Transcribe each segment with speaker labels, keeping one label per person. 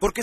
Speaker 1: porque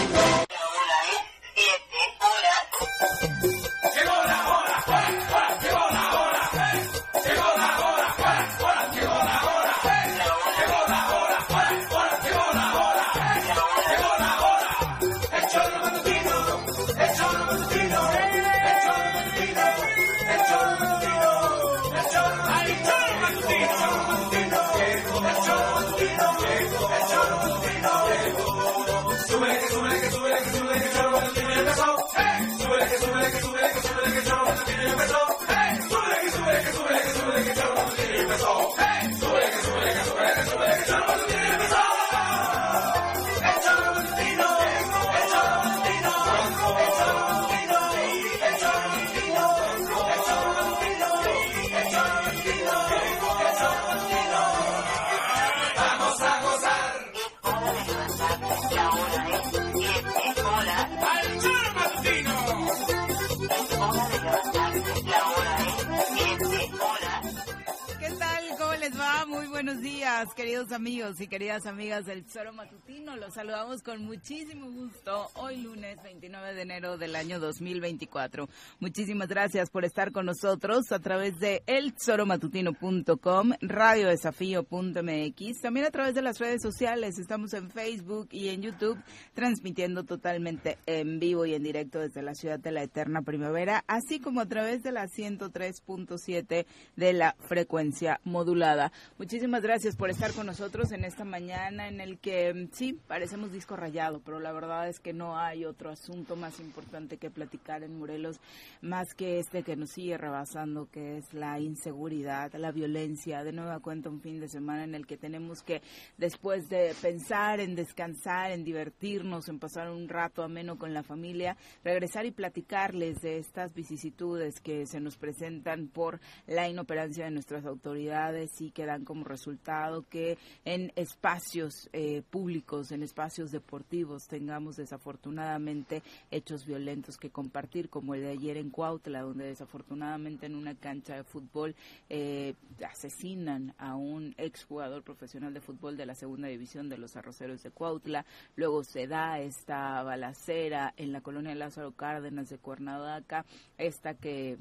Speaker 2: buenos días, queridos amigos y queridas amigas del Tesoro Matutino. Los saludamos con muchísimo gusto hoy lunes 29 de enero del año 2024. Muchísimas gracias por estar con nosotros a través de eltesoromatutino.com, radiodesafío.mx, también a través de las redes sociales. Estamos en Facebook y en YouTube transmitiendo totalmente en vivo y en directo desde la ciudad de la eterna primavera, así como a través de la 103.7 de la frecuencia modulada. Muchísimas muchísimas gracias por estar con nosotros en esta mañana en el que mm, sí, parecemos disco rayado, pero la verdad es que no hay otro asunto más importante que platicar en Morelos más que este que nos sigue rebasando, que es la inseguridad, la violencia. De nueva cuenta un fin de semana en el que tenemos que, después de pensar en descansar, en divertirnos, en pasar un rato ameno con la familia, regresar y platicarles de estas vicisitudes que se nos presentan por la inoperancia de nuestras autoridades y que dan como resultado resultado que en espacios eh, públicos, en espacios deportivos, tengamos desafortunadamente hechos violentos que compartir, como el de ayer en Cuautla, donde desafortunadamente en una cancha de fútbol eh, asesinan a un exjugador profesional de fútbol de la segunda división de los arroceros de Cuautla. Luego se da esta balacera en la colonia Lázaro Cárdenas de Cuernavaca, esta que,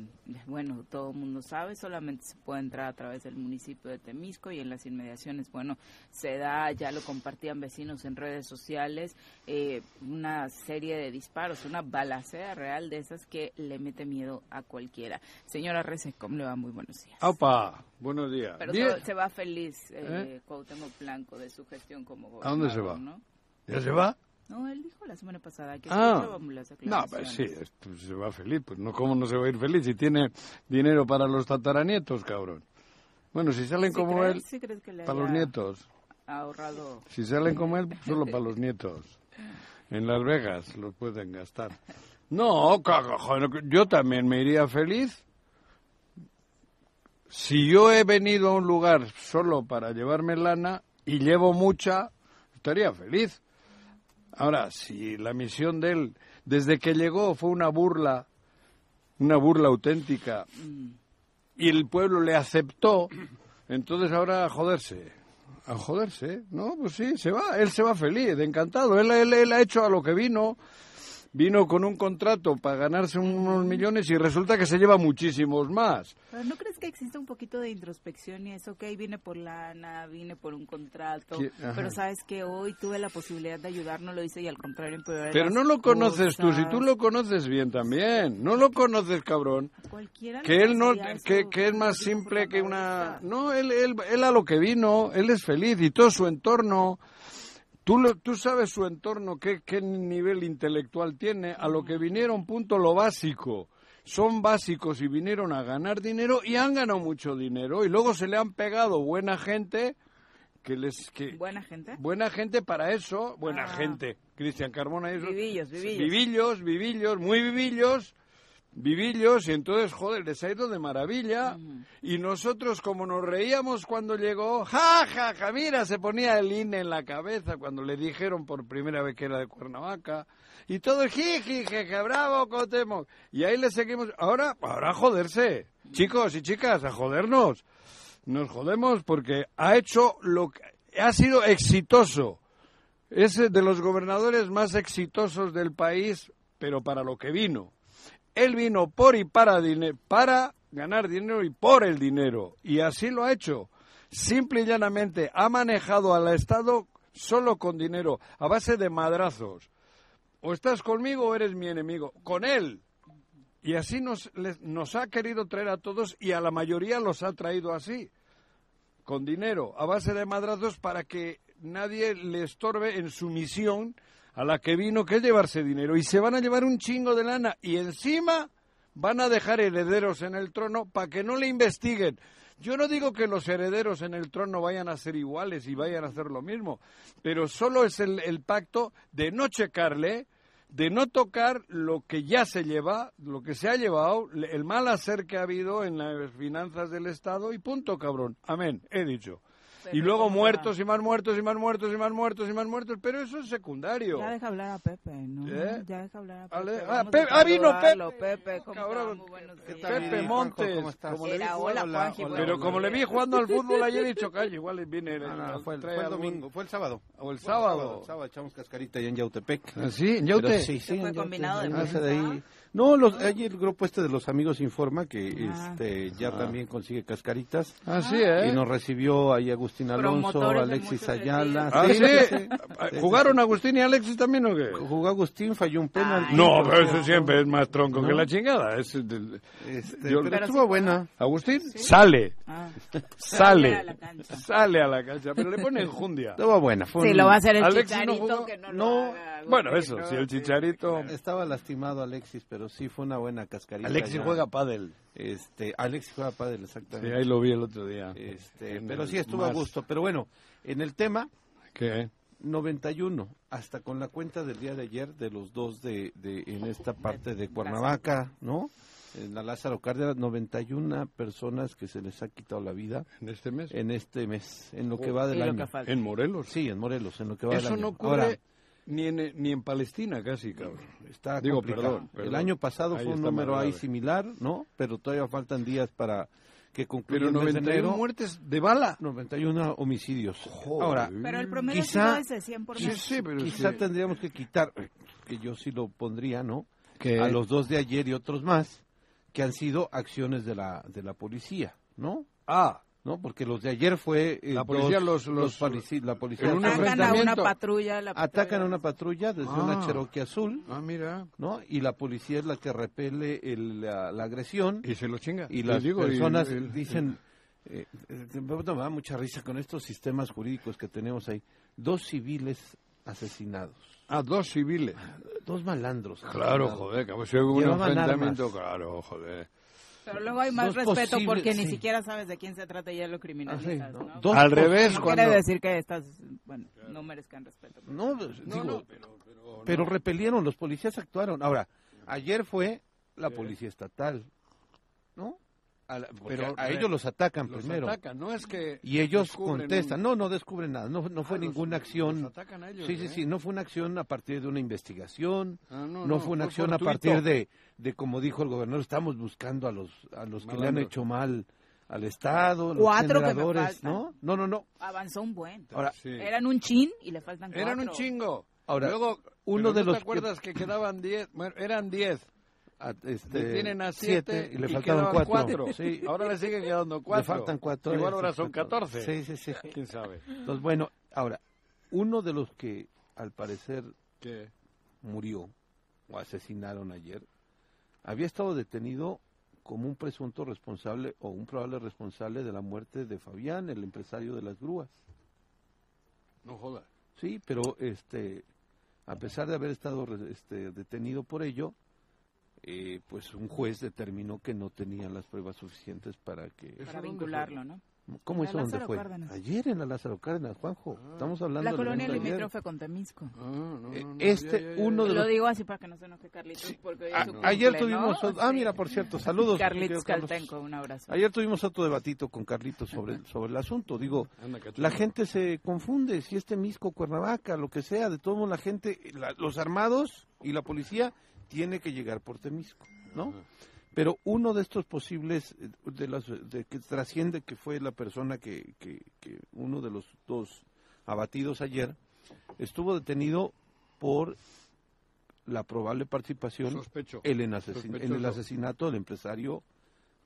Speaker 2: bueno, todo el mundo sabe, solamente se puede entrar a través del municipio de Temisco y en las inmediaciones. Bueno, se da, ya lo compartían vecinos en redes sociales, eh, una serie de disparos, una balacera real de esas que le mete miedo a cualquiera. Señora Reces, ¿cómo le va? Muy buenos días.
Speaker 3: ¡Apa! Buenos días.
Speaker 2: Pero se, se, va feliz eh, ¿Eh? Cuauhtémoc Blanco de su gestión como gobernador.
Speaker 3: ¿A dónde se va?
Speaker 2: ¿no?
Speaker 3: ¿Ya se va?
Speaker 2: No, él dijo la semana pasada que ah, las
Speaker 3: No, pues sí, se va feliz. Pues no, ¿cómo no se va a ir feliz si tiene dinero para los tataranietos, cabrón? Bueno, si salen
Speaker 2: ¿Sí
Speaker 3: como
Speaker 2: crees,
Speaker 3: él,
Speaker 2: ¿sí crees que le
Speaker 3: para los nietos.
Speaker 2: Ahorrado.
Speaker 3: Si salen como él, solo para los nietos. En Las Vegas los pueden gastar. No, joder, yo también me iría feliz. Si yo he venido a un lugar solo para llevarme lana y llevo mucha, estaría feliz. Ahora, si la misión de él, desde que llegó, fue una burla, una burla auténtica, y el pueblo le aceptó, entonces ahora a joderse. A joderse, ¿no? Pues sí, se va, él se va feliz, encantado. Él, él, él ha hecho a lo que vino, vino con un contrato para ganarse unos millones y resulta que se lleva muchísimos más.
Speaker 2: ¿Pero no crees que existe un poquito de introspección y es, ok, vine por lana, vine por un contrato, pero sabes que hoy tuve la posibilidad de ayudar, no lo hice y al contrario empeoré
Speaker 3: Pero no lo conoces cosas. tú, si tú lo conoces bien también, no lo conoces, cabrón.
Speaker 2: Cualquiera
Speaker 3: que él no, que, que, es más simple que una... No, él, él, él a lo que vino, él es feliz y todo su entorno Tú, lo, tú sabes su entorno, qué, qué nivel intelectual tiene, a lo que vinieron, punto, lo básico. Son básicos y vinieron a ganar dinero y han ganado mucho dinero. Y luego se le han pegado buena gente que les... Que,
Speaker 2: Buena gente.
Speaker 3: buena gente para eso, buena
Speaker 2: Ah.
Speaker 3: gente. Cristian Carmona y eso.
Speaker 2: Vivillos, vivillos.
Speaker 3: Vivillos, vivillos, muy vivillos, vivillos, y entonces, joder, les ha ido de maravilla. Y nosotros, como nos reíamos cuando llegó, ja, ja, ja, mira, se ponía el INE en la cabeza cuando le dijeron por primera vez que era de Cuernavaca. Y todo, jiji, jeje, bravo, Cotemo. Y ahí le seguimos. Ahora, ahora a joderse, chicos y chicas, a jodernos. Nos jodemos porque ha hecho lo que... Ha sido exitoso. Es eh, de los gobernadores más exitosos del país, pero para lo que vino. Él vino por y para, dine- para ganar dinero y por el dinero. Y así lo ha hecho. Simple y llanamente ha manejado al Estado solo con dinero, a base de madrazos. O estás conmigo o eres mi enemigo. Con él. Y así nos, les- nos ha querido traer a todos y a la mayoría los ha traído así con dinero, a base de madrazos, para que nadie le estorbe en su misión a la que vino, que es llevarse dinero. Y se van a llevar un chingo de lana y encima van a dejar herederos en el trono para que no le investiguen. Yo no digo que los herederos en el trono vayan a ser iguales y vayan a hacer lo mismo, pero solo es el, el pacto de no checarle, de no tocar lo que ya se lleva, lo que se ha llevado, le- el mal hacer que ha habido en las finanzas del Estado y punto, cabrón. Amén, he dicho.
Speaker 2: Pero
Speaker 3: y luego
Speaker 2: ¿cómo va?
Speaker 3: muertos y más muertos y más muertos y más muertos y más muertos, pero eso es secundario.
Speaker 2: Ya deja hablar a Pepe, ¿no?
Speaker 3: ¿Eh?
Speaker 2: Ya deja hablar a
Speaker 3: Ale-
Speaker 2: Pepe.
Speaker 3: ah,
Speaker 2: Vamos a
Speaker 3: Pepe, ah, vino
Speaker 2: saludarlo,
Speaker 3: Pepe.
Speaker 2: Pepe, ¿cómo
Speaker 3: Cabrón.
Speaker 2: está? Muy buenos
Speaker 3: ¿Qué
Speaker 2: días.
Speaker 3: tal, Pepe Montes,
Speaker 4: ¿cómo estás?
Speaker 3: como
Speaker 2: le Era, dijo, hola, Juanji, buenos
Speaker 3: Pero como le vi jugando al fútbol ayer, he dicho, calle, igual viene...
Speaker 4: No, no, no, fue, el,
Speaker 3: trae
Speaker 4: fue el
Speaker 3: algún-
Speaker 4: domingo, fue el sábado.
Speaker 3: O el
Speaker 4: Fue
Speaker 3: sábado.
Speaker 4: El sábado echamos cascarita allá en Yautepec.
Speaker 3: Ah, sí, en
Speaker 4: Pero
Speaker 3: Yaute.
Speaker 4: Sí, sí,
Speaker 2: ¿Qué fue,
Speaker 4: en
Speaker 2: combinado de
Speaker 4: Yautepec.
Speaker 2: prensa?
Speaker 4: de ahí. No, los, allí el grupo este de los amigos informa que
Speaker 2: Ah.
Speaker 4: este ya también consigue cascaritas.
Speaker 3: Ah, sí, ¿eh?
Speaker 4: Y nos recibió ahí Agustín Alonso,
Speaker 2: Promotores de
Speaker 4: Alexis
Speaker 2: muchos
Speaker 4: Ayala.
Speaker 3: Ah, sí.
Speaker 4: sí.
Speaker 3: ¿Jugaron Agustín y Alexis también o qué? Ah,
Speaker 4: Jugó Agustín, falló un penal.
Speaker 3: No, pero eso siempre es más tronco
Speaker 4: No.
Speaker 3: que la chingada. Es del-
Speaker 4: Este,
Speaker 3: Yo-
Speaker 4: pero
Speaker 3: Pero
Speaker 4: estuvo buena.
Speaker 3: Agustín sale,
Speaker 2: Ah,
Speaker 3: sale,
Speaker 2: a la cancha.
Speaker 3: sale a la cancha, pero le pone enjundia.
Speaker 4: Estuvo buena. Fue
Speaker 2: Sí,
Speaker 4: un-
Speaker 2: lo va a hacer el
Speaker 3: Alexis no
Speaker 2: chicharito
Speaker 3: jugó.
Speaker 2: que no,
Speaker 4: No,
Speaker 2: lo haga.
Speaker 3: Bueno, eso, si el chicharito.
Speaker 4: Estaba lastimado Alexis, pero sí fue una buena cascarita.
Speaker 3: Alexis
Speaker 4: ya.
Speaker 3: juega pádel.
Speaker 4: Este, Alexis juega padre,
Speaker 3: Sí,
Speaker 4: exactamente.
Speaker 3: ahí lo vi el otro día.
Speaker 4: Este,
Speaker 3: En
Speaker 4: pero
Speaker 3: el
Speaker 4: sí estuvo a
Speaker 3: más.
Speaker 4: gusto. Pero bueno, en el tema
Speaker 3: ¿Qué?
Speaker 4: 91, hasta con la cuenta del día de ayer de los dos de, de- en esta parte de Cuernavaca, ¿no? En la Lázaro Cárdenas, 91 personas que se les ha quitado la vida
Speaker 3: ¿En este mes? Oh.
Speaker 4: en este mes, en lo que va del
Speaker 2: Y lo
Speaker 4: año.
Speaker 2: que falta.
Speaker 3: En Morelos.
Speaker 4: Sí, en Morelos, en lo que va del
Speaker 3: Eso
Speaker 4: año.
Speaker 3: no ocurre
Speaker 4: Ahora,
Speaker 3: ni, en, ni en Palestina casi, cabrón.
Speaker 4: está
Speaker 3: Digo,
Speaker 4: complicado.
Speaker 3: perdón, perdón.
Speaker 4: El año pasado
Speaker 3: Ahí
Speaker 4: fue un
Speaker 3: está más
Speaker 4: número ahí
Speaker 3: grave.
Speaker 4: similar, ¿no? Pero todavía faltan días para que concluya
Speaker 3: Pero
Speaker 4: el mes de
Speaker 3: 91
Speaker 4: enero.
Speaker 3: muertes de bala.
Speaker 4: 91 homicidios. Ahora,
Speaker 2: Pero el promedio
Speaker 4: Quizá-
Speaker 2: ha sido ese, 100 por
Speaker 3: Sí,
Speaker 2: mes.
Speaker 3: sí, pero
Speaker 4: quizá
Speaker 3: sí.
Speaker 4: tendríamos que quitar, eh, que yo sí lo pondría, ¿no?
Speaker 3: ¿Qué?
Speaker 4: A los dos de ayer y otros más, que han sido acciones de la, de la policía, ¿no?
Speaker 3: Ah,
Speaker 4: ¿No? Porque los de ayer fue... eh,
Speaker 3: La policía, los-
Speaker 4: dos-
Speaker 3: los-
Speaker 4: polici- la policía
Speaker 3: en un
Speaker 2: Atacan a una
Speaker 3: enfrentamiento.
Speaker 2: patrulla. de La
Speaker 4: Atacan a una patrulla desde
Speaker 3: Ah.
Speaker 4: una Cherokee azul,
Speaker 3: ah, mira.
Speaker 4: ¿no? Y la policía es la que repele el- la, la agresión.
Speaker 3: Y se lo chinga.
Speaker 4: y las
Speaker 3: Les digo,
Speaker 4: personas
Speaker 3: y- y-
Speaker 4: dicen eh, eh, me da mucha risa con estos sistemas jurídicos que tenemos ahí dos civiles asesinados
Speaker 3: Ah, dos civiles.
Speaker 4: dos malandros
Speaker 3: Claro,
Speaker 4: asesinados.
Speaker 3: joder, que si hubo un
Speaker 4: Llevaban
Speaker 3: enfrentamiento,
Speaker 4: armas.
Speaker 3: claro, joder.
Speaker 2: Pero luego hay más
Speaker 4: No es
Speaker 2: respeto
Speaker 4: posible,
Speaker 2: porque ni
Speaker 4: sí.
Speaker 2: siquiera sabes de quién se trata y ya lo criminalizas,
Speaker 4: Así, Ah, ¿no?
Speaker 2: ¿no?
Speaker 4: Dos
Speaker 3: Al
Speaker 4: pos-
Speaker 3: revés,
Speaker 2: No
Speaker 3: cuando...
Speaker 2: quiere decir que estás, bueno, no merezcan respeto.
Speaker 4: no, pues, digo,
Speaker 3: pero,
Speaker 4: pero repelieron los policías actuaron ahora ayer fue la policía estatal no A la- pero a
Speaker 3: re-
Speaker 4: ellos los atacan
Speaker 3: los
Speaker 4: primero
Speaker 3: atacan, no es que...
Speaker 4: y ellos
Speaker 3: descubren
Speaker 4: contestan
Speaker 3: un-
Speaker 4: no no descubren nada no, no fue
Speaker 3: Ah, los-
Speaker 4: ninguna
Speaker 3: los
Speaker 4: acción
Speaker 3: atacan a ellos,
Speaker 4: sí sí
Speaker 3: ¿eh?
Speaker 4: sí no fue una acción a partir de una investigación
Speaker 3: Ah,
Speaker 4: no, fue una acción a
Speaker 3: fortuito.
Speaker 4: partir de, de, como dijo el gobernador, estamos buscando a los a los que le han
Speaker 3: Malandros.
Speaker 4: hecho mal al Estado, los
Speaker 2: Cuatro que me
Speaker 4: generadores,
Speaker 2: faltan.
Speaker 4: ¿no? No, no, no.
Speaker 2: Avanzó un buen.
Speaker 4: Ahora,
Speaker 3: Sí.
Speaker 2: Eran un chin y le faltan cuatro.
Speaker 3: Eran un chingo.
Speaker 4: Ahora,
Speaker 3: Luego,
Speaker 4: uno
Speaker 3: uno de
Speaker 4: de
Speaker 3: ¿no
Speaker 4: los
Speaker 3: te
Speaker 4: que-
Speaker 3: acuerdas que quedaban diez? Bueno, eran diez.
Speaker 4: a- este,
Speaker 3: Tienen a siete,
Speaker 4: y le faltaron
Speaker 3: quedaban
Speaker 4: cuatro.
Speaker 3: Sí,
Speaker 4: Sí,
Speaker 3: ahora le siguen quedando
Speaker 4: le
Speaker 3: cuatro.
Speaker 4: faltan cuatro.
Speaker 3: Igual
Speaker 4: eh,
Speaker 3: ahora son
Speaker 4: cuatro.
Speaker 3: catorce.
Speaker 4: Sí, sí, sí.
Speaker 3: ¿Quién sabe?
Speaker 4: Entonces, bueno, ahora, uno de los que al parecer
Speaker 3: ¿Qué?
Speaker 4: murió o asesinaron ayer había estado detenido como un presunto responsable o un probable responsable de la muerte de Fabián, el empresario de las grúas.
Speaker 3: No jodas.
Speaker 4: Sí, pero este, a pesar de haber estado re- este, detenido por ello, eh, pues un juez determinó que no tenía las pruebas suficientes para que...
Speaker 2: para vincularlo, ¿no?
Speaker 4: ¿Cómo
Speaker 2: La
Speaker 4: eso dónde
Speaker 2: Lázaro
Speaker 4: fue?
Speaker 2: Cárdenas.
Speaker 4: Ayer en la Lázaro Cárdenas, Juanjo. Estamos hablando
Speaker 2: La
Speaker 4: del
Speaker 2: colonia
Speaker 4: evento de ayer.
Speaker 2: limítrofe con Temisco.
Speaker 3: Ah, no, no,
Speaker 4: Eh,
Speaker 3: no,
Speaker 4: Este,
Speaker 3: ya, ya, ya.
Speaker 4: uno de
Speaker 2: Lo
Speaker 4: los...
Speaker 2: digo así para que no se enoje Carlitos, porque hoy es
Speaker 4: Ah,
Speaker 2: su cumple,
Speaker 4: ayer
Speaker 2: ¿no?
Speaker 4: tuvimos... Ah,
Speaker 2: Sí.
Speaker 4: mira, por cierto, saludos.
Speaker 2: Carlitos
Speaker 4: querido Carlos.
Speaker 2: Caltenco, un abrazo.
Speaker 4: Ayer tuvimos otro debatito con Carlitos sobre, sobre el asunto. Digo,
Speaker 3: Anda, cacho.
Speaker 4: la gente se confunde, si este Misco, Cuernavaca, lo que sea, de todo modo la gente, la- los armados y la policía tiene que llegar por Temisco, ¿no? Pero uno de estos posibles, eh, de las de que trasciende que fue la persona que, que- que uno de los dos abatidos ayer, estuvo detenido por la probable participación
Speaker 3: Sospecho.
Speaker 4: el en, asesin- en el
Speaker 3: Sospechoso.
Speaker 4: asesinato del empresario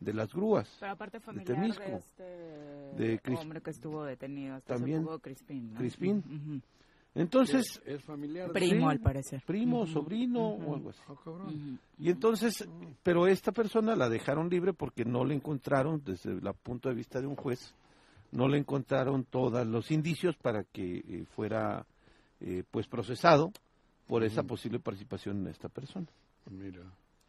Speaker 4: de las grúas.
Speaker 2: Pero aparte familiar
Speaker 4: familiar
Speaker 2: de,
Speaker 4: de
Speaker 2: este
Speaker 4: De Cris-
Speaker 2: hombre que estuvo detenido hasta
Speaker 4: También
Speaker 2: hace poco, Crispín. ¿no?
Speaker 4: Crispín.
Speaker 2: Ujú.
Speaker 4: Entonces,
Speaker 3: Es, es familiar. de-
Speaker 2: Primo,
Speaker 4: Sí.
Speaker 2: al parecer.
Speaker 4: primo,
Speaker 2: Ujú.
Speaker 4: sobrino o algo así.
Speaker 3: Ah, cabrón.
Speaker 2: Ujú.
Speaker 4: Y entonces, pero esta persona la dejaron libre porque no le encontraron, desde el punto de vista de un juez, no le encontraron todos los indicios para que eh, fuera eh, pues procesado por esa posible participación en esta persona.
Speaker 3: Mira.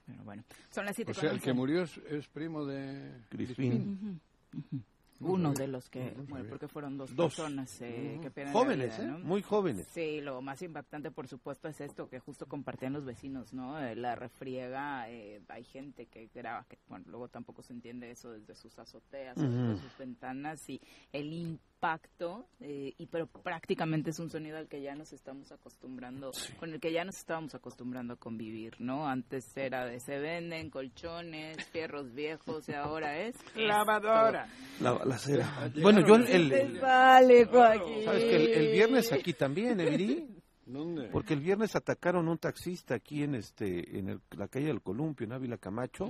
Speaker 2: Pero bueno, son las siete
Speaker 3: O sea,
Speaker 2: con
Speaker 3: el que
Speaker 2: once.
Speaker 3: murió es, es primo de...
Speaker 4: Crispín.
Speaker 2: Ujú, ujú. Uno de los que,
Speaker 3: no
Speaker 2: bueno,
Speaker 3: sabía.
Speaker 2: porque fueron dos,
Speaker 4: Dos.
Speaker 2: personas eh, que pierden la
Speaker 4: Jóvenes,
Speaker 2: vida,
Speaker 4: ¿eh?
Speaker 2: ¿no?
Speaker 4: Muy jóvenes.
Speaker 2: Sí, lo más impactante, por supuesto, es esto que justo compartían los vecinos, ¿no? Eh, La refriega, eh, hay gente que graba, que bueno, luego tampoco se entiende eso desde sus azoteas,
Speaker 4: Ujú.
Speaker 2: desde sus ventanas y el impacto, eh, y pero prácticamente es un sonido al que ya nos estamos acostumbrando, con el que ya nos estábamos acostumbrando a convivir, ¿no? Antes era de se venden colchones, fierros viejos y ahora es lavadora.
Speaker 4: La balacera. Bueno, yo el... el- el-
Speaker 2: Vale,
Speaker 4: ¿Sabes que el, el viernes aquí también, Eviri?
Speaker 3: ¿Dónde?
Speaker 4: Porque el viernes atacaron un taxista aquí en este en el- la calle del Columpio, en Ávila Camacho.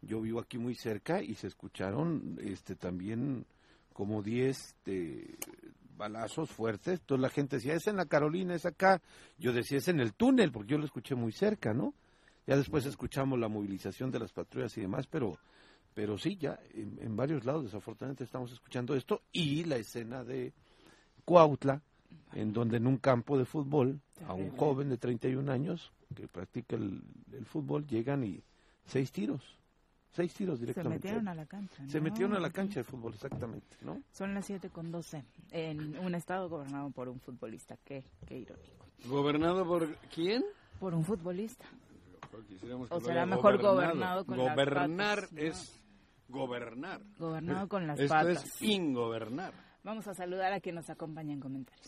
Speaker 4: Yo vivo aquí muy cerca y se escucharon este también como 10 este, balazos fuertes. Entonces la gente decía, es en la Carolina, es acá. Yo decía, es en el túnel, porque yo lo escuché muy cerca, ¿no? Ya después escuchamos la movilización de las patrullas y demás, pero pero sí, ya en, en varios lados desafortunadamente estamos escuchando esto y la escena de Cuautla, en donde en un campo de fútbol a un
Speaker 2: Terrible.
Speaker 4: joven de 31 años que practica el, el fútbol llegan y seis tiros, seis tiros
Speaker 2: Se
Speaker 4: directamente.
Speaker 2: metieron a la cancha.
Speaker 4: Se
Speaker 2: ¿no?
Speaker 4: metieron a la cancha de fútbol, exactamente, ¿no?
Speaker 2: Son las 7 con 12 en un estado gobernado por un futbolista. Qué, qué irónico.
Speaker 3: ¿Gobernado por quién?
Speaker 2: Por un futbolista.
Speaker 3: Quisiéramos
Speaker 2: O
Speaker 3: lo
Speaker 2: será
Speaker 3: haya
Speaker 2: mejor gobernado con las
Speaker 3: Gobernar
Speaker 2: patas, ¿no?
Speaker 3: es gobernar.
Speaker 4: Eh,
Speaker 2: Gobernado con las
Speaker 3: Esto
Speaker 2: patas.
Speaker 3: es ingobernar.
Speaker 2: Vamos a saludar a quien nos acompaña en comentarios.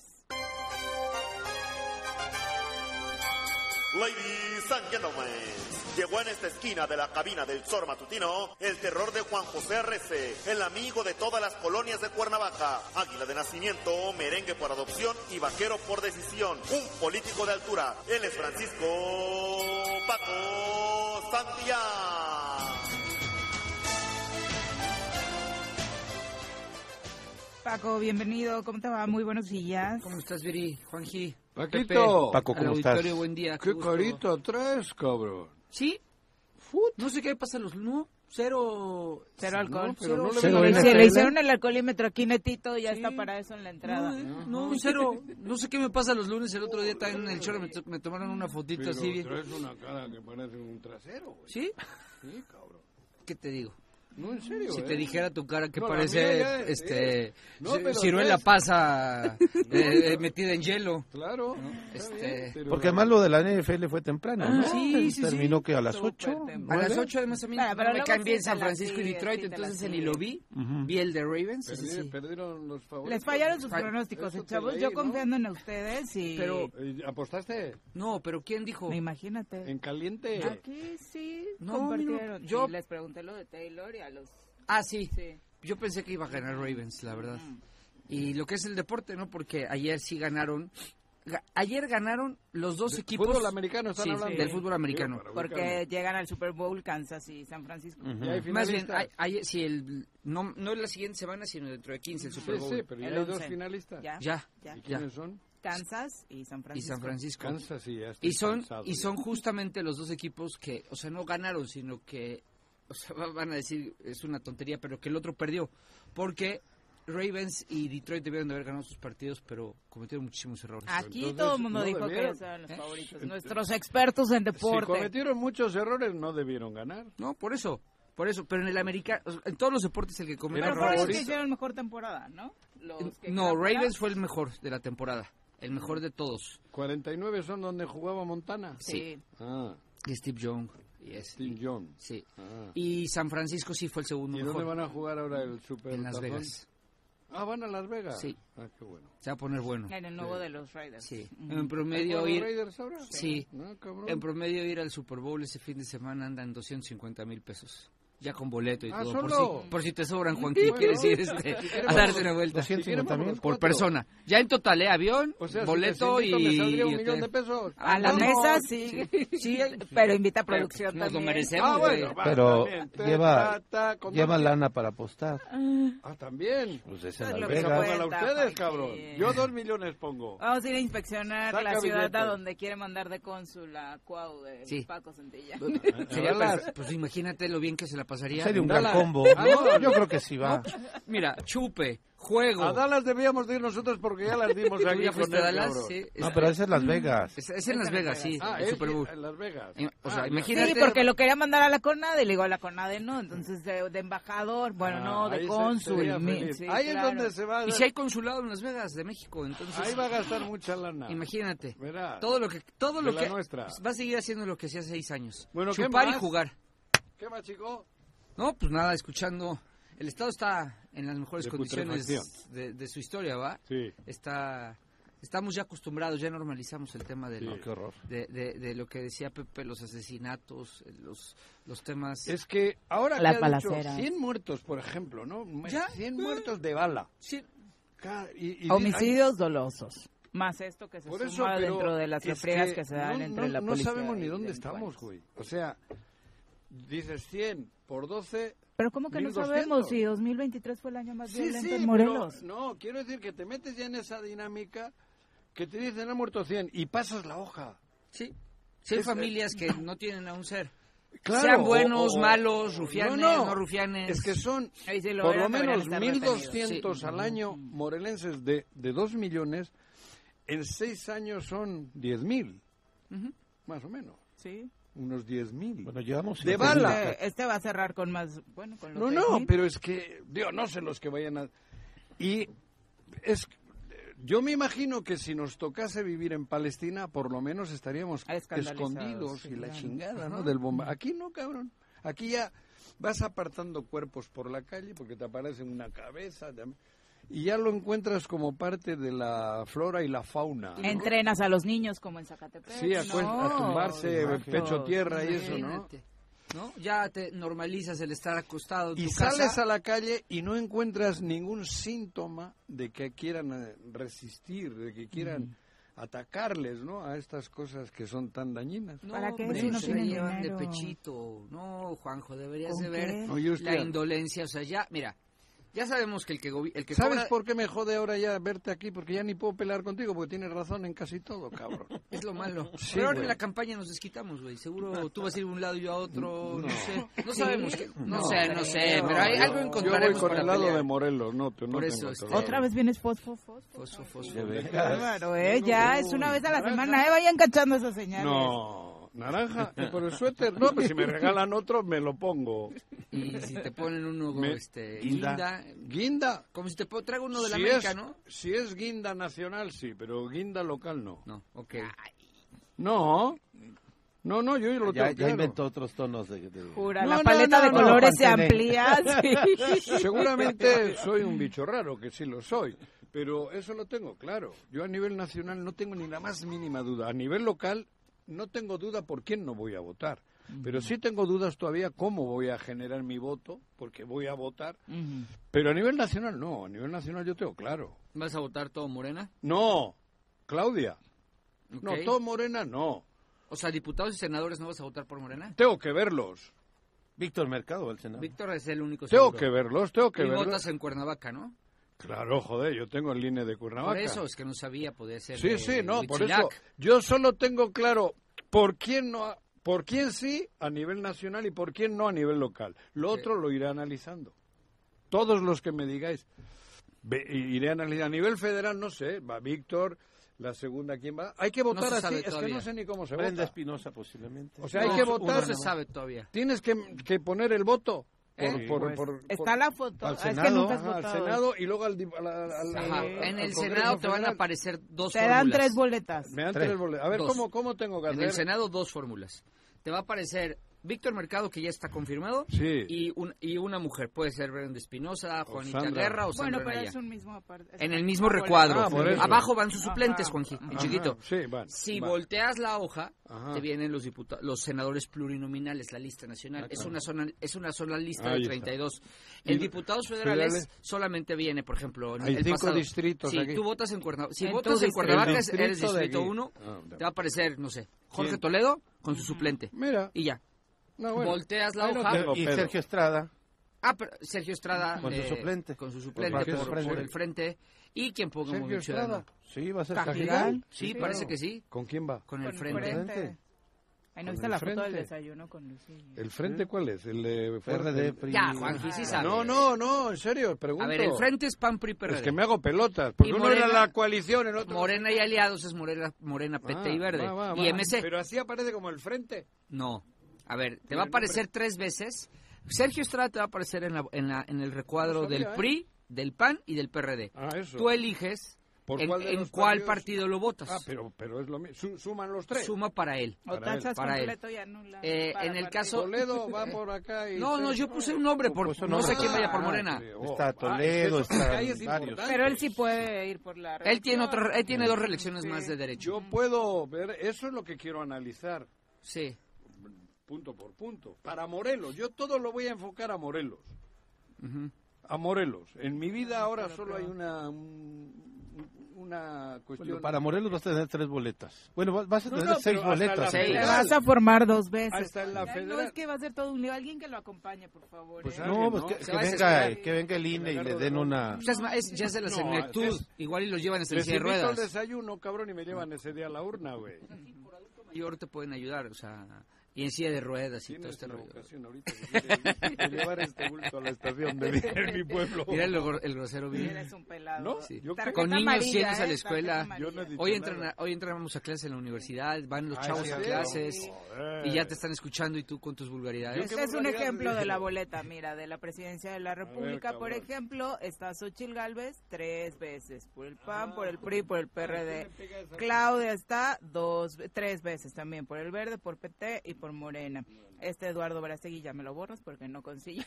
Speaker 5: Ladies and gentlemen, llegó en esta esquina de la cabina del Zor Matutino el terror de Juan José RC, el amigo de todas las colonias de Cuernavaca, águila de nacimiento, merengue por adopción y vaquero por decisión, un político de altura. Él es Francisco Paco Santillán.
Speaker 2: Paco, bienvenido. ¿Cómo te va? Muy buenos días.
Speaker 6: ¿Cómo estás, Viri? Juanji.
Speaker 3: Paquito.
Speaker 6: Pepe,
Speaker 4: Paco,
Speaker 6: al
Speaker 4: ¿cómo estás?
Speaker 6: auditorio, buen día.
Speaker 3: ¿Qué
Speaker 6: gusto.
Speaker 3: corito traes, cabrón?
Speaker 6: Sí. No sé qué pasa los... No, cero...
Speaker 2: Cero alcohol.
Speaker 3: pero no le
Speaker 6: Cero
Speaker 3: veo
Speaker 2: Y
Speaker 3: la
Speaker 2: se le
Speaker 3: NFL.
Speaker 2: hicieron el alcoholímetro aquí netito, ya
Speaker 6: Sí.
Speaker 2: está para eso en la entrada.
Speaker 6: No, eh, no, cero. No sé qué me pasa los lunes. El otro día también en el chorro me, to- me tomaron una fotito
Speaker 3: Pero
Speaker 6: así bien.
Speaker 3: traes una cara que parece un trasero, güey.
Speaker 6: ¿Sí?
Speaker 3: Sí, cabrón.
Speaker 6: ¿Qué te digo?
Speaker 3: No, en serio,
Speaker 6: Si
Speaker 3: ¿eh?
Speaker 6: te dijera tu cara que
Speaker 3: No, la mía
Speaker 6: parece
Speaker 3: ya es- eh,
Speaker 6: este
Speaker 3: No,
Speaker 6: ci-
Speaker 3: pero
Speaker 6: ciruela
Speaker 3: ves.
Speaker 6: pasa eh, eh, metida en hielo.
Speaker 3: Claro.
Speaker 6: Este,
Speaker 4: Porque además lo de la NFL fue temprano, ¿no?
Speaker 6: Ah, sí, sí, sí.
Speaker 4: Terminó que a las
Speaker 2: Súper
Speaker 4: 8.
Speaker 2: temprano.
Speaker 6: A las
Speaker 4: ¿nueve?
Speaker 6: 8 además a mí
Speaker 2: Bueno, pero
Speaker 6: no me
Speaker 2: luego
Speaker 6: caen
Speaker 2: sí
Speaker 6: bien
Speaker 2: te
Speaker 6: San
Speaker 2: la
Speaker 6: Francisco y
Speaker 2: sigues,
Speaker 6: Detroit,
Speaker 2: sí te la
Speaker 6: entonces ni
Speaker 2: sigues.
Speaker 6: lo vi. Vi el de Ravens. ese sí.
Speaker 3: Perdieron los favoritos.
Speaker 2: Les fallaron sus
Speaker 6: Fal-
Speaker 2: pronósticos,
Speaker 3: eso te
Speaker 2: chavos.
Speaker 3: leí,
Speaker 2: Yo
Speaker 3: ¿no?
Speaker 2: confiando en ustedes y...
Speaker 6: Pero-
Speaker 3: Eh, ¿Apostaste?
Speaker 6: No, pero ¿quién dijo?
Speaker 2: Imagínate.
Speaker 3: ¿En caliente?
Speaker 2: Aquí sí
Speaker 6: No,
Speaker 2: compartieron.
Speaker 6: mira, yo-
Speaker 2: Sí, les pregunté lo de Taylor y a los...
Speaker 6: Ah, sí.
Speaker 2: Sí. Mm.
Speaker 6: Yo pensé que iba a ganar Ravens, la verdad. Y lo que es el deporte, ¿no? Porque ayer sí ganaron. Ga- Ayer ganaron los dos equipos.
Speaker 3: fútbol americano están
Speaker 6: Sí,
Speaker 3: hablando.
Speaker 6: del fútbol americano.
Speaker 3: Digo, para
Speaker 2: Porque llegan al Super Bowl Kansas y San Francisco.
Speaker 3: Y hay
Speaker 6: Más bien,
Speaker 3: finalistas.
Speaker 6: a- ayer, sí, el, no, no la siguiente semana, sino dentro de 15, el Super
Speaker 3: Sí,
Speaker 6: Bowl.
Speaker 3: sí, pero ya
Speaker 2: El
Speaker 3: hay
Speaker 2: once.
Speaker 3: dos finalistas.
Speaker 2: Ya.
Speaker 6: Ya.
Speaker 2: Ya.
Speaker 3: ¿Y quiénes son?
Speaker 2: Kansas y San
Speaker 6: Y
Speaker 2: Francisco.
Speaker 6: San Francisco.
Speaker 3: Kansas y ya estoy
Speaker 6: Y son,
Speaker 3: cansado
Speaker 6: y
Speaker 3: ya.
Speaker 6: son justamente los dos equipos que, o sea, no ganaron, sino que, o sea, va- van a decir, es una tontería, pero que el otro perdió. Porque Ravens y Detroit debieron de haber ganado sus partidos, pero cometieron muchísimos errores.
Speaker 2: Aquí
Speaker 3: Entonces,
Speaker 2: todo el mundo
Speaker 3: no
Speaker 2: dijo
Speaker 3: debieron.
Speaker 2: que eran los
Speaker 6: ¿Eh?
Speaker 2: favoritos. Nuestros expertos en
Speaker 3: Si
Speaker 2: deporte.
Speaker 3: cometieron muchos errores, no debieron ganar.
Speaker 6: No, por eso, por eso, pero en el americano, en todos los deportes el que comete
Speaker 2: Pero
Speaker 3: Pero
Speaker 2: fueron los que
Speaker 3: favorito.
Speaker 2: hicieron mejor temporada, ¿no? Los que
Speaker 6: No,
Speaker 2: quedaron
Speaker 6: Ravens
Speaker 2: fuera.
Speaker 6: fue el mejor de la temporada, el mejor de todos.
Speaker 3: 49 son donde jugaba Montana.
Speaker 6: Sí.
Speaker 3: Ah,
Speaker 6: Y Steve Young. y es-
Speaker 3: Steve Jones.
Speaker 6: Sí.
Speaker 3: Ah.
Speaker 6: Y San Francisco sí fue el segundo
Speaker 3: ¿Y dónde
Speaker 6: mejor.
Speaker 3: van a jugar ahora el Super
Speaker 6: En Las
Speaker 3: Tazón?
Speaker 6: Vegas.
Speaker 3: Ah, van a Las Vegas.
Speaker 6: Sí.
Speaker 3: Ah, qué bueno.
Speaker 6: Se va a poner bueno.
Speaker 2: En el nuevo de los Raiders.
Speaker 6: Sí.
Speaker 2: Ujú.
Speaker 6: En promedio
Speaker 3: ¿Juegan
Speaker 6: ir
Speaker 3: Raiders ahora?
Speaker 6: Sí.
Speaker 3: No, cabrón.
Speaker 6: en promedio ir al Super Bowl ese fin de semana andan 250 mil pesos. Ya con boleto y
Speaker 3: Ah,
Speaker 6: todo. Por
Speaker 3: solo.
Speaker 6: si, por si te sobran, Juanquín,
Speaker 3: Bueno.
Speaker 6: quieres ir este, a darte una vuelta.
Speaker 3: 250 mil.
Speaker 6: Por persona. Ya en total, ¿eh? Avión,
Speaker 3: O sea, si
Speaker 6: boleto
Speaker 3: les invito,
Speaker 6: y... este,
Speaker 3: me saldría un
Speaker 6: y
Speaker 3: millón
Speaker 6: hotel.
Speaker 3: de pesos.
Speaker 2: A la
Speaker 6: No,
Speaker 2: mesa,
Speaker 6: no,
Speaker 2: sí.
Speaker 6: sí.
Speaker 2: Sí, pero invita a producción
Speaker 6: Nos lo
Speaker 2: también.
Speaker 6: merecemos.
Speaker 3: Ah,
Speaker 6: güey.
Speaker 3: bueno, va,
Speaker 4: Pero
Speaker 3: también. Te-
Speaker 4: lleva-
Speaker 3: ta- ta- con
Speaker 4: Lleva
Speaker 3: dos-
Speaker 4: lana para apostar.
Speaker 3: Ah, también.
Speaker 4: Pues es
Speaker 2: en Es
Speaker 4: en
Speaker 2: lo
Speaker 4: Las
Speaker 2: que
Speaker 4: Vegas.
Speaker 2: Vegas.
Speaker 3: Póngala
Speaker 2: cuenta,
Speaker 3: ustedes,
Speaker 2: Joaquín.
Speaker 3: cabrón. Yo dos millones pongo.
Speaker 2: Vamos a ir a inspeccionar
Speaker 3: Saca
Speaker 2: la ciudad
Speaker 3: billetes.
Speaker 2: a donde quiere mandar de cónsul a Cuau de
Speaker 6: Sí.
Speaker 2: Paco Santilla.
Speaker 6: Sería
Speaker 3: Dallas.
Speaker 6: perfe- Pues imagínate lo bien que se la pasaría.
Speaker 4: Sería un
Speaker 3: Dallas.
Speaker 4: gran combo.
Speaker 3: Ah, no.
Speaker 4: Yo creo que sí va.
Speaker 6: Mira, chupe, juego.
Speaker 3: A Dallas debíamos de ir nosotros porque ya las dimos
Speaker 6: ¿Tú
Speaker 3: aquí
Speaker 6: ya
Speaker 3: con
Speaker 6: fuiste a
Speaker 3: el
Speaker 6: Dallas?
Speaker 3: cabrón.
Speaker 6: Sí.
Speaker 4: No,
Speaker 6: Es-
Speaker 4: pero esa es Las Vegas.
Speaker 6: es, es en Las Vegas, sí.
Speaker 3: Ah,
Speaker 6: el
Speaker 3: es
Speaker 6: Super Bowl.
Speaker 3: en Las Vegas.
Speaker 6: Eh, O sea,
Speaker 3: Ah,
Speaker 2: Sí,
Speaker 6: imagínate.
Speaker 2: porque lo quería mandar a la CONADE, le digo a la CONADE no, entonces de, de embajador, bueno,
Speaker 3: Ah,
Speaker 2: no, de
Speaker 3: ahí se-
Speaker 2: cónsul.
Speaker 3: sería
Speaker 2: mi-
Speaker 3: feliz.
Speaker 2: sí,
Speaker 3: ahí
Speaker 2: claro.
Speaker 3: es donde se va. a-
Speaker 6: Y si hay consulado en Las Vegas de México, entonces
Speaker 3: Ahí va a gastar mucha lana.
Speaker 6: imagínate.
Speaker 3: Verás.
Speaker 6: Todo lo que todo
Speaker 3: De
Speaker 6: lo
Speaker 3: la
Speaker 6: que
Speaker 3: nuestra.
Speaker 6: va a seguir haciendo lo que hacía hace seis años.
Speaker 3: Bueno, ¿qué
Speaker 6: Chupar y
Speaker 3: más?
Speaker 6: jugar.
Speaker 3: ¿Qué más, chico?
Speaker 6: No, pues nada, escuchando. El estado está en las mejores
Speaker 3: De
Speaker 6: condiciones
Speaker 3: putrefacción.
Speaker 6: de, de su historia, ¿va?
Speaker 3: Sí.
Speaker 6: Está estamos ya acostumbrados, ya normalizamos el tema de
Speaker 3: Sí.
Speaker 6: lo
Speaker 4: No, qué horror.
Speaker 6: de, de- de lo que decía Pepe, los asesinatos, eh, los, los temas.
Speaker 3: Es que ahora
Speaker 7: La
Speaker 3: que ha dicho
Speaker 7: balacera.
Speaker 3: 100 muertos, Pues, por ejemplo, ¿no?
Speaker 6: ¿Ya?
Speaker 3: 100 muertos de bala.
Speaker 6: Sí,
Speaker 3: Ca- y- y-
Speaker 2: Homicidios dolosos. Más esto que se
Speaker 3: Ay, Por eso,
Speaker 2: suma
Speaker 3: pero
Speaker 2: dentro de las
Speaker 3: es
Speaker 2: refriegas que,
Speaker 3: que
Speaker 2: se dan
Speaker 3: no,
Speaker 2: entre
Speaker 3: no-
Speaker 2: la policía.
Speaker 3: No sabemos ni
Speaker 2: y
Speaker 3: dónde
Speaker 2: delincuentes.
Speaker 3: estamos, güey. O sea, dices 100 por 12...
Speaker 2: Pero ¿cómo que no
Speaker 3: 1200?
Speaker 2: sabemos si 2023 fue el año más
Speaker 3: Sí,
Speaker 2: violento
Speaker 3: sí,
Speaker 2: en Morelos?
Speaker 3: pero no, quiero decir que te metes ya en esa dinámica que te dicen han muerto 100 y pasas la hoja.
Speaker 6: sí. Sí, hay
Speaker 3: Es- eh,
Speaker 6: familias que no tienen a un ser.
Speaker 3: Claro,
Speaker 6: Sean buenos,
Speaker 3: o- o-
Speaker 6: malos, rufianes, no,
Speaker 3: No, no.
Speaker 6: rufianes.
Speaker 3: Es que son
Speaker 2: Ahí sí lo
Speaker 3: por lo
Speaker 2: eran, deberían
Speaker 3: menos
Speaker 2: estar
Speaker 3: 1.200
Speaker 6: Sí.
Speaker 3: al año morelenses de, de 2 millones. En 6 años son 10.000, más o menos.
Speaker 2: Sí.
Speaker 3: Unos 10.000.
Speaker 4: Bueno, llevamos...
Speaker 3: De
Speaker 4: cinco
Speaker 3: bala.
Speaker 4: minutos.
Speaker 2: Este, este va a cerrar con más. Bueno, con los
Speaker 3: No, no,
Speaker 2: 6,000.
Speaker 3: pero es que, Dios, no sé los que vayan a... Y es... Yo me imagino que si nos tocase vivir en Palestina, por lo menos estaríamos
Speaker 2: Ah, Escandalizados,
Speaker 3: escondidos
Speaker 2: sí,
Speaker 3: y la
Speaker 2: claro.
Speaker 3: chingada, ¿no? Del bomba. Aquí no, cabrón. Aquí ya vas apartando cuerpos por la calle porque te aparece una cabeza te- y ya lo encuentras como parte de la flora y la fauna. ¿no?
Speaker 2: Entrenas a los niños como en Zacatepec.
Speaker 3: Sí, a, cuen- a
Speaker 2: No.
Speaker 3: tumbarse pecho tierra y eso, ¿no?
Speaker 6: Imagínate, ¿no? Ya te normalizas el estar acostado en
Speaker 3: Y
Speaker 6: tu casa.
Speaker 3: sales a la calle y no encuentras ningún síntoma de que quieran eh, resistir, de que quieran atacarles, ¿no? A estas cosas que son tan dañinas.
Speaker 6: No,
Speaker 2: ¿Para qué?
Speaker 6: hombre,
Speaker 2: Si no
Speaker 6: se la
Speaker 2: tienen
Speaker 6: llevan de
Speaker 2: dinero.
Speaker 6: pechito. No, Juanjo, deberías
Speaker 2: ¿Con
Speaker 6: de ver
Speaker 2: qué?
Speaker 3: Oye,
Speaker 6: la
Speaker 3: usted,
Speaker 6: indolencia. O sea, ya, mira, ya sabemos que el que, gobi- el que
Speaker 3: ¿sabes
Speaker 6: cobra
Speaker 3: por qué me jode ahora ya verte aquí? Porque ya ni puedo pelear contigo, porque tienes razón en casi todo, cabrón.
Speaker 6: es lo malo.
Speaker 3: Sí,
Speaker 6: Pero ahora en
Speaker 3: güey.
Speaker 6: la campaña nos desquitamos, güey. Seguro tú vas a ir de un lado y yo a otro.
Speaker 3: No.
Speaker 6: No, sé. No
Speaker 2: ¿Sí?
Speaker 6: sabemos. qué- no,
Speaker 2: No,
Speaker 6: sé, no
Speaker 2: creo.
Speaker 6: sé.
Speaker 2: No,
Speaker 6: pero hay,
Speaker 3: yo-
Speaker 6: algo
Speaker 3: Yo
Speaker 6: encontraremos
Speaker 3: voy con
Speaker 6: para
Speaker 3: el lado
Speaker 6: pelear.
Speaker 3: de Morelos, no, tú no
Speaker 6: Por eso,
Speaker 3: tengo
Speaker 6: este,
Speaker 3: otro lado.
Speaker 2: Otra vez vienes fosfo, fosfo.
Speaker 6: Fosfo, fosfo.
Speaker 4: De
Speaker 3: Vegas.
Speaker 4: Vegas.
Speaker 2: Claro, ¿eh? Ya es una vez a la
Speaker 3: naranja.
Speaker 2: semana, ¿eh? Vayan cachando esas señales.
Speaker 3: No, naranja, y por el suéter. No, pues si me regalan otro, me lo pongo.
Speaker 6: Y si te ponen uno,
Speaker 3: Me-
Speaker 6: este,
Speaker 4: Guinda.
Speaker 6: guinda,
Speaker 3: Guinda,
Speaker 6: Como si te po- traigo uno de la
Speaker 3: Si
Speaker 6: América,
Speaker 3: es-
Speaker 6: ¿no?
Speaker 3: Si es guinda nacional, sí, pero guinda local no.
Speaker 6: No, ok.
Speaker 3: No, no, no, yo lo
Speaker 4: Ya,
Speaker 3: tengo
Speaker 4: ya
Speaker 3: claro.
Speaker 4: inventó otros tonos de... de-
Speaker 2: Jura,
Speaker 3: No,
Speaker 2: la
Speaker 3: no,
Speaker 2: paleta
Speaker 3: no,
Speaker 2: de
Speaker 3: no,
Speaker 2: colores se
Speaker 4: Juan
Speaker 2: amplía. sí.
Speaker 3: Seguramente soy un bicho raro, que sí lo soy, pero eso lo tengo claro. Yo a nivel nacional no tengo ni la más mínima duda. A nivel local no tengo duda por quién no voy a votar. Pero sí tengo dudas todavía cómo voy a generar mi voto, porque voy a votar. Pero a nivel nacional no, a nivel nacional yo tengo claro.
Speaker 6: ¿Vas a votar todo morena?
Speaker 3: No, Claudia. No,
Speaker 6: Ok.
Speaker 3: todo Morena no.
Speaker 6: O sea, diputados y senadores no vas a votar por morena.
Speaker 3: Tengo que verlos.
Speaker 4: Víctor Mercado, el Senado.
Speaker 6: Víctor es el único
Speaker 3: Tengo
Speaker 6: seguro.
Speaker 3: que verlos, tengo que
Speaker 6: Y
Speaker 3: verlos.
Speaker 6: votas en Cuernavaca, ¿no?
Speaker 3: Claro, joder, yo tengo el línea de Cuernavaca.
Speaker 6: Por eso, es que no sabía, podía ser
Speaker 3: Sí,
Speaker 6: de
Speaker 3: sí, no, por eso.
Speaker 6: Huitzilac.
Speaker 3: Yo solo tengo claro por quién no, ha- por quién sí a nivel nacional y por quién no a nivel local. Lo
Speaker 6: Sí.
Speaker 3: otro lo irá analizando. Todos los que me digáis, Ve- iré a analizar. A nivel federal, no sé, va Víctor, la segunda, ¿quién va? Hay que votar
Speaker 6: se sabe
Speaker 3: así, es que
Speaker 6: todavía.
Speaker 3: no sé ni cómo se vota.
Speaker 4: Brenda Espinosa posiblemente.
Speaker 3: O sea, hay que votar.
Speaker 6: No se sabe todavía.
Speaker 3: Tienes que, que poner el voto. Por,
Speaker 6: Eh,
Speaker 3: por-
Speaker 4: pues,
Speaker 3: por-
Speaker 2: Está la foto.
Speaker 4: Al
Speaker 2: Ah, Es que
Speaker 4: Senado,
Speaker 2: nunca has
Speaker 3: ajá, al
Speaker 2: votado.
Speaker 3: Senado y luego al, dip- al- al- al-
Speaker 6: Ajá.
Speaker 3: al-
Speaker 6: En
Speaker 3: al
Speaker 6: el
Speaker 3: Congreso
Speaker 6: Senado te van a
Speaker 3: Federal.
Speaker 6: aparecer dos
Speaker 2: Te dan
Speaker 6: fórmulas.
Speaker 2: tres boletas.
Speaker 3: Me dan
Speaker 4: Tres.
Speaker 3: tres boletos. A ver,
Speaker 6: Dos.
Speaker 3: ¿cómo, ¿cómo tengo que
Speaker 6: En el
Speaker 3: hacer?
Speaker 6: Senado, dos fórmulas. Te va a aparecer Víctor Mercado, que ya está confirmado,
Speaker 3: Sí.
Speaker 6: y, un- y una mujer. Puede ser Brenda Espinosa, Juanita
Speaker 3: Sandra.
Speaker 6: Guerra o Sandra
Speaker 2: Bueno, pero
Speaker 6: Naya.
Speaker 2: es un mismo aparte.
Speaker 6: En el mismo recuadro.
Speaker 3: Ah, por eso.
Speaker 6: Abajo van sus suplentes,
Speaker 2: Ajá.
Speaker 6: Juanji, en
Speaker 3: Ajá,
Speaker 6: chiquito.
Speaker 3: sí, van,
Speaker 6: si
Speaker 3: van.
Speaker 6: volteas la hoja,
Speaker 3: Ajá.
Speaker 6: te vienen los diputa- los senadores plurinominales, la lista nacional. es, una zona, es una sola lista
Speaker 3: Ah, Ahí
Speaker 6: de
Speaker 3: está.
Speaker 6: 32. En
Speaker 3: Y-
Speaker 6: diputados federales,
Speaker 3: federales.
Speaker 6: solamente viene, por ejemplo, en
Speaker 3: Hay
Speaker 6: el
Speaker 3: cinco
Speaker 6: pasado.
Speaker 3: distritos
Speaker 6: Si
Speaker 3: aquí.
Speaker 6: tú votas en Cuernavaca, si
Speaker 2: En tu
Speaker 6: votas en
Speaker 2: distrito.
Speaker 6: Cuernavaca,
Speaker 3: El
Speaker 6: es- eres
Speaker 3: distrito de
Speaker 6: distrito
Speaker 3: aquí.
Speaker 6: 1,
Speaker 3: Ah, no.
Speaker 6: te va a aparecer, no sé, Jorge
Speaker 3: ¿Quién?
Speaker 6: Toledo con su suplente.
Speaker 3: Mira,
Speaker 6: Y ya.
Speaker 3: no, bueno.
Speaker 6: Volteas la
Speaker 3: Ahí no
Speaker 6: hoja.
Speaker 3: tengo
Speaker 4: Y
Speaker 3: pedo.
Speaker 4: Sergio Estrada.
Speaker 6: Ah, pero Sergio Estrada.
Speaker 4: Con su
Speaker 6: eh,
Speaker 4: suplente.
Speaker 6: Con su
Speaker 4: Por
Speaker 6: suplente
Speaker 4: parte
Speaker 6: por,
Speaker 4: de frente.
Speaker 6: por el frente. Y quien ponga
Speaker 3: Sergio
Speaker 6: Movimiento Ciudadano.
Speaker 3: Estrada.
Speaker 4: Sí, va a ser
Speaker 3: ¿Cajigal?
Speaker 4: Cajigal.
Speaker 6: Sí,
Speaker 3: Sí,
Speaker 6: parece
Speaker 3: claro.
Speaker 6: que sí.
Speaker 3: ¿Con quién va?
Speaker 6: Con el
Speaker 2: Con
Speaker 6: frente.
Speaker 2: frente.
Speaker 4: Frente.
Speaker 2: Ahí no
Speaker 3: Con
Speaker 2: viste
Speaker 3: el
Speaker 2: la foto del
Speaker 3: frente.
Speaker 2: desayuno con Lucía.
Speaker 3: ¿El frente cuál es? ¿El eh,
Speaker 4: PRD,
Speaker 3: fuerte?
Speaker 4: PRI.
Speaker 6: Ya, Juanji, sí sabe.
Speaker 3: No, no, no, en serio, pregunto.
Speaker 6: A ver, el frente es PAN PRI PRD.
Speaker 3: Es que me hago pelotas, porque
Speaker 6: Y
Speaker 3: uno
Speaker 6: Morena-
Speaker 3: era la coalición, el otro...
Speaker 6: Morena y Aliados es Morena, Morena PT y
Speaker 3: Ah,
Speaker 6: Verde.
Speaker 3: va, va,
Speaker 6: Y
Speaker 3: va.
Speaker 6: MC.
Speaker 3: Pero así aparece como el frente.
Speaker 6: No. A ver, te va a aparecer tres veces. Sergio Estrada te va a aparecer en, la- en la- en el
Speaker 3: No
Speaker 6: recuadro
Speaker 3: sabía,
Speaker 6: del
Speaker 3: ¿eh?
Speaker 6: PRI, del PAN y del PRD.
Speaker 3: Ah, eso.
Speaker 6: Tú eliges
Speaker 3: ¿Por
Speaker 6: en en
Speaker 3: cuál
Speaker 6: cuál,
Speaker 3: de los partidos?
Speaker 6: partido lo votas.
Speaker 3: Ah, pero, pero es lo mismo. Su- suman los tres.
Speaker 6: Suma para él.
Speaker 2: O
Speaker 3: Para él,
Speaker 2: tachas
Speaker 6: para él.
Speaker 2: completo y anulas.
Speaker 6: Eh,
Speaker 2: para
Speaker 6: en el
Speaker 2: partir.
Speaker 6: caso-
Speaker 3: Toledo va por acá y...
Speaker 6: No, no, yo puse un nombre, por,
Speaker 4: Puso
Speaker 6: no sé
Speaker 4: nombre.
Speaker 6: quién vaya por
Speaker 3: Ah,
Speaker 6: Morena.
Speaker 3: sí, oh,
Speaker 4: Está
Speaker 3: ah,
Speaker 4: Toledo,
Speaker 3: eso-
Speaker 4: está
Speaker 3: ahí es
Speaker 4: varios.
Speaker 3: importante.
Speaker 2: Pero él sí puede ir por la
Speaker 6: Él tiene,
Speaker 2: reelección.
Speaker 6: otra, él tiene dos reelecciones más de derecho.
Speaker 3: Yo puedo ver, eso es lo que quiero analizar,
Speaker 6: Sí.
Speaker 3: punto por punto. Para Morelos, yo todo lo voy a enfocar a Morelos. A Morelos. En mi vida ahora solo hay una, un- una
Speaker 4: Bueno,
Speaker 3: cuestión...
Speaker 4: para Morelos vas a tener tres boletas. Bueno, vas- vas a
Speaker 3: No,
Speaker 4: tener
Speaker 3: no,
Speaker 4: seis
Speaker 3: pero hasta
Speaker 4: boletas.
Speaker 3: la
Speaker 6: Seis.
Speaker 2: Te
Speaker 3: federal.
Speaker 2: vas a formar dos veces.
Speaker 3: Hasta en la
Speaker 2: Ay, no,
Speaker 3: federal.
Speaker 2: es que va a ser todo un lío. Alguien que lo acompañe, por favor.
Speaker 3: Pues
Speaker 2: ¿eh?
Speaker 3: alguien,
Speaker 4: No, pues
Speaker 3: ¿no?
Speaker 4: que,
Speaker 6: Se
Speaker 4: que
Speaker 6: va a
Speaker 4: venga,
Speaker 6: desesperar.
Speaker 4: eh, que venga el INE y le den una...
Speaker 6: Pues es más, es- ya se la
Speaker 3: No,
Speaker 6: senectud,
Speaker 3: es-
Speaker 6: igual y los llevan en
Speaker 3: Les
Speaker 6: silla de
Speaker 3: invito al
Speaker 6: ruedas.
Speaker 3: desayuno, cabrón, y me llevan ese día a la urna, güey.
Speaker 6: Mayor te pueden ayudar, o sea, y en silla de ruedas y todo
Speaker 3: Tienes
Speaker 6: este
Speaker 3: la
Speaker 6: rollo.
Speaker 3: ocasión ahorita que quieres de llevar este bulto a la estación de en mi pueblo.
Speaker 6: Mira el, gro- el grosero bien.
Speaker 2: Eres un pelado.
Speaker 3: ¿No?
Speaker 6: Sí.
Speaker 3: Yo
Speaker 2: Tarjeta
Speaker 6: este, Con niños
Speaker 2: amarilla,
Speaker 6: yéndose a
Speaker 2: ¿eh?
Speaker 6: la escuela.
Speaker 2: Tarjeta
Speaker 3: Yo no he
Speaker 2: amarilla.
Speaker 3: dicho
Speaker 6: Hoy, entran
Speaker 3: nada.
Speaker 6: a- hoy entramos a clases en la universidad, van los
Speaker 3: Ah,
Speaker 6: chavos
Speaker 3: ¿sí?
Speaker 6: a
Speaker 3: Sí.
Speaker 6: clases,
Speaker 3: Joder.
Speaker 6: y ya te están escuchando y tú con tus vulgaridades.
Speaker 2: Este es un ejemplo de la boleta, mira, de la presidencia de la República. por
Speaker 3: cabrón.
Speaker 2: ejemplo, está Xochil Gálvez tres veces, por el PAN,
Speaker 3: Ah,
Speaker 2: por el PRI, por el PRD. Claudia está dos, ve- tres veces también, por el Verde, por PT y por Morena. Este Eduardo Brasegui ya me lo borras porque no consiguió.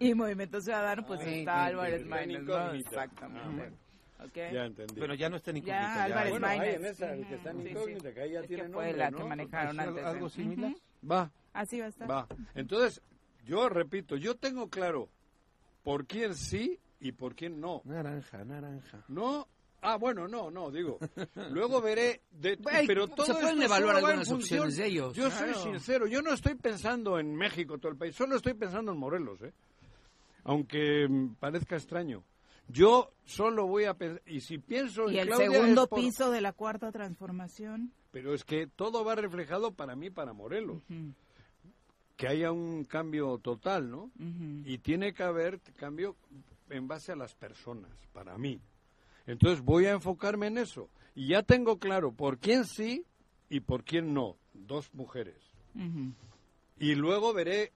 Speaker 2: y Movimiento Ciudadano, pues está Álvarez Maínez, ¿no?
Speaker 3: incógnita. Ah,
Speaker 2: Exactamente. Ok.
Speaker 3: Ya entendí.
Speaker 4: Pero ya no está en ningún
Speaker 2: Ya, Álvarez
Speaker 3: bueno, ahí
Speaker 2: Maínez.
Speaker 3: en esa, el que está en
Speaker 2: Ujú, sí,
Speaker 3: incógnita,
Speaker 2: sí.
Speaker 3: que ahí ya
Speaker 2: Es que
Speaker 3: tiene
Speaker 2: fue
Speaker 3: nombre,
Speaker 2: la
Speaker 3: ¿no?
Speaker 2: que manejaron
Speaker 4: ¿Algo-
Speaker 2: antes. de-
Speaker 4: algo similar?
Speaker 2: Ujú.
Speaker 3: Va,
Speaker 2: Así va a estar.
Speaker 3: va. Entonces, yo repito, yo tengo claro por quién sí y por quién no.
Speaker 4: Naranja, naranja.
Speaker 3: No. Ah, bueno, no, no, digo. Luego veré. de-
Speaker 6: Güey,
Speaker 3: pero
Speaker 6: se
Speaker 3: todo
Speaker 6: pueden
Speaker 3: esto solo
Speaker 6: evaluar
Speaker 3: va en
Speaker 6: algunas
Speaker 3: función-
Speaker 6: opciones de ellos,
Speaker 3: Yo
Speaker 6: claro.
Speaker 3: soy sincero, yo no estoy pensando en México, todo el país. Solo estoy pensando en Morelos, ¿eh? Aunque mm, parezca extraño. Yo solo voy a pensar. Y si pienso en
Speaker 2: Y el
Speaker 3: Claudia es
Speaker 2: segundo
Speaker 3: por-
Speaker 2: piso de la cuarta transformación.
Speaker 3: Pero es que todo va reflejado para mí, para Morelos.
Speaker 2: Ujú,
Speaker 3: Que haya un cambio total, ¿no?
Speaker 2: ujú.
Speaker 3: Y tiene que haber cambio en base a las personas, para mí. Entonces voy a enfocarme en eso. Y ya tengo claro por quién sí y por quién no. Dos mujeres.
Speaker 2: Ujú.
Speaker 3: Y luego veré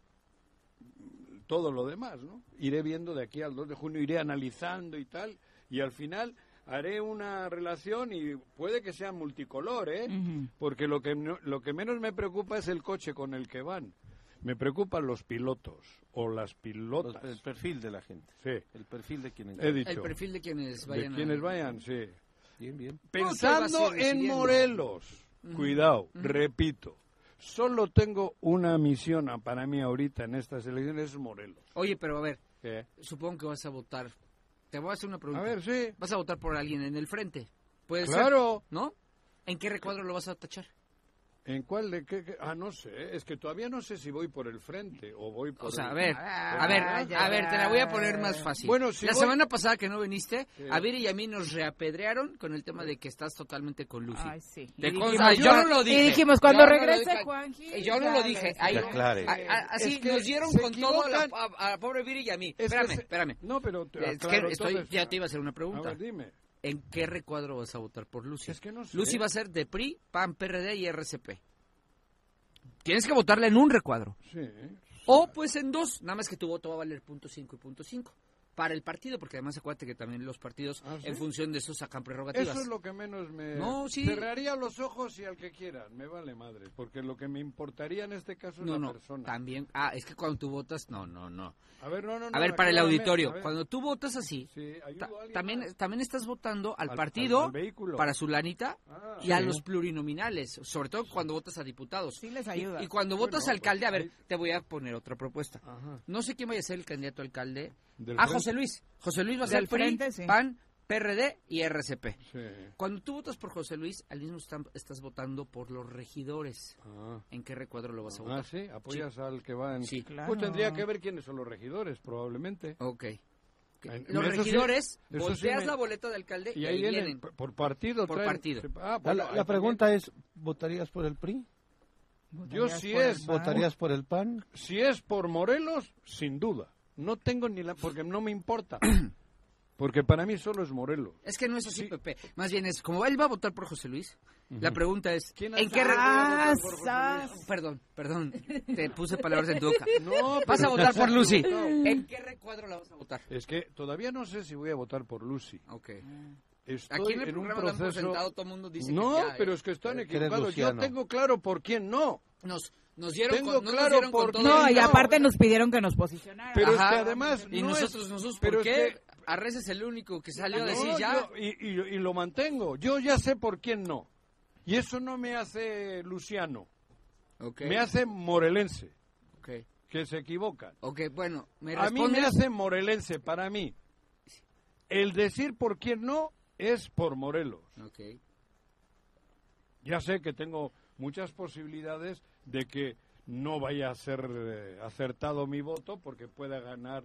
Speaker 3: todo lo demás, ¿no? Iré viendo de aquí al 2 de junio, iré analizando y tal. Y al final haré una relación y puede que sea multicolor, ¿eh?
Speaker 2: Ujú.
Speaker 3: Porque lo que, no- lo que menos me preocupa es el coche con el que van. Me preocupan los pilotos o las
Speaker 4: Los-
Speaker 3: pilotas.
Speaker 4: el perfil de la gente.
Speaker 3: Sí,
Speaker 4: El perfil de quien
Speaker 3: he
Speaker 4: encuentra.
Speaker 3: dicho.
Speaker 6: El perfil de quienes
Speaker 3: de
Speaker 6: vayan a-
Speaker 3: quienes vayan, sí.
Speaker 4: Bien, bien.
Speaker 6: No, se va a
Speaker 3: Pensando
Speaker 6: seguir
Speaker 3: en
Speaker 6: decidiendo.
Speaker 3: Morelos, cuidado, Pues, repito, solo tengo una misión ah, para mí ahorita en estas elecciones, es Morelos.
Speaker 6: Oye, pero a ver, supongo que vas a votar. Te voy a hacer una
Speaker 3: A
Speaker 6: pregunta.
Speaker 3: ver, sí,
Speaker 6: Vas a votar por alguien en el frente. Puede ser,
Speaker 3: claro,
Speaker 6: ¿no? ¿En qué recuadro lo vas a tachar?
Speaker 3: ¿En cuál de qué, qué? Ah, no sé. Es que todavía no sé si voy por el frente o voy por
Speaker 6: O sea,
Speaker 3: el- Ah.
Speaker 6: a ver, a ver, a ver, te la voy a poner más fácil.
Speaker 3: Bueno, si
Speaker 6: la
Speaker 3: voy-
Speaker 6: semana pasada que no viniste,
Speaker 3: Sí.
Speaker 6: a Viri y a mí nos reapedrearon con el tema de que estás totalmente con Luffy.
Speaker 2: Ay, sí.
Speaker 6: Te
Speaker 2: Y
Speaker 6: consta,
Speaker 2: dijimos,
Speaker 6: yo no lo dije.
Speaker 2: Y dijimos, cuando
Speaker 6: Yo no lo
Speaker 2: regrese
Speaker 6: dije.
Speaker 2: Juanji.
Speaker 6: Eh, Yo no
Speaker 2: ya
Speaker 6: lo
Speaker 2: le-
Speaker 6: dije. Ahí,
Speaker 4: Que aclare.
Speaker 6: a- a- así
Speaker 3: Es que
Speaker 6: nos dieron
Speaker 3: se
Speaker 6: con todo a la-
Speaker 3: equivocan.
Speaker 6: a, a pobre Viri y a mí.
Speaker 3: Es que
Speaker 6: espérame,
Speaker 3: se-
Speaker 6: espérame.
Speaker 3: No, pero te
Speaker 6: Es que
Speaker 3: aclaro,
Speaker 6: estoy,
Speaker 3: entonces-
Speaker 6: ya te iba a hacer una
Speaker 3: A
Speaker 6: pregunta.
Speaker 3: ver, dime.
Speaker 6: ¿En qué recuadro vas a votar por Lucy?
Speaker 3: Es que no sé.
Speaker 6: Lucy va a ser de PRI, PAN, PRD y RCP. Tienes que votarle en un recuadro.
Speaker 3: Sí.
Speaker 6: O pues en dos, nada más que tu voto va a valer punto cinco y punto cinco para el partido, porque además acuérdate que también los partidos
Speaker 3: ¿Ah, sí?
Speaker 6: en función de eso sacan prerrogativas.
Speaker 3: Eso es lo que menos me...
Speaker 6: No, sí.
Speaker 3: Cerraría los ojos y al que quieran. Me vale madre. Porque lo que me importaría en este caso es
Speaker 6: no,
Speaker 3: la
Speaker 6: no,
Speaker 3: persona.
Speaker 6: también, ah, es que cuando tú votas, no, no, no.
Speaker 3: A ver, no, no, no,
Speaker 6: a ver, para el
Speaker 3: aclárame,
Speaker 6: auditorio,
Speaker 3: a ver.
Speaker 6: cuando tú votas así,
Speaker 3: Sí, ayudo
Speaker 6: ta-
Speaker 3: a alguien
Speaker 6: también,
Speaker 3: más.
Speaker 6: también estás votando al,
Speaker 3: Al-
Speaker 6: partido
Speaker 3: al vehículo.
Speaker 6: para su lanita
Speaker 3: Ah,
Speaker 6: y a
Speaker 3: sí.
Speaker 6: los plurinominales, sobre todo cuando votas a diputados.
Speaker 2: Sí les
Speaker 6: Y-
Speaker 2: ayuda.
Speaker 6: Y, cuando votas
Speaker 3: Bueno,
Speaker 6: alcalde, a
Speaker 3: pues,
Speaker 6: ver, te voy a poner otra propuesta.
Speaker 3: Ajá.
Speaker 6: No sé quién vaya a ser el candidato a alcalde.
Speaker 3: Del
Speaker 6: Ah,
Speaker 3: frente.
Speaker 6: José Luis. José Luis va a
Speaker 2: Del
Speaker 6: ser PRI,
Speaker 2: frente, sí.
Speaker 6: PAN, PRD y RCP.
Speaker 3: Sí.
Speaker 6: Cuando tú votas por José Luis, al mismo tiempo estás votando por los regidores.
Speaker 3: Ah.
Speaker 6: ¿En qué recuadro lo vas a
Speaker 3: Ah,
Speaker 6: votar?
Speaker 3: sí, apoyas al que va en...
Speaker 6: Sí.
Speaker 3: Pues tendría que ver quiénes son los regidores, probablemente.
Speaker 6: Ok. Que-
Speaker 3: En-
Speaker 6: Los
Speaker 3: eso sí-
Speaker 6: regidores,
Speaker 3: eso sí
Speaker 6: volteas
Speaker 3: me-
Speaker 6: la boleta de alcalde
Speaker 3: Y ahí vienen, por- por partido.
Speaker 6: Por
Speaker 3: traen-
Speaker 6: partido.
Speaker 3: Ah,
Speaker 8: La,
Speaker 3: bueno,
Speaker 8: la
Speaker 3: ahí también.
Speaker 8: pregunta es, ¿votarías por el PRI?
Speaker 3: Yo sí es,
Speaker 8: ¿Votarías por el PAN?
Speaker 3: Si es por Morelos, sin duda. No tengo ni la... porque no me importa. porque para mí solo es Morelos.
Speaker 6: Es que no es así,
Speaker 3: Sí.
Speaker 6: Pepe. Más bien es, como él va a votar por José Luis, la pregunta es,
Speaker 3: ¿Quién
Speaker 6: ¿en
Speaker 3: hace-
Speaker 6: qué... re-
Speaker 2: Ah,
Speaker 6: Perdón, perdón, te puse palabras en tu boca.
Speaker 3: No,
Speaker 6: Vas
Speaker 3: pero-
Speaker 6: a votar por Lucy.
Speaker 3: No.
Speaker 6: ¿En qué recuadro la vas a votar?
Speaker 3: Es que todavía no sé si voy a votar por Lucy.
Speaker 6: Ok.
Speaker 3: Estoy
Speaker 6: Aquí en el
Speaker 3: en un
Speaker 6: programa dan por
Speaker 3: proceso...
Speaker 6: sentado, todo el mundo dice
Speaker 3: no,
Speaker 6: que ya,
Speaker 3: pero
Speaker 6: eh,
Speaker 3: es que están
Speaker 8: Pero que eres
Speaker 3: equivocados. Yo
Speaker 8: Luciano.
Speaker 3: tengo claro por quién no.
Speaker 6: Nos, nos dieron
Speaker 3: Tengo
Speaker 6: con, no
Speaker 3: claro
Speaker 6: nos dieron
Speaker 3: por
Speaker 6: con todo
Speaker 3: qué
Speaker 2: No,
Speaker 6: el-
Speaker 2: y aparte nos pidieron que nos posicionáramos.
Speaker 3: Pero es
Speaker 6: Ajá.
Speaker 3: que además
Speaker 6: Y
Speaker 3: no es-
Speaker 6: nosotros, nosotros,
Speaker 3: pero
Speaker 6: ¿por
Speaker 3: es
Speaker 6: qué?
Speaker 3: que-
Speaker 6: Arres es el único que salió
Speaker 3: No,
Speaker 6: a decir ya...
Speaker 3: yo- y, y- y lo mantengo. Yo ya sé por quién no. Y eso no me hace Luciano.
Speaker 6: Ok,
Speaker 3: Me hace morelense,
Speaker 6: ok,
Speaker 3: que se equivoca.
Speaker 6: ok, bueno, me
Speaker 3: A mí me
Speaker 6: respondes...
Speaker 3: hace morelense, para mí. El decir por quién no es por Morelos.
Speaker 6: Ok.
Speaker 3: Ya sé que tengo muchas posibilidades de que no vaya a ser eh, acertado mi voto porque pueda ganar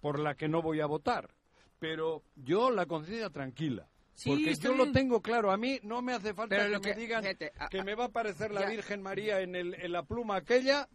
Speaker 3: por la que no voy a votar. Pero yo la conciencia tranquila.
Speaker 6: Sí,
Speaker 3: porque
Speaker 6: está
Speaker 3: yo lo
Speaker 6: bien.
Speaker 3: tengo claro. A mí no me hace falta
Speaker 6: Pero
Speaker 3: que,
Speaker 6: lo
Speaker 3: me
Speaker 6: que-
Speaker 3: digan
Speaker 6: fíjate, a-
Speaker 3: que me va a aparecer la
Speaker 6: ya.
Speaker 3: Virgen María en, el- en la pluma aquella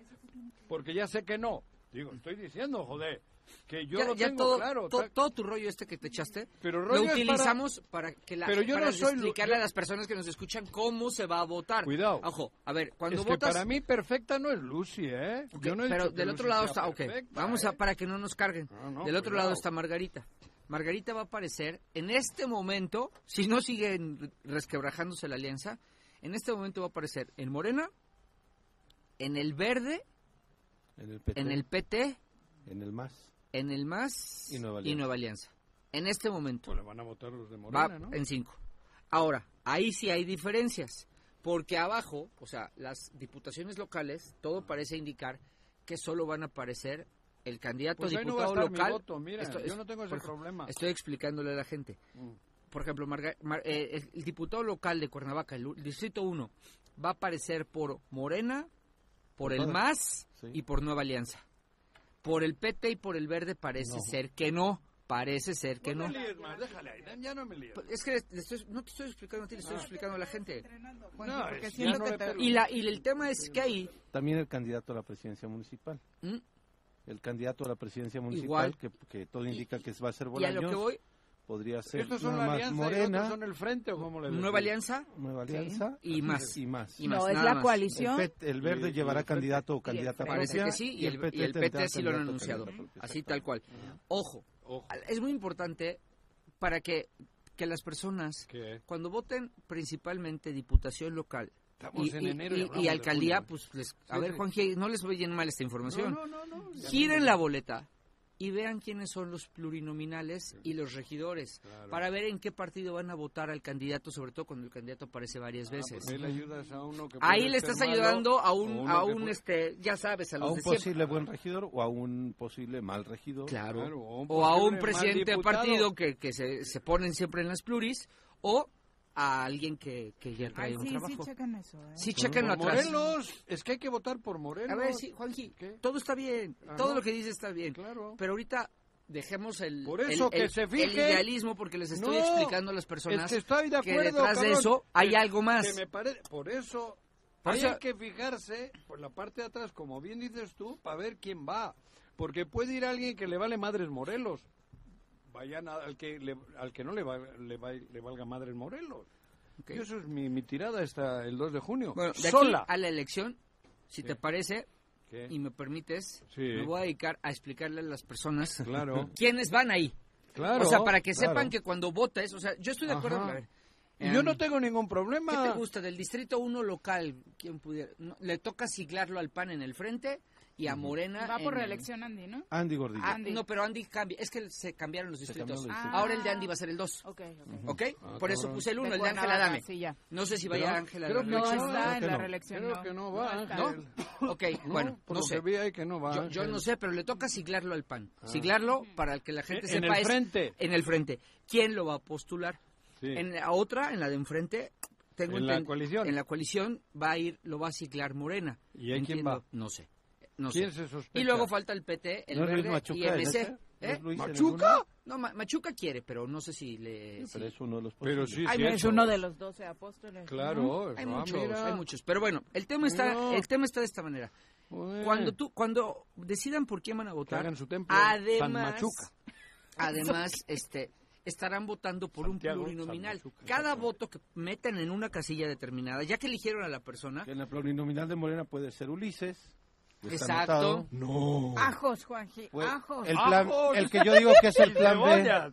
Speaker 3: porque ya sé que no. Digo, estoy diciendo, joder, que yo
Speaker 6: ya,
Speaker 3: lo
Speaker 6: ya
Speaker 3: tengo
Speaker 6: todo,
Speaker 3: claro.
Speaker 6: to-
Speaker 3: Ta-
Speaker 6: todo tu rollo este que te echaste
Speaker 3: Pero
Speaker 6: lo
Speaker 3: rollo es para-
Speaker 6: utilizamos para, que la,
Speaker 3: Pero yo
Speaker 6: para
Speaker 3: no soy lu-
Speaker 6: explicarle
Speaker 3: yo-
Speaker 6: a las personas que nos escuchan cómo se va a votar.
Speaker 3: Cuidado.
Speaker 6: Ojo, a ver, cuando
Speaker 3: es que
Speaker 6: votas
Speaker 3: para mí perfecta no es Lucy, ¿eh?
Speaker 6: Ok,
Speaker 3: Yo no he
Speaker 6: pero
Speaker 3: dicho que
Speaker 6: del otro
Speaker 3: Lucy
Speaker 6: lado
Speaker 3: sea
Speaker 6: está, ok,
Speaker 3: perfecta,
Speaker 6: vamos
Speaker 3: ¿eh?
Speaker 6: a para que no nos carguen.
Speaker 3: No, no,
Speaker 6: del otro
Speaker 3: cuidado.
Speaker 6: lado está Margarita. Margarita va a aparecer en este momento, si no siguen resquebrajándose la alianza, en este momento va a aparecer en Morena, en el Verde,
Speaker 8: En el PT.
Speaker 6: en el PT,
Speaker 8: en el MAS.
Speaker 6: en el MAS
Speaker 8: Y Nueva Alianza.
Speaker 6: Alianza. En este momento.
Speaker 3: Pues le van a votar los de
Speaker 6: Va
Speaker 3: Morena, ¿no?
Speaker 6: en 5. Ahora, ahí sí hay diferencias, porque abajo, o sea, las diputaciones locales, todo parece indicar que solo van a aparecer el candidato
Speaker 3: Pues
Speaker 6: a
Speaker 3: ahí no
Speaker 6: diputado
Speaker 3: va a estar mi
Speaker 6: local.
Speaker 3: voto, mira, yo no tengo ese
Speaker 6: por ejemplo,
Speaker 3: problema. Mm.
Speaker 6: Estoy explicándole a la gente. Por ejemplo, Marga- Mar- eh, el, el diputado local de Cuernavaca, el, u- distrito 1, va a aparecer por Morena, por el
Speaker 8: todas.
Speaker 6: MAS
Speaker 8: Sí.
Speaker 6: y por Nueva Alianza. Por el PT y por el Verde parece
Speaker 8: No.
Speaker 6: ser que no, parece ser que no.
Speaker 3: me líes más, déjale ahí, ya no me líes.
Speaker 6: Pues Es que le estoy- no te estoy explicando a ti, le
Speaker 8: Ah,
Speaker 6: estoy explicando a la gente.
Speaker 3: No,
Speaker 2: porque
Speaker 3: es- ya
Speaker 2: siento
Speaker 3: no
Speaker 2: que
Speaker 3: le
Speaker 2: te-
Speaker 3: pelo.
Speaker 6: Y, la, y el tema es que ahí,
Speaker 8: También el candidato a la presidencia municipal.
Speaker 6: ¿Mm?
Speaker 8: El candidato a la presidencia municipal,
Speaker 6: Igual.
Speaker 8: que, que todo indica que va a ser
Speaker 6: y a
Speaker 8: Bolaños,
Speaker 6: lo que voy,
Speaker 8: podría ser
Speaker 3: Estos son la
Speaker 8: nada más
Speaker 3: alianza y otros
Speaker 8: Morena,
Speaker 3: son el frente, ¿o cómo le decís?
Speaker 6: Nueva Alianza,
Speaker 8: Nueva Alianza
Speaker 6: y más.
Speaker 8: Y más.
Speaker 6: Y más,
Speaker 2: No, es
Speaker 6: nada
Speaker 2: la
Speaker 6: más.
Speaker 8: El,
Speaker 2: coalición.
Speaker 8: PT el verde
Speaker 3: Y-
Speaker 8: llevará
Speaker 3: y el
Speaker 8: candidato o
Speaker 2: frente.
Speaker 8: candidata
Speaker 6: parece
Speaker 8: propia,
Speaker 6: que sí, y el, y el
Speaker 8: tendrá
Speaker 6: PT sí lo han
Speaker 8: candidato
Speaker 6: anunciado,
Speaker 8: propio,
Speaker 6: así
Speaker 8: exactamente.
Speaker 6: tal cual. Ojo,
Speaker 3: Ojo,
Speaker 6: es muy importante para que, que las personas,
Speaker 3: que
Speaker 6: cuando voten principalmente diputación local
Speaker 3: estamos
Speaker 6: y,
Speaker 3: en
Speaker 6: y-
Speaker 3: enero
Speaker 6: y- y
Speaker 3: hablamos de
Speaker 6: alcaldía,
Speaker 3: junio.
Speaker 6: pues les, a
Speaker 3: Sí,
Speaker 6: ver,
Speaker 3: sí.
Speaker 6: Juan G, no les voy bien mal esta información.
Speaker 3: No, no, no, no, ya
Speaker 6: Giren
Speaker 3: no.
Speaker 6: la boleta y vean quiénes son los plurinominales y los regidores
Speaker 3: Claro.
Speaker 6: para ver en qué partido van a votar al candidato, sobre todo cuando el candidato aparece varias
Speaker 3: Ah,
Speaker 6: veces.
Speaker 3: pues ahí le ayudas a uno que
Speaker 6: Ahí
Speaker 3: puede
Speaker 6: le
Speaker 3: ser
Speaker 6: estás
Speaker 3: malo,
Speaker 6: ayudando a
Speaker 3: o
Speaker 6: un,
Speaker 3: uno
Speaker 6: a
Speaker 3: que
Speaker 6: un
Speaker 3: puede-
Speaker 6: este, ya sabes, a
Speaker 8: A
Speaker 6: los
Speaker 8: un
Speaker 6: de siempre.
Speaker 8: posible buen regidor o a un posible mal regidor.
Speaker 6: Claro.
Speaker 3: Claro, o un
Speaker 6: o a
Speaker 3: posible
Speaker 6: un
Speaker 3: mal
Speaker 6: presidente de
Speaker 3: diputado.
Speaker 6: partido que, que se, se ponen siempre en las pluris, o a alguien que, que ya trae
Speaker 2: Ay,
Speaker 6: un
Speaker 2: sí, sí,
Speaker 6: trabajo.
Speaker 2: chequen eso. ¿eh?
Speaker 6: Sí, chequenlo
Speaker 3: Por
Speaker 6: atrás.
Speaker 3: Morelos, es que hay que votar por Morelos.
Speaker 6: A ver, sí, Juanji,
Speaker 3: ¿Qué?
Speaker 6: todo está bien,
Speaker 3: Ajá.
Speaker 6: todo lo que dice está bien.
Speaker 3: Ah, Claro.
Speaker 6: Pero ahorita dejemos el,
Speaker 3: Por eso
Speaker 6: el-
Speaker 3: que
Speaker 6: el-
Speaker 3: se
Speaker 6: el
Speaker 3: fijen.
Speaker 6: idealismo porque les estoy
Speaker 3: No,
Speaker 6: explicando a las personas
Speaker 3: es que estoy de
Speaker 6: que
Speaker 3: acuerdo,
Speaker 6: detrás de
Speaker 3: cabrón.
Speaker 6: eso hay
Speaker 3: Que-
Speaker 6: algo más.
Speaker 3: que me parece- por eso
Speaker 6: Por
Speaker 3: hay
Speaker 6: eso-
Speaker 3: que fijarse por la parte de atrás, como bien dices tú, para ver quién va. Porque puede ir alguien que le vale madres Morelos. Vayan a- al que le- al que no le, va- le, va- le valga madres Morelos.
Speaker 6: Ok.
Speaker 3: Y eso es mi, mi tirada hasta el 2 de junio.
Speaker 6: Bueno, de aquí
Speaker 3: Sola.
Speaker 6: a la elección, si te parece
Speaker 3: ¿Qué?
Speaker 6: y me permites,
Speaker 3: Sí.
Speaker 6: me voy a dedicar a explicarle a las personas
Speaker 3: Claro.
Speaker 6: quiénes van ahí.
Speaker 3: Claro,
Speaker 6: o sea, para que
Speaker 3: claro.
Speaker 6: sepan que cuando votes, o sea, yo estoy de acuerdo.
Speaker 3: Ajá.
Speaker 6: a ver,
Speaker 3: Y yo
Speaker 6: em,
Speaker 3: no tengo ningún problema.
Speaker 6: ¿Qué te gusta del distrito 1 local? ¿Quién pudiera? no, le toca siglarlo al PAN en el frente y a Morena.
Speaker 2: Va por
Speaker 6: en-
Speaker 2: reelección Andy, ¿no?
Speaker 8: Andy Gordillo.
Speaker 6: Ah,
Speaker 2: Andy.
Speaker 6: no, pero Andy cambia. Es que se cambiaron los distritos.
Speaker 8: cambiaron los
Speaker 2: distritos.
Speaker 6: Ahora el de Andy va a ser el 2.
Speaker 2: Ok, ok.
Speaker 6: ¿Ok?
Speaker 3: Ah,
Speaker 6: Por eso
Speaker 3: cabrón.
Speaker 6: puse el 1,
Speaker 2: De
Speaker 6: el de Ángela
Speaker 2: Cuernavaca,
Speaker 6: Dame.
Speaker 2: sí, ya.
Speaker 6: No sé si
Speaker 3: Creo-
Speaker 6: vaya Ángela
Speaker 3: creo
Speaker 6: Dame.
Speaker 3: que
Speaker 2: No
Speaker 3: Sí,
Speaker 2: está
Speaker 8: creo
Speaker 2: en
Speaker 8: que
Speaker 2: la
Speaker 8: no.
Speaker 2: reelección.
Speaker 3: Creo
Speaker 2: no.
Speaker 3: que no va,
Speaker 2: está.
Speaker 6: ¿No?
Speaker 3: Ángel.
Speaker 6: Ok,
Speaker 3: No,
Speaker 6: bueno,
Speaker 3: por
Speaker 6: no
Speaker 3: lo
Speaker 6: sé.
Speaker 3: que vi hay que no va.
Speaker 6: Yo, yo
Speaker 3: Ángel.
Speaker 6: no sé, pero le toca siglarlo al PAN. Siglarlo para que la gente
Speaker 3: En- en
Speaker 6: sepa.
Speaker 3: el
Speaker 6: es-
Speaker 3: frente.
Speaker 6: En el frente. ¿Quién lo va a postular?
Speaker 3: Sí.
Speaker 6: En la otra, en la de enfrente, tengo
Speaker 3: En la
Speaker 6: enten-
Speaker 3: coalición.
Speaker 6: En la coalición va a ir, lo va a siglar Morena.
Speaker 3: ¿Y ahí quién
Speaker 6: Entiendo.
Speaker 3: va?
Speaker 6: No sé. No
Speaker 3: ¿Quién
Speaker 6: sé.
Speaker 3: se sospecha?
Speaker 6: Y luego falta el PT, el
Speaker 8: ¿No es Luis
Speaker 6: Verde y
Speaker 8: Machuca en
Speaker 6: MC.
Speaker 8: ese? ¿No es
Speaker 6: ¿Eh?
Speaker 8: Luis en
Speaker 3: ¿Machuca?
Speaker 8: ninguno?
Speaker 6: No, Ma- Machuca quiere, pero no sé si le... si-
Speaker 8: Pero es uno de los
Speaker 3: Pero
Speaker 8: posibles.
Speaker 3: sí,
Speaker 2: Ay,
Speaker 3: sí,
Speaker 2: mira, es
Speaker 3: eso.
Speaker 2: uno de los doce apóstoles. ¿no?
Speaker 3: Claro,
Speaker 6: Hay
Speaker 3: ah,
Speaker 6: muchos,
Speaker 3: mira.
Speaker 6: hay muchos. Pero bueno, el tema está,
Speaker 3: No.
Speaker 6: el tema está de esta manera.
Speaker 3: Bueno.
Speaker 6: Cuando tú, cuando decidan por quién van a votar,
Speaker 3: hagan su templo,
Speaker 6: además,
Speaker 3: San Machuca.
Speaker 6: además, este, estarán votando por
Speaker 3: Santiago,
Speaker 6: un plurinominal.
Speaker 3: San Machuca,
Speaker 6: Cada voto que metan en una casilla determinada, ya que eligieron a la persona,
Speaker 8: Que en la plurinominal de Morena puede ser Ulises. que está
Speaker 6: exacto,
Speaker 8: anotado.
Speaker 3: No.
Speaker 2: Ajos, Juanji,
Speaker 8: Puede-
Speaker 2: ajos.
Speaker 8: el, plan,
Speaker 3: ¡Ajos!
Speaker 8: el que yo digo que es el plan B.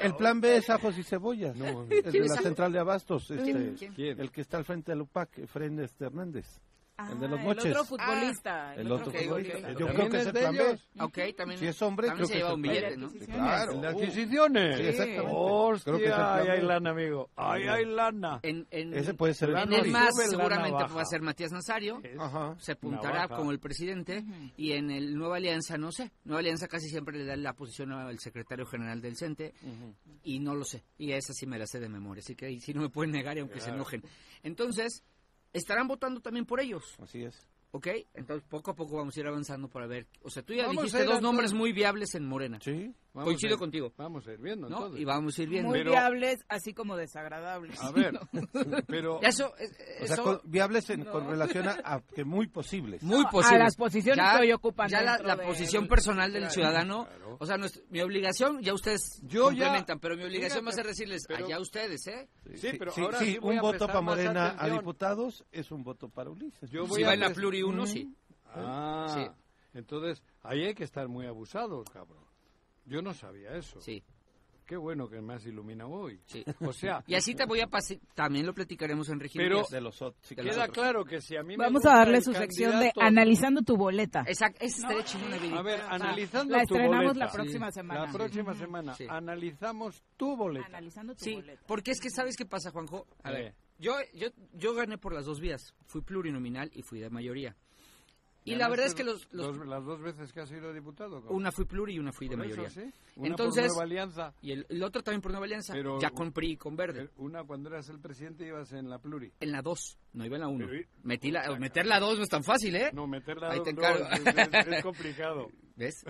Speaker 8: El plan B es ajos y cebollas. es de la
Speaker 6: ¿Quién?
Speaker 8: central de abastos. este,
Speaker 6: ¿Quién?
Speaker 3: ¿Quién?
Speaker 8: El que está al frente del UPAC, Efraín este Hernández.
Speaker 2: Ah,
Speaker 8: el de los
Speaker 2: El otro
Speaker 8: moches.
Speaker 2: futbolista.
Speaker 8: el otro
Speaker 6: que-
Speaker 8: futbolista.
Speaker 6: ok, ok.
Speaker 8: Yo creo
Speaker 3: ¿También
Speaker 8: que
Speaker 3: es
Speaker 8: es el
Speaker 3: de
Speaker 8: plan B.
Speaker 3: ellos?
Speaker 6: ok, también,
Speaker 8: Si es hombre,
Speaker 6: también
Speaker 8: creo
Speaker 6: se
Speaker 8: que
Speaker 6: lleva
Speaker 8: es el
Speaker 6: un
Speaker 8: plan
Speaker 6: billete, ¿no?
Speaker 8: B. Sí, claro.
Speaker 3: El de
Speaker 8: Uh,
Speaker 3: adquisiciones.
Speaker 8: Sí, exactamente.
Speaker 3: Hostia,
Speaker 8: Creo que es el plan
Speaker 3: ahí hay
Speaker 8: B.
Speaker 3: lana, amigo. Ahí hay lana.
Speaker 6: En, en-
Speaker 8: Ese puede ser el
Speaker 6: en
Speaker 8: plan
Speaker 6: el
Speaker 8: B.
Speaker 6: más
Speaker 3: Sube la
Speaker 6: seguramente
Speaker 3: navaja.
Speaker 6: va a ser Matías Nazario.
Speaker 8: Ajá.
Speaker 6: se apuntará
Speaker 3: Navaja.
Speaker 6: como el presidente y en el Nueva Alianza no sé. Nueva Alianza casi siempre le da la posición al secretario general del CENTE y no lo sé. Y esa sí me la sé de memoria, así que ahí sí no me pueden negar y aunque se enojen. Entonces, estarán votando también por ellos,
Speaker 8: Así es.
Speaker 6: ¿ok? Entonces, poco a poco vamos a ir avanzando para ver. O sea, tú ya
Speaker 3: Vamos a
Speaker 6: dijiste
Speaker 3: ir
Speaker 6: dos
Speaker 3: a-
Speaker 6: nombres muy viables en Morena,
Speaker 8: Sí.
Speaker 3: Vamos
Speaker 6: Coincido
Speaker 3: a-
Speaker 6: contigo.
Speaker 3: Vamos a ir viendo,
Speaker 6: ¿no?
Speaker 3: entonces.
Speaker 6: Y vamos a ir viendo.
Speaker 2: Muy
Speaker 3: Pero-
Speaker 2: viables, así como desagradables.
Speaker 3: A ver, pero...
Speaker 6: Eso, es-
Speaker 8: O sea,
Speaker 6: eso-
Speaker 8: con- viables en- con relación a, a que muy posibles.
Speaker 6: Muy
Speaker 2: No,
Speaker 6: posible.
Speaker 2: a las posiciones que hoy ocupan
Speaker 6: Ya la,
Speaker 2: dentro
Speaker 6: la
Speaker 2: de-
Speaker 6: posición personal del ciudadano.
Speaker 3: claro.
Speaker 6: O sea, nuestra- mi obligación, ya ustedes
Speaker 3: Yo
Speaker 6: complementan,
Speaker 3: ya-
Speaker 6: pero mi
Speaker 3: fíjate,
Speaker 6: obligación va a ser decirles,
Speaker 3: pero-
Speaker 6: allá ustedes, ¿eh?
Speaker 3: Sí, pero ahora sí voy
Speaker 8: un
Speaker 3: a
Speaker 8: voto
Speaker 3: prestar
Speaker 8: para
Speaker 3: más
Speaker 8: Morena
Speaker 3: atención.
Speaker 8: a diputados es un voto para Ulises.
Speaker 3: Yo voy
Speaker 6: Si
Speaker 3: a
Speaker 6: va en la
Speaker 3: pres-
Speaker 6: pluri uno,
Speaker 3: Mm.
Speaker 6: sí.
Speaker 8: ¿Eh?
Speaker 3: Ah,
Speaker 6: Sí.
Speaker 3: entonces ahí hay que estar muy abusados, cabrón. Yo no sabía eso.
Speaker 6: Sí,
Speaker 3: Qué bueno que me has iluminado hoy.
Speaker 6: sí.
Speaker 3: O sea,
Speaker 6: Y así te voy a pasar, también lo platicaremos en régimen.
Speaker 3: Pero-
Speaker 6: de
Speaker 8: de los otros. sí,
Speaker 6: De los
Speaker 3: queda
Speaker 6: nosotros.
Speaker 3: claro que si a mí me
Speaker 2: Vamos
Speaker 3: gusta
Speaker 2: a darle
Speaker 3: el
Speaker 2: su sección de
Speaker 3: candidato-
Speaker 2: analizando tu boleta.
Speaker 6: Exacto, ese estaría chingón una
Speaker 3: A
Speaker 6: videita.
Speaker 3: ver, analizando
Speaker 2: La
Speaker 3: tu
Speaker 2: estrenamos
Speaker 3: boleta.
Speaker 2: la próxima semana.
Speaker 3: La próxima semana
Speaker 6: Sí.
Speaker 3: analizamos tu boleta.
Speaker 2: Analizando tu
Speaker 6: Sí,
Speaker 2: boleta.
Speaker 6: porque es que sabes qué pasa, Juanjo. A
Speaker 3: Eh.
Speaker 6: ver, yo, yo, yo gané por las dos vías. Fui plurinominal y fui de mayoría. Y la verdad es que los, los-
Speaker 3: Dos- las dos veces que has sido diputado. cabrón.
Speaker 6: una fui pluri y una fui de
Speaker 3: Por eso,
Speaker 6: mayoría.
Speaker 3: sí. Una
Speaker 6: Entonces-
Speaker 3: por Nueva Alianza.
Speaker 6: Y el, el otro también por Nueva Alianza,
Speaker 3: Pero-
Speaker 6: ya con PRI y con Verde.
Speaker 3: pero Una cuando eras el presidente ibas en la pluri.
Speaker 6: en la 2, no iba en la 1.
Speaker 3: Pero-
Speaker 6: Metí la, meter la 2 no es tan fácil, ¿eh?
Speaker 3: No, meterla
Speaker 6: Ahí
Speaker 3: dos-
Speaker 6: te
Speaker 3: no,
Speaker 6: encargo.
Speaker 3: es, es- es complicado.
Speaker 6: ¿Ves?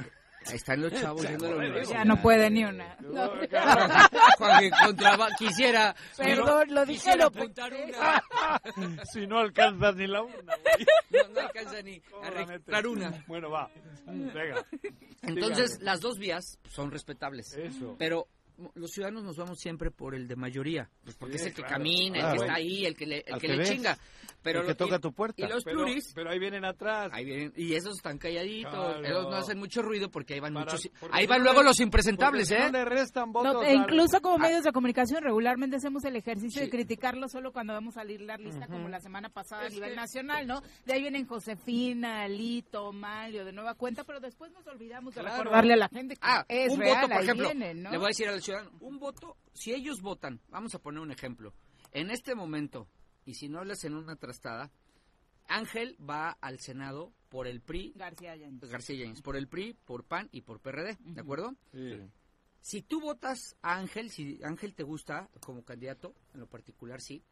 Speaker 6: Ahí están los chavos yendo a la
Speaker 2: Ya
Speaker 6: universidad.
Speaker 2: no puede ni una.
Speaker 3: No,
Speaker 6: Juan, que contraba- quisiera...
Speaker 2: Perdón, lo dije
Speaker 6: Quisiera
Speaker 2: lo
Speaker 6: apuntar una.
Speaker 3: cabrón. si no alcanzas ni la una. güey.
Speaker 6: No, no alcanza ni
Speaker 3: ¿Cómo
Speaker 6: a
Speaker 3: la metes?
Speaker 6: registrar una.
Speaker 3: Bueno, va. Venga.
Speaker 6: Entonces,
Speaker 3: Dígame.
Speaker 6: las dos vías son respetables.
Speaker 3: Eso.
Speaker 6: Pero m- los ciudadanos nos vamos siempre por el de mayoría. Pues porque
Speaker 3: Sí,
Speaker 6: es el que
Speaker 3: claro, Ah,
Speaker 6: camina, el
Speaker 8: claro.
Speaker 6: que está ahí, el que le, el
Speaker 8: Al
Speaker 6: que
Speaker 8: que
Speaker 6: le
Speaker 8: ves,
Speaker 6: chinga. Pero
Speaker 8: el que
Speaker 6: lo-
Speaker 8: toca
Speaker 6: y-
Speaker 8: tu puerta.
Speaker 6: Y los
Speaker 3: pero,
Speaker 6: pluris...
Speaker 3: pero ahí vienen atrás.
Speaker 6: Ahí vienen, y esos están calladitos,
Speaker 3: Claro.
Speaker 6: esos no hacen mucho ruido porque ahí van
Speaker 3: Para-
Speaker 6: muchos,
Speaker 3: porque
Speaker 6: ahí
Speaker 3: si
Speaker 6: van
Speaker 3: no
Speaker 6: luego
Speaker 3: le-
Speaker 6: los impresentables,
Speaker 3: porque si
Speaker 6: ¿eh?
Speaker 3: No le restan votos.
Speaker 2: No, e
Speaker 3: al-
Speaker 2: incluso como medios de comunicación regularmente hacemos el ejercicio
Speaker 6: Ah. Sí.
Speaker 2: de criticarlo solo cuando vamos a salir la lista como la semana pasada a nivel nacional, ¿no? De ahí vienen Josefina, Lito, Mario, de nueva cuenta, pero después nos olvidamos de
Speaker 3: Claro.
Speaker 2: recordarle a la gente que
Speaker 6: Ah,
Speaker 2: es
Speaker 6: un
Speaker 2: real,
Speaker 6: voto, por
Speaker 2: ahí
Speaker 6: ejemplo.
Speaker 2: vienen, ¿no?
Speaker 6: Le voy a decir al ciudadano, un voto, si ellos votan, vamos a poner un ejemplo. En este momento, y si no le hacen una trastada, Ángel va al Senado por el PRI,
Speaker 2: García Allende.
Speaker 6: García James, por el PRI, por PAN y por PRD, ¿de acuerdo?
Speaker 3: Sí.
Speaker 6: Si tú votas a Ángel, si Ángel te gusta como candidato, en lo particular sí,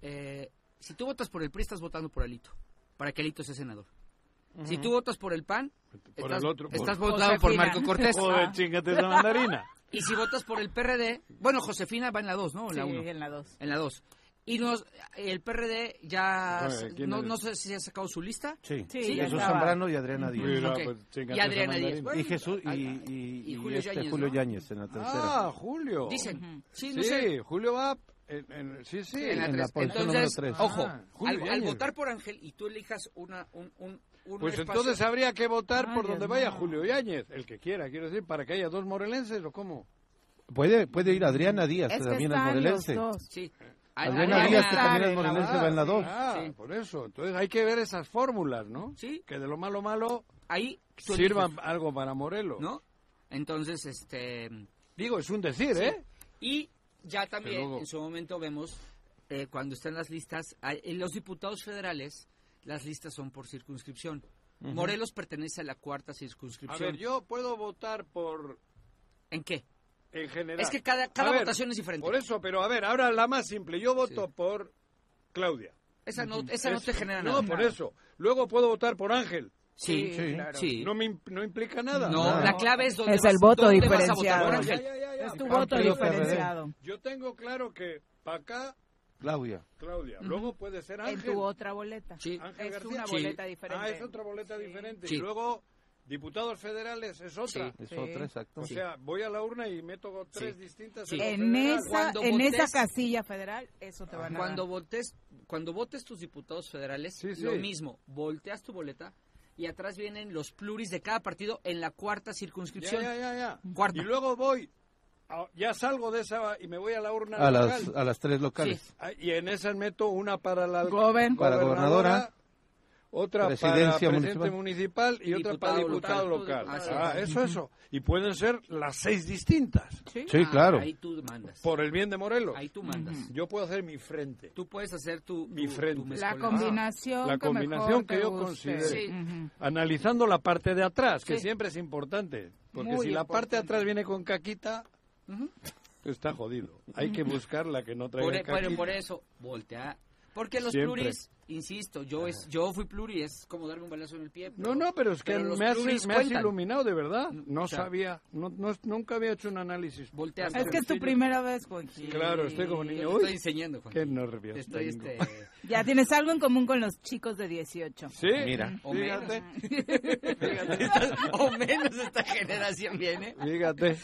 Speaker 6: eh, si tú votas por el PRI, estás votando por Alito, para que Alito sea senador. Si
Speaker 3: Ujú. Pues
Speaker 6: tú votas por el PAN,
Speaker 3: Por
Speaker 6: estás,
Speaker 3: el otro, por-
Speaker 6: estás votado por
Speaker 3: Josefina.
Speaker 6: Marco Cortés.
Speaker 3: Joder, chíngate esa mandarina.
Speaker 6: Y si votas por el PRD, bueno, Josefina va en la 2, ¿no? En la
Speaker 2: Sí,
Speaker 6: 1.
Speaker 2: en la 2.
Speaker 6: En la 2. Y nos, el PRD ya...
Speaker 3: Oye, ¿quién
Speaker 6: No,
Speaker 3: eres?
Speaker 6: no sé si ha sacado su lista.
Speaker 4: Sí.
Speaker 2: Sí, ya
Speaker 4: Jesús
Speaker 2: estaba.
Speaker 4: Zambrano y Adriana Díaz.
Speaker 3: Mira,
Speaker 6: Ok.
Speaker 3: pues, chíngate
Speaker 6: Y
Speaker 3: esa
Speaker 6: Adriana Díaz.
Speaker 3: mandarina.
Speaker 6: Bueno,
Speaker 4: Y Jesús y,
Speaker 6: ay, ay.
Speaker 4: y-
Speaker 6: Y
Speaker 4: y
Speaker 6: Julio
Speaker 4: este
Speaker 6: Yáñez,
Speaker 4: Julio
Speaker 6: ¿no?
Speaker 4: Yáñez en la tercera.
Speaker 3: Ah, Julio.
Speaker 6: Dicen. Sí,
Speaker 3: Sí,
Speaker 6: no sé.
Speaker 3: Julio va. En, en- sí, sí.
Speaker 6: en la
Speaker 4: en la
Speaker 6: tres.
Speaker 4: posición número
Speaker 6: Entonces,
Speaker 4: tres.
Speaker 6: ojo,
Speaker 3: Ah, Julio
Speaker 6: al, al
Speaker 3: Yáñez.
Speaker 6: votar por Ángel y tú elijas una, un, un, un
Speaker 3: Pues
Speaker 6: espacio-
Speaker 3: entonces habría que votar
Speaker 2: Ay,
Speaker 3: por
Speaker 2: Dios
Speaker 3: donde vaya
Speaker 2: mío.
Speaker 3: Julio Yáñez, el que quiera, quiero decir, para que haya dos morelenses o cómo.
Speaker 4: Puede, puede ir Adriana Díaz,
Speaker 2: Es que
Speaker 4: también al
Speaker 2: están los
Speaker 4: morelense.
Speaker 2: dos.
Speaker 6: Sí.
Speaker 4: Adriana
Speaker 2: Adriana
Speaker 4: Díaz, que
Speaker 2: Díaz
Speaker 4: también
Speaker 2: en
Speaker 4: es
Speaker 2: la
Speaker 4: morelense,
Speaker 3: Ah,
Speaker 4: va en la 2.
Speaker 3: Ah,
Speaker 6: Sí.
Speaker 3: por eso. Entonces hay que ver esas fórmulas, ¿no?
Speaker 6: Sí.
Speaker 3: Que de lo malo malo
Speaker 6: Ahí tú eliges,
Speaker 3: sirvan algo para Morelos.
Speaker 6: ¿no? Entonces, este...
Speaker 3: Digo, es un decir, ¿eh?
Speaker 6: Y ya también
Speaker 3: luego-
Speaker 6: en su momento vemos eh, cuando están las listas, hay- en los diputados federales las listas son por circunscripción. Morelos pertenece a la cuarta
Speaker 3: A
Speaker 6: circunscripción.
Speaker 3: ver, yo puedo votar por
Speaker 6: ¿En qué?
Speaker 3: en general.
Speaker 6: Es que cada, cada
Speaker 3: A ver,
Speaker 6: votación es diferente.
Speaker 3: Por eso, pero a ver, ahora la más simple, yo voto
Speaker 6: Sí.
Speaker 3: por Claudia.
Speaker 6: Esa no, esa no
Speaker 3: Es-
Speaker 6: te genera
Speaker 3: no,
Speaker 6: nada.
Speaker 3: por eso. Luego puedo votar por Ángel.
Speaker 2: Sí,
Speaker 6: Sí, sí,
Speaker 2: claro.
Speaker 6: sí.
Speaker 3: No me imp- no implica nada.
Speaker 6: No,
Speaker 4: Nada.
Speaker 6: la clave es dónde
Speaker 2: Es el
Speaker 6: vas-
Speaker 2: voto
Speaker 6: dónde vas a votar
Speaker 2: diferenciado.
Speaker 6: por
Speaker 3: Bueno,
Speaker 6: Ángel.
Speaker 3: ya, ya, ya, ya.
Speaker 2: Es tu
Speaker 4: Pan
Speaker 2: voto
Speaker 4: PRI o PRD.
Speaker 2: diferenciado.
Speaker 3: Yo tengo claro que para acá
Speaker 4: Claudia.
Speaker 3: Claudia, luego puede ser
Speaker 2: En
Speaker 3: Ángel.
Speaker 2: tu otra boleta.
Speaker 6: Sí.
Speaker 3: Ángel
Speaker 2: Es
Speaker 3: García.
Speaker 2: una
Speaker 6: Sí.
Speaker 2: boleta diferente.
Speaker 3: Ah, es otra boleta diferente.
Speaker 6: Sí.
Speaker 3: Y luego diputados federales es otra.
Speaker 6: Sí.
Speaker 4: Es
Speaker 2: Sí.
Speaker 4: otra, exacto.
Speaker 3: O sea, voy a la urna y meto tres
Speaker 6: Sí.
Speaker 3: distintas.
Speaker 6: Sí.
Speaker 3: lo
Speaker 2: En
Speaker 3: federal.
Speaker 2: esa,
Speaker 6: Cuando
Speaker 2: en esa
Speaker 6: votes- Ah.
Speaker 2: casilla federal, eso te van a
Speaker 6: Cuando
Speaker 2: dar.
Speaker 6: votes, cuando votes tus diputados federales,
Speaker 3: Sí, sí.
Speaker 6: lo mismo, volteas tu boleta y atrás vienen los pluris de cada partido en la cuarta circunscripción.
Speaker 3: Ya, ya, ya, ya.
Speaker 6: Cuarta.
Speaker 3: Y luego voy, a- ya salgo de esa y me voy a la urna
Speaker 4: A
Speaker 3: local.
Speaker 4: las, a las tres locales.
Speaker 6: Sí.
Speaker 3: Ah, Y en esas meto una para la
Speaker 2: Goben.
Speaker 4: Para gobernadora,
Speaker 3: otra para
Speaker 4: presidencia
Speaker 3: presidente municipal, y otra para
Speaker 6: Diputado
Speaker 3: diputado
Speaker 6: local.
Speaker 3: local.
Speaker 6: Así
Speaker 3: Ah, eso, eso. Y pueden ser las seis distintas
Speaker 4: Sí,
Speaker 6: Ah,
Speaker 4: claro.
Speaker 6: Ahí tú mandas.
Speaker 3: por el bien de Morelos.
Speaker 6: Ahí tú mandas.
Speaker 3: Yo puedo hacer mi frente.
Speaker 6: Tú puedes hacer tu,
Speaker 3: Mi
Speaker 6: tu- tu
Speaker 3: frente.
Speaker 2: La
Speaker 3: Ah,
Speaker 6: mezcolanza.
Speaker 2: combinación,
Speaker 3: La
Speaker 2: que mejor
Speaker 3: combinación que
Speaker 2: te
Speaker 3: yo
Speaker 2: guste.
Speaker 3: considere.
Speaker 6: Sí.
Speaker 2: Ujú.
Speaker 3: Analizando la parte de atrás, que
Speaker 6: Sí.
Speaker 3: siempre es importante. Porque
Speaker 2: Muy
Speaker 3: si la parte de
Speaker 2: importante.
Speaker 3: atrás viene con caquita, está jodido. Hay que buscar la que no
Speaker 6: Por,
Speaker 3: traiga
Speaker 6: pero
Speaker 3: caquita.
Speaker 6: por e- eso, voltea. Porque los
Speaker 3: Siempre.
Speaker 6: pluris, insisto, yo es, yo fui pluri, es como darme un balazo en el pie. pero-
Speaker 3: No, no, pero es que
Speaker 6: pero los
Speaker 3: me, has,
Speaker 6: pluris
Speaker 3: me has
Speaker 6: cuentan.
Speaker 3: iluminado, de verdad.
Speaker 6: Mm,
Speaker 3: No
Speaker 6: o sea,
Speaker 3: sabía, no, no- nunca había hecho un análisis.
Speaker 6: Volteas.
Speaker 2: Es que es tu
Speaker 3: Sencillo.
Speaker 2: primera vez, Juanji.
Speaker 3: Claro, estoy como
Speaker 6: Yo te
Speaker 3: niño.
Speaker 6: estoy
Speaker 3: Uy,
Speaker 6: enseñando, Juan.
Speaker 3: qué nervios
Speaker 6: Te estoy,
Speaker 3: tengo.
Speaker 6: este,
Speaker 2: Ya tienes algo en común con los chicos de Mm. 18.
Speaker 3: Sí,
Speaker 4: Mira. Oh.
Speaker 6: o menos.
Speaker 3: fíjate,
Speaker 6: o menos esta generación viene.
Speaker 3: fíjate.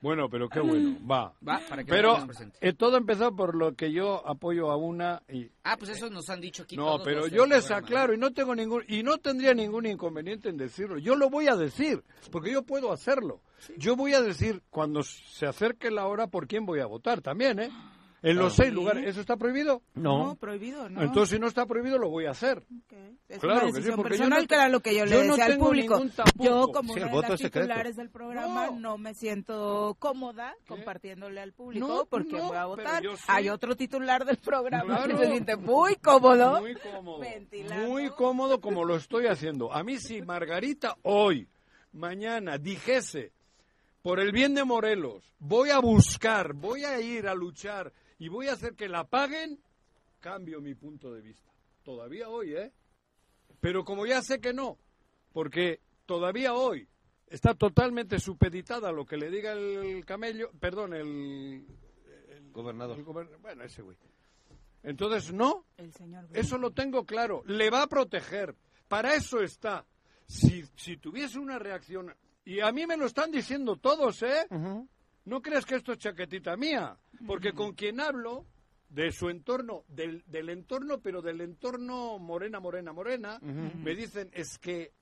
Speaker 3: Bueno, pero qué bueno, va.
Speaker 6: Va, para que
Speaker 3: Pero
Speaker 6: nos presente.
Speaker 3: eh, todo empezó por lo que yo apoyo a una y...
Speaker 6: Ah, pues eso nos han dicho aquí.
Speaker 3: No,
Speaker 6: todos
Speaker 3: pero
Speaker 6: los del
Speaker 3: yo les
Speaker 6: programa.
Speaker 3: aclaro y no tengo ningún y no tendría ningún inconveniente en decirlo. Yo lo voy a decir porque yo puedo hacerlo. Yo voy a decir cuando se acerque la hora por quién voy a votar también, ¿eh? En los seis lugares. ¿Eso está prohibido?
Speaker 2: prohibido, ¿no?
Speaker 3: Entonces si no está prohibido lo voy a hacer.
Speaker 2: Ok. Es
Speaker 3: Claro
Speaker 2: una
Speaker 3: que sí,
Speaker 2: decisión
Speaker 3: porque yo
Speaker 2: personal,
Speaker 3: no-
Speaker 2: que era lo que yo le
Speaker 3: yo no
Speaker 2: decía al
Speaker 3: tengo
Speaker 2: público.
Speaker 3: ningún tapujo.
Speaker 2: Yo, como
Speaker 4: Sí, el
Speaker 2: una de
Speaker 4: voto
Speaker 2: las
Speaker 4: es secreto.
Speaker 2: titulares del programa,
Speaker 3: No.
Speaker 2: no, me siento cómoda compartiéndole al público
Speaker 3: No, pues
Speaker 2: por quién
Speaker 3: no,
Speaker 2: voy a
Speaker 3: pero
Speaker 2: votar.
Speaker 3: yo sí.
Speaker 2: Hay otro titular del programa
Speaker 3: Claro.
Speaker 2: que se siente muy cómodo.
Speaker 3: Muy cómodo.
Speaker 2: Ventilando.
Speaker 3: Muy cómodo como lo estoy haciendo. A mí si Margarita hoy, mañana, dijese, por el bien de Morelos, voy a buscar, voy a ir a luchar y voy a hacer que la paguen, cambio mi punto de vista. Todavía hoy, ¿eh? Pero como ya sé que no, porque todavía hoy está totalmente supeditada a lo que le diga el camello, perdón, el... el-
Speaker 4: Gobernador.
Speaker 3: el gober- bueno, ese güey. Entonces, no,
Speaker 2: El señor
Speaker 3: eso lo tengo claro. Le va a proteger. Para eso está. Si, si tuviese una reacción. Y a mí me lo están diciendo todos, ¿eh? No creas que esto es chaquetita mía. Porque con quien hablo, de su entorno, del, del entorno, pero del entorno morena, morena, morena, me dicen, es que.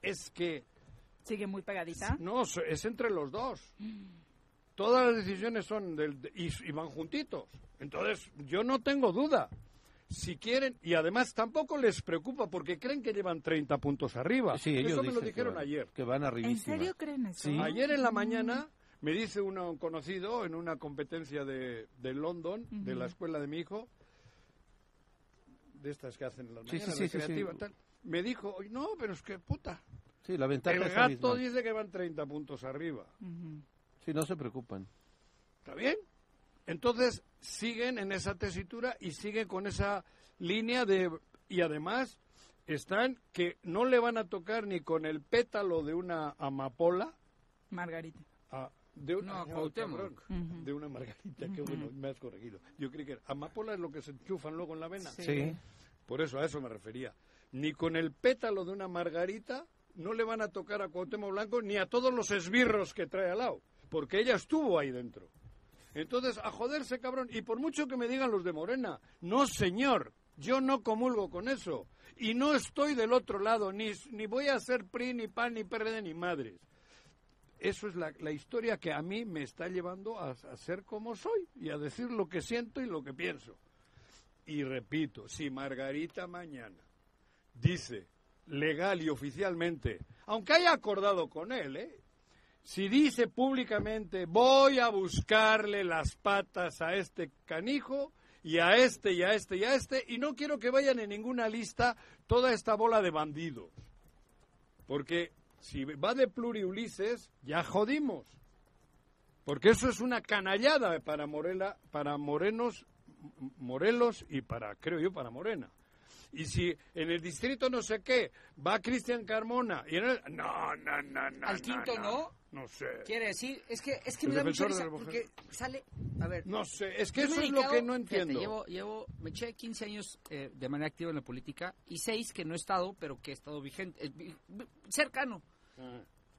Speaker 3: Es que.
Speaker 2: sigue muy pegadita.
Speaker 3: No, so- es entre los dos. Todas las decisiones son del, de- y, y van juntitos. Entonces, yo no tengo duda. Si quieren, y además tampoco les preocupa porque creen que llevan 30 puntos arriba.
Speaker 4: Sí, ellos
Speaker 3: Eso me lo
Speaker 4: dicen que
Speaker 3: dijeron
Speaker 4: van-
Speaker 3: ayer.
Speaker 4: Que van
Speaker 2: ¿En
Speaker 4: arribísima.
Speaker 2: serio creen eso? Mm.
Speaker 3: Ayer en la mañana me dice uno- un conocido en una competencia de, de London, de la escuela de mi hijo, de estas que hacen las
Speaker 4: Sí, sí,
Speaker 3: mañanas,
Speaker 4: sí,
Speaker 3: las
Speaker 4: sí, sí.
Speaker 3: creativas, tal. Me dijo, "Oye, no, pero es que puta,
Speaker 4: Sí, la ventaja
Speaker 3: el
Speaker 4: es
Speaker 3: gato
Speaker 4: abismal.
Speaker 3: dice que van 30 puntos arriba.
Speaker 4: Sí, no se preocupan.
Speaker 3: ¿Está bien? Entonces siguen en esa tesitura y siguen con esa línea de... Y además están que no le van a tocar ni con el pétalo de una amapola.
Speaker 2: Margarita.
Speaker 3: a- de una,
Speaker 6: No,
Speaker 3: ah,
Speaker 6: Cuauhtémoc.
Speaker 3: cabrón, De una margarita, qué bueno, me has corregido. Yo creí que era- amapola es lo que se enchufan luego en la vena.
Speaker 4: Sí.
Speaker 3: Por eso, a eso me refería. Ni con el pétalo de una margarita no le van a tocar a Cuauhtémoc Blanco ni a todos los esbirros que trae al lado, porque ella estuvo ahí dentro. Entonces, a joderse, cabrón. Y por mucho que me digan los de Morena, no, señor, yo no comulgo con eso. Y no estoy del otro lado, ni, ni voy a ser PRI, ni PAN, ni PRD, ni madres. Eso es la, la historia que a mí me está llevando a- a ser como soy y a decir lo que siento y lo que pienso. Y repito, si Margarita mañana dice legal y oficialmente, aunque haya acordado con él, ¿eh? si dice públicamente voy a buscarle las patas a este canijo y a este y a este y a este y no quiero que vayan en ninguna lista toda esta bola de bandidos. Porque si va de pluriulises, ya jodimos. Porque eso es una canallada para Morela, para Morenos, M- Morelos y para, creo yo, para Morena. Y si en el distrito no sé qué va Cristian Carmona y en el... No, no, no, no.
Speaker 6: Al quinto no.
Speaker 3: No sé.
Speaker 6: Quiere decir, es que, es que
Speaker 3: El
Speaker 6: me da mucha
Speaker 3: defensor de
Speaker 6: risa
Speaker 3: la mujer.
Speaker 6: porque Eh, sale, a ver.
Speaker 3: No sé, es que
Speaker 6: yo me
Speaker 3: eso
Speaker 6: he
Speaker 3: es lo
Speaker 6: dedicado-
Speaker 3: que no
Speaker 6: fíjate,
Speaker 3: entiendo.
Speaker 6: llevo, llevo, me eché 15 años eh, de manera activa en la política y 6 que no he estado, pero que he estado vigente, eh, vi- vi- cercano.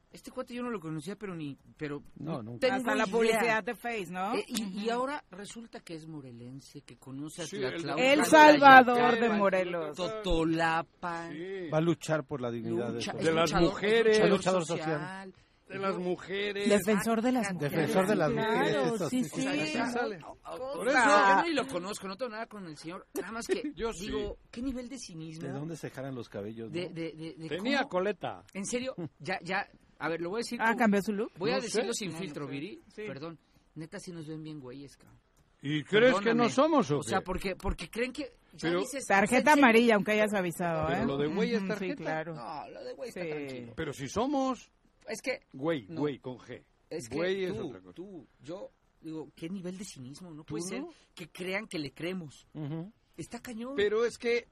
Speaker 6: Este cuate yo no lo conocía, pero ni, pero
Speaker 4: No,
Speaker 6: no
Speaker 4: nunca.
Speaker 6: tengo
Speaker 2: Hasta la
Speaker 6: idea.
Speaker 2: publicidad de Face, ¿no?
Speaker 6: Eh, y, y ahora resulta que es morelense, que conoce a
Speaker 3: Sí,
Speaker 6: la
Speaker 3: el-
Speaker 6: Tlahuacala,
Speaker 2: El Salvador de
Speaker 6: Yacal,
Speaker 2: Morelos.
Speaker 6: Totolapan,
Speaker 3: Sí.
Speaker 8: Va a luchar por la dignidad
Speaker 6: lucha-
Speaker 8: de, todos.
Speaker 6: es
Speaker 3: De las
Speaker 6: luchador-
Speaker 3: mujeres.
Speaker 6: luchador
Speaker 8: Luchador
Speaker 6: social.
Speaker 3: De las mujeres.
Speaker 6: Defensor de las
Speaker 8: Defensor de las mujeres.
Speaker 2: Claro,
Speaker 8: esas,
Speaker 2: sí,
Speaker 8: sí,
Speaker 2: sí.
Speaker 6: O sea, ya-
Speaker 3: sale.
Speaker 6: Por eso, yo ni lo conozco, no tengo nada con el señor. Nada más que
Speaker 3: Yo sí.
Speaker 6: digo, ¿qué nivel de cinismo?
Speaker 8: ¿De dónde se jalan los cabellos?
Speaker 6: De,
Speaker 8: no?
Speaker 6: de- de- de
Speaker 3: Tenía
Speaker 6: cómo-
Speaker 3: coleta.
Speaker 6: En serio, ya, ya, a ver, lo voy a decir.
Speaker 2: Ah,
Speaker 6: como-
Speaker 2: cambió su look.
Speaker 6: voy a
Speaker 3: No sé.
Speaker 6: decirlo sin
Speaker 2: No, no
Speaker 6: filtro,
Speaker 2: sé.
Speaker 6: Viri.
Speaker 2: Sí.
Speaker 6: Perdón, neta, si nos ven bien güeyes, cabrón.
Speaker 3: ¿Y crees que no
Speaker 6: Perdóname.
Speaker 3: somos o
Speaker 6: O sea,
Speaker 3: qué?
Speaker 6: porque, porque creen que. ya
Speaker 3: Pero-
Speaker 6: dices,
Speaker 2: Tarjeta
Speaker 6: ¿en serio?
Speaker 2: amarilla, aunque hayas avisado,
Speaker 3: Pero
Speaker 2: ¿eh?
Speaker 3: lo de güey es
Speaker 2: Ujú,
Speaker 3: tarjeta.
Speaker 2: Sí, claro.
Speaker 6: No, lo de güey está
Speaker 2: Sí.
Speaker 6: tranquilo.
Speaker 3: Pero si somos
Speaker 6: Es que,
Speaker 3: güey,
Speaker 6: No.
Speaker 3: güey con G.
Speaker 6: es que
Speaker 3: güey es
Speaker 6: tú,
Speaker 3: otra cosa.
Speaker 6: tú, yo, digo, ¿qué nivel de cinismo? No puede ser que crean que le creemos.
Speaker 8: Ujú.
Speaker 6: Está cañón.
Speaker 3: Pero es que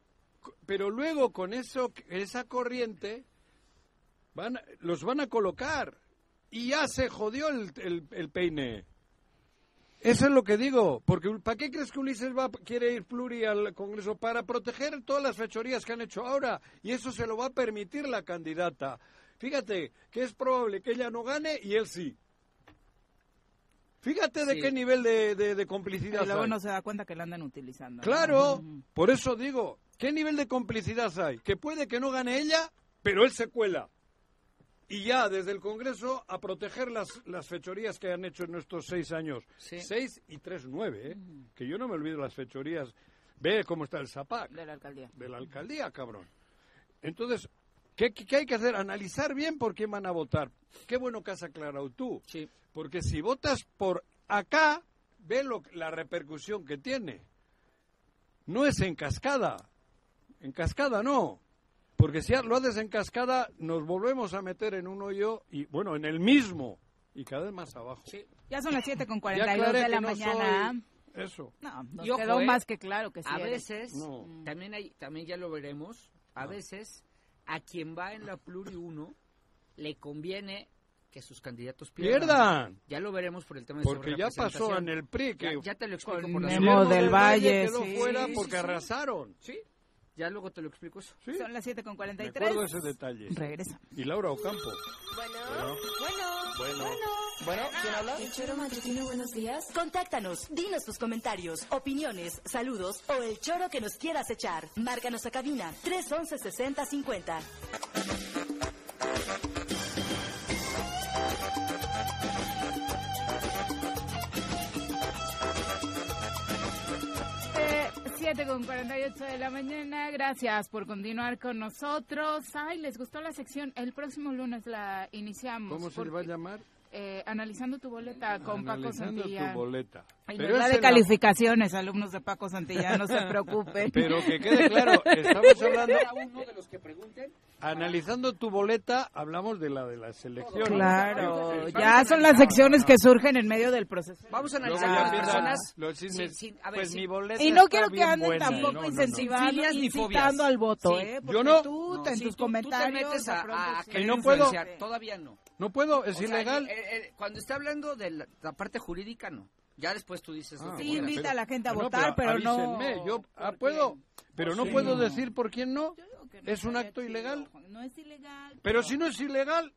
Speaker 3: pero luego con eso esa corriente van a- los van a colocar y ya se jodió el, el- el peine. Eso es lo que digo, porque ¿para qué crees que Ulises va, quiere ir pluri al Congreso? Para proteger todas las fechorías que han hecho ahora, y eso se lo va a permitir la candidata. Fíjate que es probable que ella no gane y él sí. Fíjate de
Speaker 6: Sí.
Speaker 3: qué nivel de, de- de complicidad.
Speaker 2: Y luego
Speaker 3: hay.
Speaker 2: no se da cuenta que lo andan utilizando. ¿no?
Speaker 3: Claro,
Speaker 2: Ujú.
Speaker 3: por eso digo, ¿qué nivel de complicidad hay? Que puede que no gane ella, pero él se cuela. Y ya desde el Congreso a proteger las, las fechorías que han hecho en estos seis años.
Speaker 6: Sí.
Speaker 3: Seis y tres, nueve, ¿eh? que yo no me olvido las fechorías. Ve cómo está el Zapac
Speaker 2: De la alcaldía.
Speaker 3: de la alcaldía, cabrón. Entonces, ¿qué, qué- qué hay que hacer? Analizar bien por quién van a votar. Qué bueno que has aclarado tú.
Speaker 6: Sí.
Speaker 3: Porque si votas por acá, ve lo- la repercusión que tiene. No es en cascada. En cascada no. Porque si lo haces en cascada, nos volvemos a meter en un hoyo y, bueno, en el mismo. Y cada vez más abajo.
Speaker 6: Sí.
Speaker 2: Ya son las 7 con
Speaker 3: Ya
Speaker 2: 42
Speaker 3: aclaré
Speaker 2: de
Speaker 3: que
Speaker 2: la
Speaker 3: no
Speaker 2: mañana.
Speaker 3: soy Eso.
Speaker 2: No, nos
Speaker 6: Y ojo,
Speaker 2: quedó
Speaker 6: ¿eh?
Speaker 2: más que claro que sí.
Speaker 6: a
Speaker 2: eres.
Speaker 6: veces,
Speaker 3: No.
Speaker 6: también hay, también ya lo veremos, a veces a quien va en la pluri 1 le conviene que sus candidatos pierdan.
Speaker 3: Pierdan.
Speaker 6: Ya lo veremos por el tema de
Speaker 3: Porque ya pasó en
Speaker 6: sobrerepresentación.
Speaker 3: el PRI que
Speaker 6: Ya, ya te lo explico
Speaker 2: Con
Speaker 6: por la
Speaker 2: Memo
Speaker 3: Guillermo
Speaker 2: del Valle,
Speaker 3: quedó
Speaker 2: sí.
Speaker 3: fuera
Speaker 6: Sí, sí,
Speaker 3: porque
Speaker 6: sí.
Speaker 3: arrasaron.
Speaker 6: Sí, ya luego te lo explico eso.
Speaker 3: Sí.
Speaker 2: Pues, Son las 7 con
Speaker 3: Me acuerdo de
Speaker 2: 43.
Speaker 3: ese detalle.
Speaker 2: Regresa.
Speaker 3: Y Laura Ocampo.
Speaker 9: El Choro Matutino, buenos días. Contáctanos, dinos tus comentarios, opiniones, saludos o el choro que nos quieras echar. Márcanos a cabina 311 6050.
Speaker 2: Eh, 7 con 48 de la mañana. Gracias por continuar con nosotros. Ay, ¿les gustó la sección? El próximo lunes la iniciamos.
Speaker 3: ¿Cómo se le
Speaker 2: porque-
Speaker 3: va a llamar?
Speaker 2: eh, analizando tu boleta con
Speaker 3: Analizando
Speaker 2: Paco Santillán.
Speaker 3: tu boleta.
Speaker 2: Ay,
Speaker 3: Pero
Speaker 2: ¿verdad?
Speaker 3: es
Speaker 2: de
Speaker 3: en la-
Speaker 2: calificaciones, alumnos de Paco Santillán, no se preocupen.
Speaker 3: Pero que quede claro, estamos hablando...
Speaker 6: Era uno de los que pregunten.
Speaker 3: Analizando tu boleta, hablamos de la de la selección. pues,
Speaker 2: Claro, ya son las secciones que surgen en medio del proceso.
Speaker 6: Vamos a
Speaker 3: Luego ya
Speaker 6: analizar a las
Speaker 3: empiezan
Speaker 6: personas.
Speaker 3: los chismes.
Speaker 6: sin- sin- a ver,
Speaker 3: pues
Speaker 6: sin-
Speaker 3: mi boleta
Speaker 2: Y no
Speaker 3: está
Speaker 2: quiero que
Speaker 3: bien
Speaker 2: anden
Speaker 3: buena. ¿eh?
Speaker 2: tampoco
Speaker 3: No, no, no.
Speaker 2: incentivando,
Speaker 6: Filias ni
Speaker 2: incitando
Speaker 6: fobias.
Speaker 2: al voto,
Speaker 6: Sí.
Speaker 2: ¿eh?
Speaker 6: Yo
Speaker 2: Porque
Speaker 3: no.
Speaker 2: Tú,
Speaker 6: Sí,
Speaker 2: en tus
Speaker 6: tú-
Speaker 2: comentarios...
Speaker 6: Tú te metes
Speaker 2: de
Speaker 6: a,
Speaker 2: pronto
Speaker 6: a
Speaker 2: sí.
Speaker 6: querer
Speaker 3: Y no puedo.
Speaker 6: influenciar, Todavía no.
Speaker 3: No puedo, Pues es
Speaker 6: O sea,
Speaker 3: ilegal.
Speaker 6: eh, eh, cuando está hablando de la, la parte jurídica, no. Ya después tú dices.
Speaker 3: Ah,
Speaker 6: lo que
Speaker 2: Sí,
Speaker 6: quieras.
Speaker 2: invita a la gente a
Speaker 3: No,
Speaker 2: votar, pero, no...
Speaker 3: avísenme, Yo ah, puedo, pero no puedo decir por quién no. ¿Es un acto ilegal?
Speaker 2: No es ilegal.
Speaker 3: Pero si no es ilegal,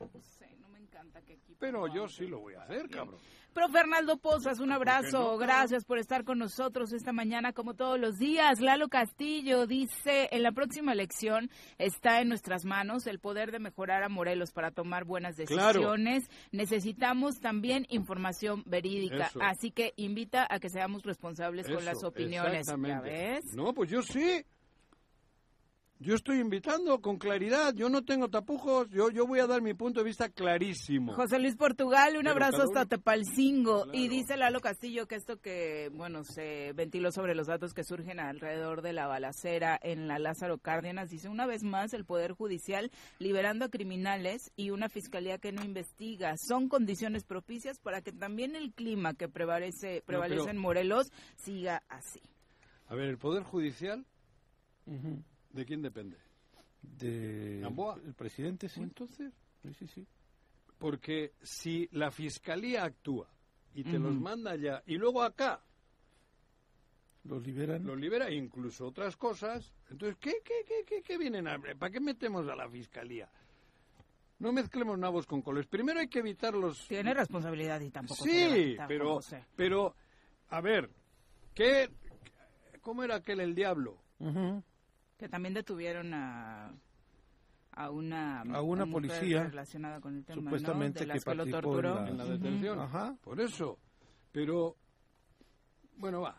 Speaker 2: No sé, no me encanta que aquí...
Speaker 3: pero yo sí lo voy a hacer, cabrón.
Speaker 2: Pero Fernando Pozas, un abrazo. Gracias por estar con nosotros esta mañana, como todos los días. Lalo Castillo dice: En la próxima elección está en nuestras manos el poder de mejorar a Morelos para tomar buenas
Speaker 3: Claro.
Speaker 2: decisiones. Necesitamos también información verídica.
Speaker 3: Eso.
Speaker 2: Así que invita a que seamos responsables con
Speaker 3: Eso,
Speaker 2: las opiniones. ¿Ya
Speaker 3: exactamente.
Speaker 2: ves?
Speaker 3: No, pues yo sí. Yo estoy invitando con claridad, yo no tengo tapujos, yo, yo voy a dar mi punto de vista clarísimo.
Speaker 2: José Luis Portugal, un
Speaker 3: Pero
Speaker 2: abrazo
Speaker 3: cada uno-
Speaker 2: hasta Tepalcingo. Y
Speaker 3: Claro.
Speaker 2: dice Lalo Castillo que esto que, bueno, se ventiló sobre los datos que surgen alrededor de la balacera en la Lázaro Cárdenas, dice una vez más el Poder Judicial liberando a criminales y una fiscalía que no investiga. Son condiciones propicias para que también el clima que prevalece, prevalece
Speaker 3: pero-
Speaker 2: en Morelos siga así.
Speaker 3: A ver, el Poder Judicial, ¿de quién depende?
Speaker 4: De
Speaker 3: Gamboa.
Speaker 4: El presidente, sí.
Speaker 3: Entonces,
Speaker 4: Sí, sí, sí.
Speaker 3: Porque si la fiscalía actúa y te los manda allá y luego acá
Speaker 4: Lo liberan.
Speaker 3: los libera e incluso otras cosas, entonces, ¿qué, qué, qué, qué, qué vienen a.? ¿Para qué metemos a la fiscalía? No mezclemos nabos con coles. Primero hay que evitar los.
Speaker 2: Tiene responsabilidad y tampoco. se
Speaker 3: Sí,
Speaker 2: levanta,
Speaker 3: pero,
Speaker 2: José.
Speaker 3: pero, a ver, ¿qué, ¿cómo era aquel el diablo?
Speaker 4: Ujú.
Speaker 2: Que también detuvieron a, a una,
Speaker 4: A una
Speaker 2: mujer
Speaker 4: policía,
Speaker 2: relacionada con el tema, ¿no?
Speaker 4: supuestamente
Speaker 2: De
Speaker 4: que
Speaker 2: las lo
Speaker 4: participó en
Speaker 2: torturó.
Speaker 4: la-
Speaker 3: en la
Speaker 4: Ujú.
Speaker 3: detención.
Speaker 4: Ajá.
Speaker 3: Por eso. Pero, bueno, va.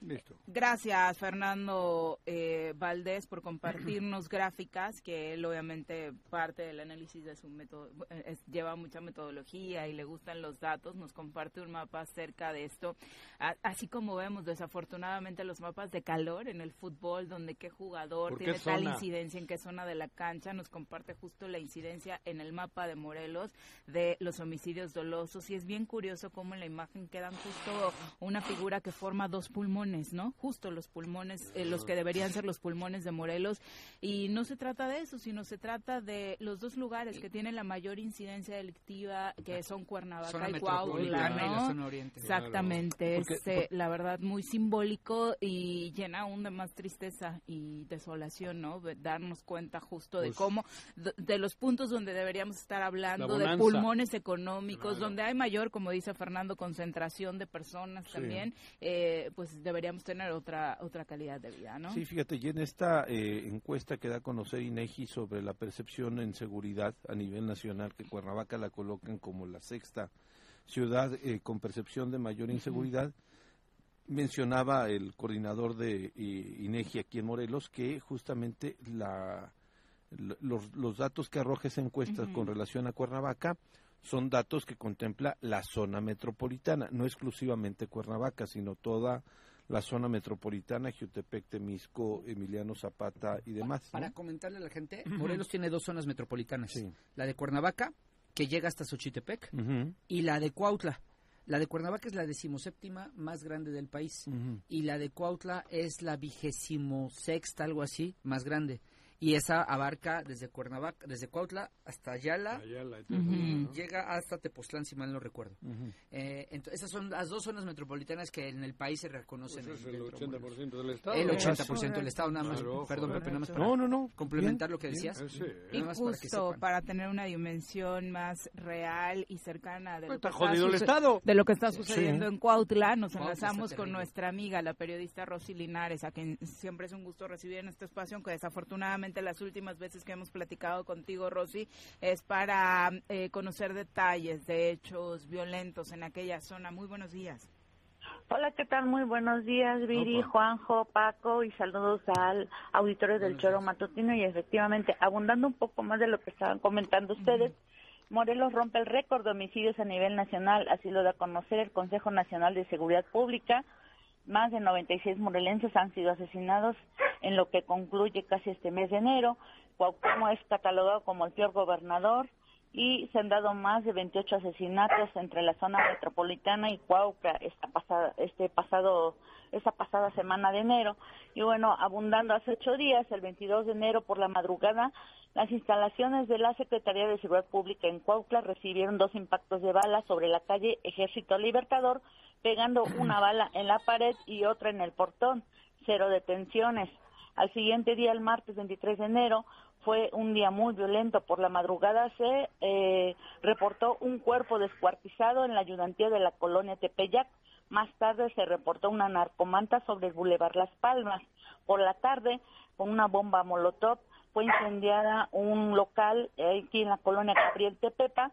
Speaker 3: Listo.
Speaker 2: Gracias, Fernando eh, Valdés, por compartirnos gráficas, que él obviamente parte del análisis de su método, eh, es- lleva mucha metodología y le gustan los datos, nos comparte un mapa acerca de esto, A- así como vemos desafortunadamente los mapas de calor en el fútbol, donde qué jugador
Speaker 3: ¿Por qué
Speaker 2: tiene tal
Speaker 3: zona?
Speaker 2: incidencia, en qué zona de la cancha, nos comparte justo la incidencia en el mapa de Morelos de los homicidios dolosos y es bien curioso cómo en la imagen quedan justo una figura que forma dos pulmones, ¿no? Justo los pulmones, eh, los que deberían ser los pulmones de Morelos y no se trata de eso, sino se trata de los dos lugares que tienen la mayor incidencia delictiva, que son Cuernavaca
Speaker 6: Zona
Speaker 2: y Coahuila,
Speaker 6: metropolitana y la
Speaker 2: ¿no?
Speaker 6: zona oriente.
Speaker 2: Exactamente,
Speaker 4: Porque-
Speaker 2: es eh, la verdad muy simbólico y llena aún de más tristeza y desolación, ¿no? Ve- Darnos cuenta justo de
Speaker 3: Pues-
Speaker 2: cómo, de, de los puntos donde deberíamos estar hablando, de
Speaker 3: bonanza.
Speaker 2: pulmones económicos,
Speaker 3: Claro.
Speaker 2: donde hay mayor, como dice Fernando, concentración de personas también, eh, pues deberíamos tener otra otra calidad de vida, ¿no?
Speaker 4: Sí, fíjate, y en esta eh, encuesta que da a conocer INEGI sobre la percepción en seguridad a nivel nacional, que Cuernavaca la colocan como la sexta ciudad eh, con percepción de mayor inseguridad, mencionaba el coordinador de eh, INEGI aquí en Morelos que justamente la, lo- los, los datos que arroja esa encuesta
Speaker 2: Ujú.
Speaker 4: con relación a Cuernavaca son datos que contempla la zona metropolitana, no exclusivamente Cuernavaca, sino toda la zona metropolitana, Jutepec, Temisco, Emiliano Zapata y demás. ¿no?
Speaker 6: Para comentarle a la gente, Morelos tiene dos zonas metropolitanas.
Speaker 4: Sí.
Speaker 6: La de Cuernavaca, que llega hasta Xochitepec,
Speaker 4: Ujú,
Speaker 6: y la de Cuautla. La de Cuernavaca es la decimoséptima más grande del país.
Speaker 4: ujú.
Speaker 6: Y la de Cuautla es la vigésimo sexta, algo así, más grande. Y esa abarca desde Cuernavaca, desde Cuautla hasta Ayala,
Speaker 3: Ayala, y todo eso,
Speaker 2: Ujú.
Speaker 3: ¿no?
Speaker 6: llega hasta Tepoztlán, si mal no recuerdo. Eh, ento- esas son las dos zonas metropolitanas que en el país se
Speaker 3: Pues
Speaker 6: reconocen.
Speaker 3: eso es
Speaker 6: en-
Speaker 3: el
Speaker 6: dentro de Morelos.
Speaker 3: 80% del Estado.
Speaker 6: El
Speaker 3: ¿no?
Speaker 6: 80% del Estado, nada más.
Speaker 3: Claro,
Speaker 6: Perdón,
Speaker 3: joder.
Speaker 6: Pepe, nada más para
Speaker 4: No, no, no.
Speaker 6: complementar
Speaker 4: bien.
Speaker 6: lo que decías.
Speaker 3: Eh, sí,
Speaker 2: Y
Speaker 6: Nada más para que
Speaker 2: justo para,
Speaker 6: sepan.
Speaker 2: tener una dimensión más real y cercana de lo, que
Speaker 3: Está
Speaker 2: está,
Speaker 3: jodido el
Speaker 2: suce-
Speaker 3: Estado.
Speaker 2: de lo que está sucediendo en Cuautla. Nos
Speaker 6: Cuautla está
Speaker 2: enlazamos con
Speaker 6: terrible.
Speaker 2: nuestra amiga, la periodista Rosy Linares, a quien siempre es un gusto recibir en este espacio, aunque desafortunadamente las últimas veces que hemos platicado contigo, Rosy, es para eh, conocer detalles de hechos violentos en aquella zona. Muy buenos días.
Speaker 10: Hola, ¿qué tal? Muy buenos días, Viri,
Speaker 3: Opa.
Speaker 10: Juanjo, Paco y saludos al auditorio del Choro Matutino y efectivamente, abundando un poco más de lo que estaban comentando ustedes, Morelos rompe el récord de homicidios a nivel nacional, así lo da a conocer el Consejo Nacional de Seguridad Pública. Más de 96 morelenses han sido asesinados en lo que concluye casi este mes de enero. Cuauhtémoc es catalogado como el peor gobernador y se han dado más de 28 asesinatos entre la zona metropolitana y Cuauca esta pasada, este pasado, esta pasada semana de enero. Y bueno, abundando hace ocho días, el 22 de enero por la madrugada, las instalaciones de la Secretaría de Seguridad Pública en Cuautla recibieron dos impactos de bala sobre la calle Ejército Libertador, pegando una bala en la pared y otra en el portón. Cero detenciones. Al siguiente día, el martes 23 de enero, fue un día muy violento. Por la madrugada se eh, reportó un cuerpo descuartizado en la ayudantía de la colonia Tepeyac. Más tarde se reportó una narcomanta sobre el Boulevard Las Palmas. Por la tarde, con una bomba molotov, fue incendiada un local eh, aquí en la colonia Gabriel Tepepa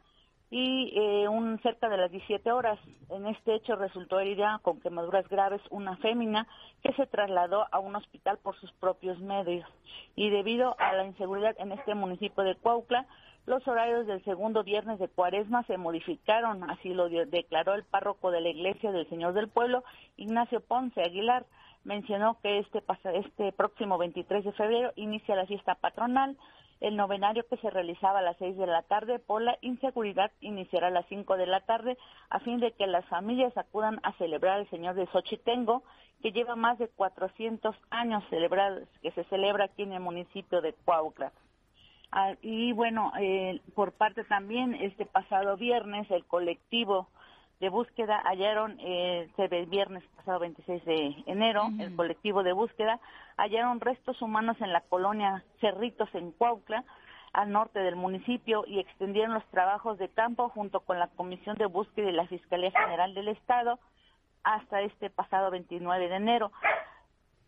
Speaker 10: y eh, un cerca de las 17 horas. En este hecho resultó herida con quemaduras graves una fémina que se trasladó a un hospital por sus propios medios. Y debido a la inseguridad en este municipio de Cuautla, los horarios del segundo viernes de Cuaresma se modificaron, así lo dio, declaró el párroco de la Iglesia del Señor del Pueblo, Ignacio Ponce Aguilar. Mencionó que este, este próximo 23 de febrero inicia la fiesta patronal el novenario que se realizaba a las 6 de la tarde por la inseguridad iniciará a las 5 de la tarde a fin de que las familias acudan a celebrar al Señor de Xochitengo, que lleva más de 400 años celebrados, que se celebra aquí en el municipio de Cuautla. Ah, y bueno, eh, por parte también, este pasado viernes, el colectivo de búsqueda hallaron, eh, el viernes pasado 26 de enero, uh -huh. el colectivo de búsqueda hallaron restos humanos en la colonia Cerritos en Cuautla, al norte del municipio, y extendieron los trabajos de campo junto con la Comisión de Búsqueda y la Fiscalía General del Estado hasta este pasado 29 de enero.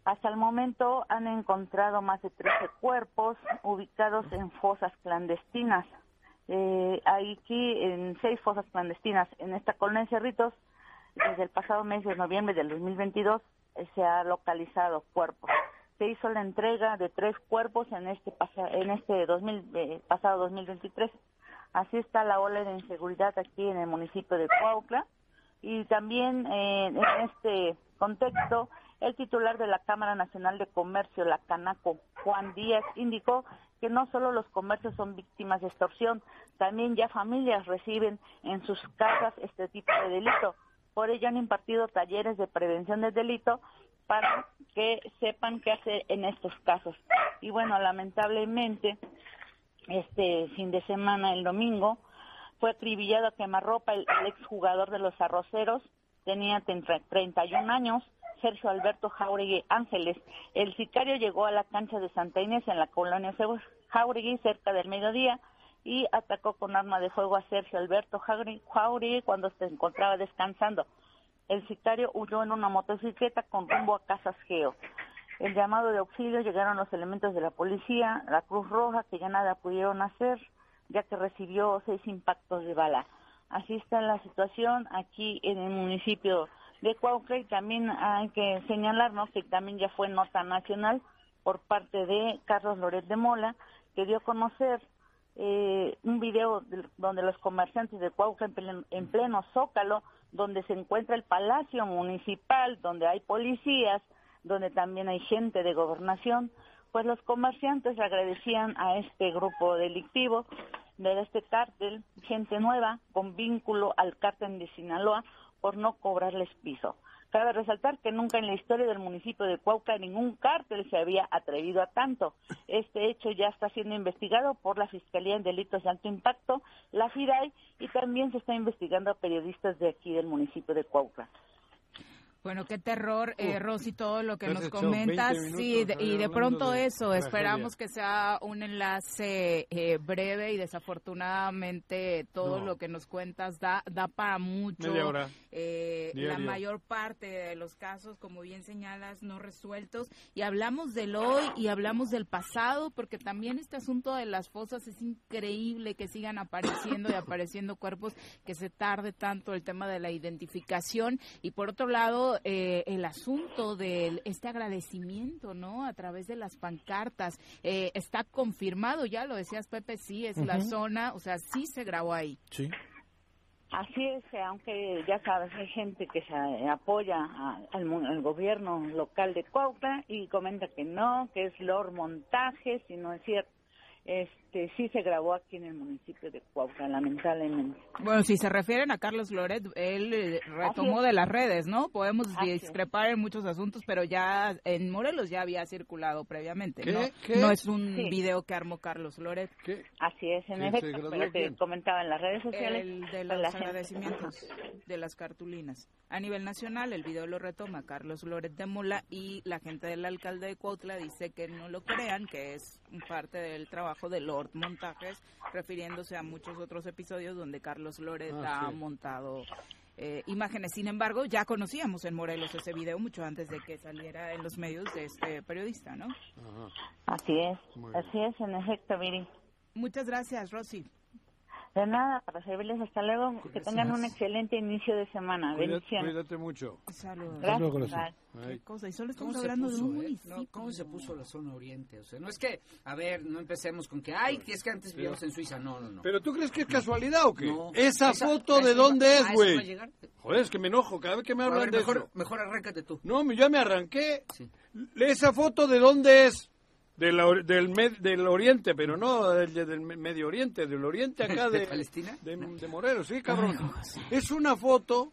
Speaker 10: Hasta el momento han encontrado más de 13 cuerpos ubicados en fosas clandestinas. Eh, aquí en seis fosas clandestinas. En esta colonia de Cerritos, desde el pasado mes de noviembre del 2022, eh, se ha localizado cuerpos. Se hizo la entrega de tres cuerpos en este, pasa, en este 2000, eh, pasado 2023. Así está la ola de inseguridad aquí en el municipio de Cuautla. Y también en este contexto, el titular de la Cámara Nacional de Comercio, la Canaco, Juan Díaz, indicó que no solo los comercios son víctimas de extorsión, también ya familias reciben en sus casas este tipo de delito. Por ello han impartido talleres de prevención del delito para que sepan qué hacer en estos casos. Y bueno, lamentablemente, este fin de semana, el domingo, fue acribillado a quemarropa el, el exjugador de los arroceros, tenía 31 años, Sergio Alberto Jauregui Ángeles. El sicario llegó a la cancha de Santa Inés en la colonia Jauregui cerca del mediodía y atacó con arma de fuego a Sergio Alberto Jauregui cuando se encontraba descansando. El sicario huyó en una motocicleta con rumbo a Casas Geo. El llamado de auxilio llegaron los elementos de la policía, la Cruz Roja, que ya nada pudieron hacer, ya que recibió seis impactos de bala. Así está la situación aquí en el municipio de Cuauhtémoc y también hay que señalarnos que también ya fue nota nacional por parte de Carlos Loret de Mola, que dio a conocer eh, un video de, donde los comerciantes de Cuauhtémoc en pleno, en pleno Zócalo, donde se encuentra el Palacio Municipal, donde hay policías, donde también hay gente de gobernación, pues los comerciantes agradecían a este grupo delictivo de este cártel, gente nueva con vínculo al cártel de Sinaloa, por no cobrarles piso. Cabe resaltar que nunca en la historia del municipio de Cuauca ningún cártel se había atrevido a tanto. Este hecho ya está siendo investigado por la Fiscalía en Delitos de Alto Impacto, la FIRAI, y también se está investigando a periodistas de aquí del municipio de Cuauca.
Speaker 2: Bueno, qué terror, eh, Rosy, todo lo que nos comentas. sí, de, y de pronto de eso. Esperamos que sea un enlace eh, breve y desafortunadamente todo no. lo que nos cuentas da, da para mucho.
Speaker 3: Media hora.
Speaker 2: Eh, la mayor parte de los casos, como bien señalas, no resueltos. Y hablamos del hoy y hablamos del pasado, porque también este asunto de las fosas es increíble que sigan apareciendo y apareciendo cuerpos, que se tarde tanto el tema de la identificación. Y por otro lado, todo eh, el asunto de este agradecimiento, ¿no? A través de las pancartas. Eh, está confirmado, ya lo decías, Pepe, sí, es la
Speaker 10: Ujú.
Speaker 2: zona, o sea, sí se grabó ahí.
Speaker 4: Sí.
Speaker 10: Así es, eh, aunque ya sabes, hay gente que se eh, apoya a- al, mu- al gobierno local de Cuautla y comenta que no, que es lor montajes y no es cierto. Este, sí se grabó aquí en el municipio de Cuautla, lamentablemente.
Speaker 2: Bueno, si se refieren a Carlos Loret, él eh,
Speaker 10: Así
Speaker 2: retomó
Speaker 10: es.
Speaker 2: de las redes, ¿no? Podemos
Speaker 10: Así es.
Speaker 2: discrepar en muchos asuntos, pero ya en Morelos ya había circulado previamente,
Speaker 10: ¿Qué?
Speaker 2: ¿no?
Speaker 10: ¿Qué?
Speaker 2: No es un
Speaker 10: Sí.
Speaker 2: video que armó Carlos Loret.
Speaker 10: Así es, en
Speaker 2: Que se
Speaker 10: efecto,
Speaker 2: graduó
Speaker 10: pero te
Speaker 2: quién?
Speaker 10: comentaba en las redes sociales.
Speaker 2: El de
Speaker 10: pues,
Speaker 2: los
Speaker 10: la gente-
Speaker 2: agradecimientos de las cartulinas. A nivel nacional, el video lo retoma Carlos Loret de Mola y la gente del alcalde de Cuautla dice que no lo crean, que es parte del trabajo de Lord Montajes, refiriéndose a muchos otros episodios donde Carlos Loret
Speaker 10: Ah,
Speaker 2: ha
Speaker 10: sí.
Speaker 2: montado eh, imágenes. Sin embargo, ya conocíamos en Morelos ese video mucho antes de que saliera en los medios de este periodista, ¿no?
Speaker 10: Así es,
Speaker 2: Muy bien.
Speaker 10: así es, en efecto, Miri.
Speaker 2: Muchas gracias, Rosy.
Speaker 10: De nada, para servirles hasta luego. Que tengan un excelente inicio de semana.
Speaker 3: Cuídate,
Speaker 10: Bendiciones.
Speaker 3: cuídate mucho.
Speaker 2: Saludos.
Speaker 10: Hasta luego, Gracias.
Speaker 2: Qué cosa, y solo estamos
Speaker 6: ¿Cómo se
Speaker 2: hablando de
Speaker 6: puso,
Speaker 2: un
Speaker 6: eh?
Speaker 2: municipio.
Speaker 6: No, ¿Cómo se puso la zona oriente? O sea, no es que, a ver, no empecemos con que, ay, que es que antes vivíamos en Suiza. No, no, no.
Speaker 3: ¿Pero tú crees que es casualidad o qué?
Speaker 6: No.
Speaker 3: ¿Esa,
Speaker 6: Esa-
Speaker 3: foto
Speaker 6: a
Speaker 3: de
Speaker 6: eso
Speaker 3: dónde
Speaker 6: va-
Speaker 3: es,
Speaker 6: a eso va a
Speaker 3: güey?
Speaker 6: llegar.
Speaker 3: Joder, es que me enojo cada vez que me
Speaker 6: A
Speaker 3: hablan
Speaker 6: ver,
Speaker 3: de
Speaker 6: mejor,
Speaker 3: eso.
Speaker 6: mejor arráncate tú.
Speaker 3: No, ya me arranqué. ¿Esa foto de dónde es? De la or- del, med- del Oriente, pero no del, del me- Medio Oriente, del Oriente acá de...
Speaker 6: ¿De Palestina?
Speaker 3: De, de Morelos, sí, cabrón. Es una foto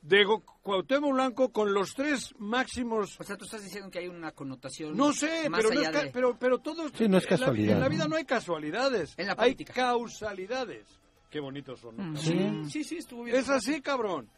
Speaker 3: de Go- Cuauhtémoc Blanco con los tres máximos...
Speaker 6: O sea, tú estás diciendo que hay una connotación
Speaker 3: No sé,
Speaker 6: más
Speaker 3: pero, no es
Speaker 6: allá
Speaker 3: ca-
Speaker 6: de...
Speaker 3: pero, pero todo...
Speaker 8: Sí, no es
Speaker 3: en la-
Speaker 8: casualidad,
Speaker 3: En la
Speaker 8: ¿no?
Speaker 3: vida no hay casualidades.
Speaker 6: En la
Speaker 3: hay
Speaker 6: política.
Speaker 3: causalidades. Qué bonitos son. ¿no,
Speaker 6: Mm.
Speaker 3: cabrón?
Speaker 6: Sí, sí, estuvo bien.
Speaker 3: Es así, cabrón.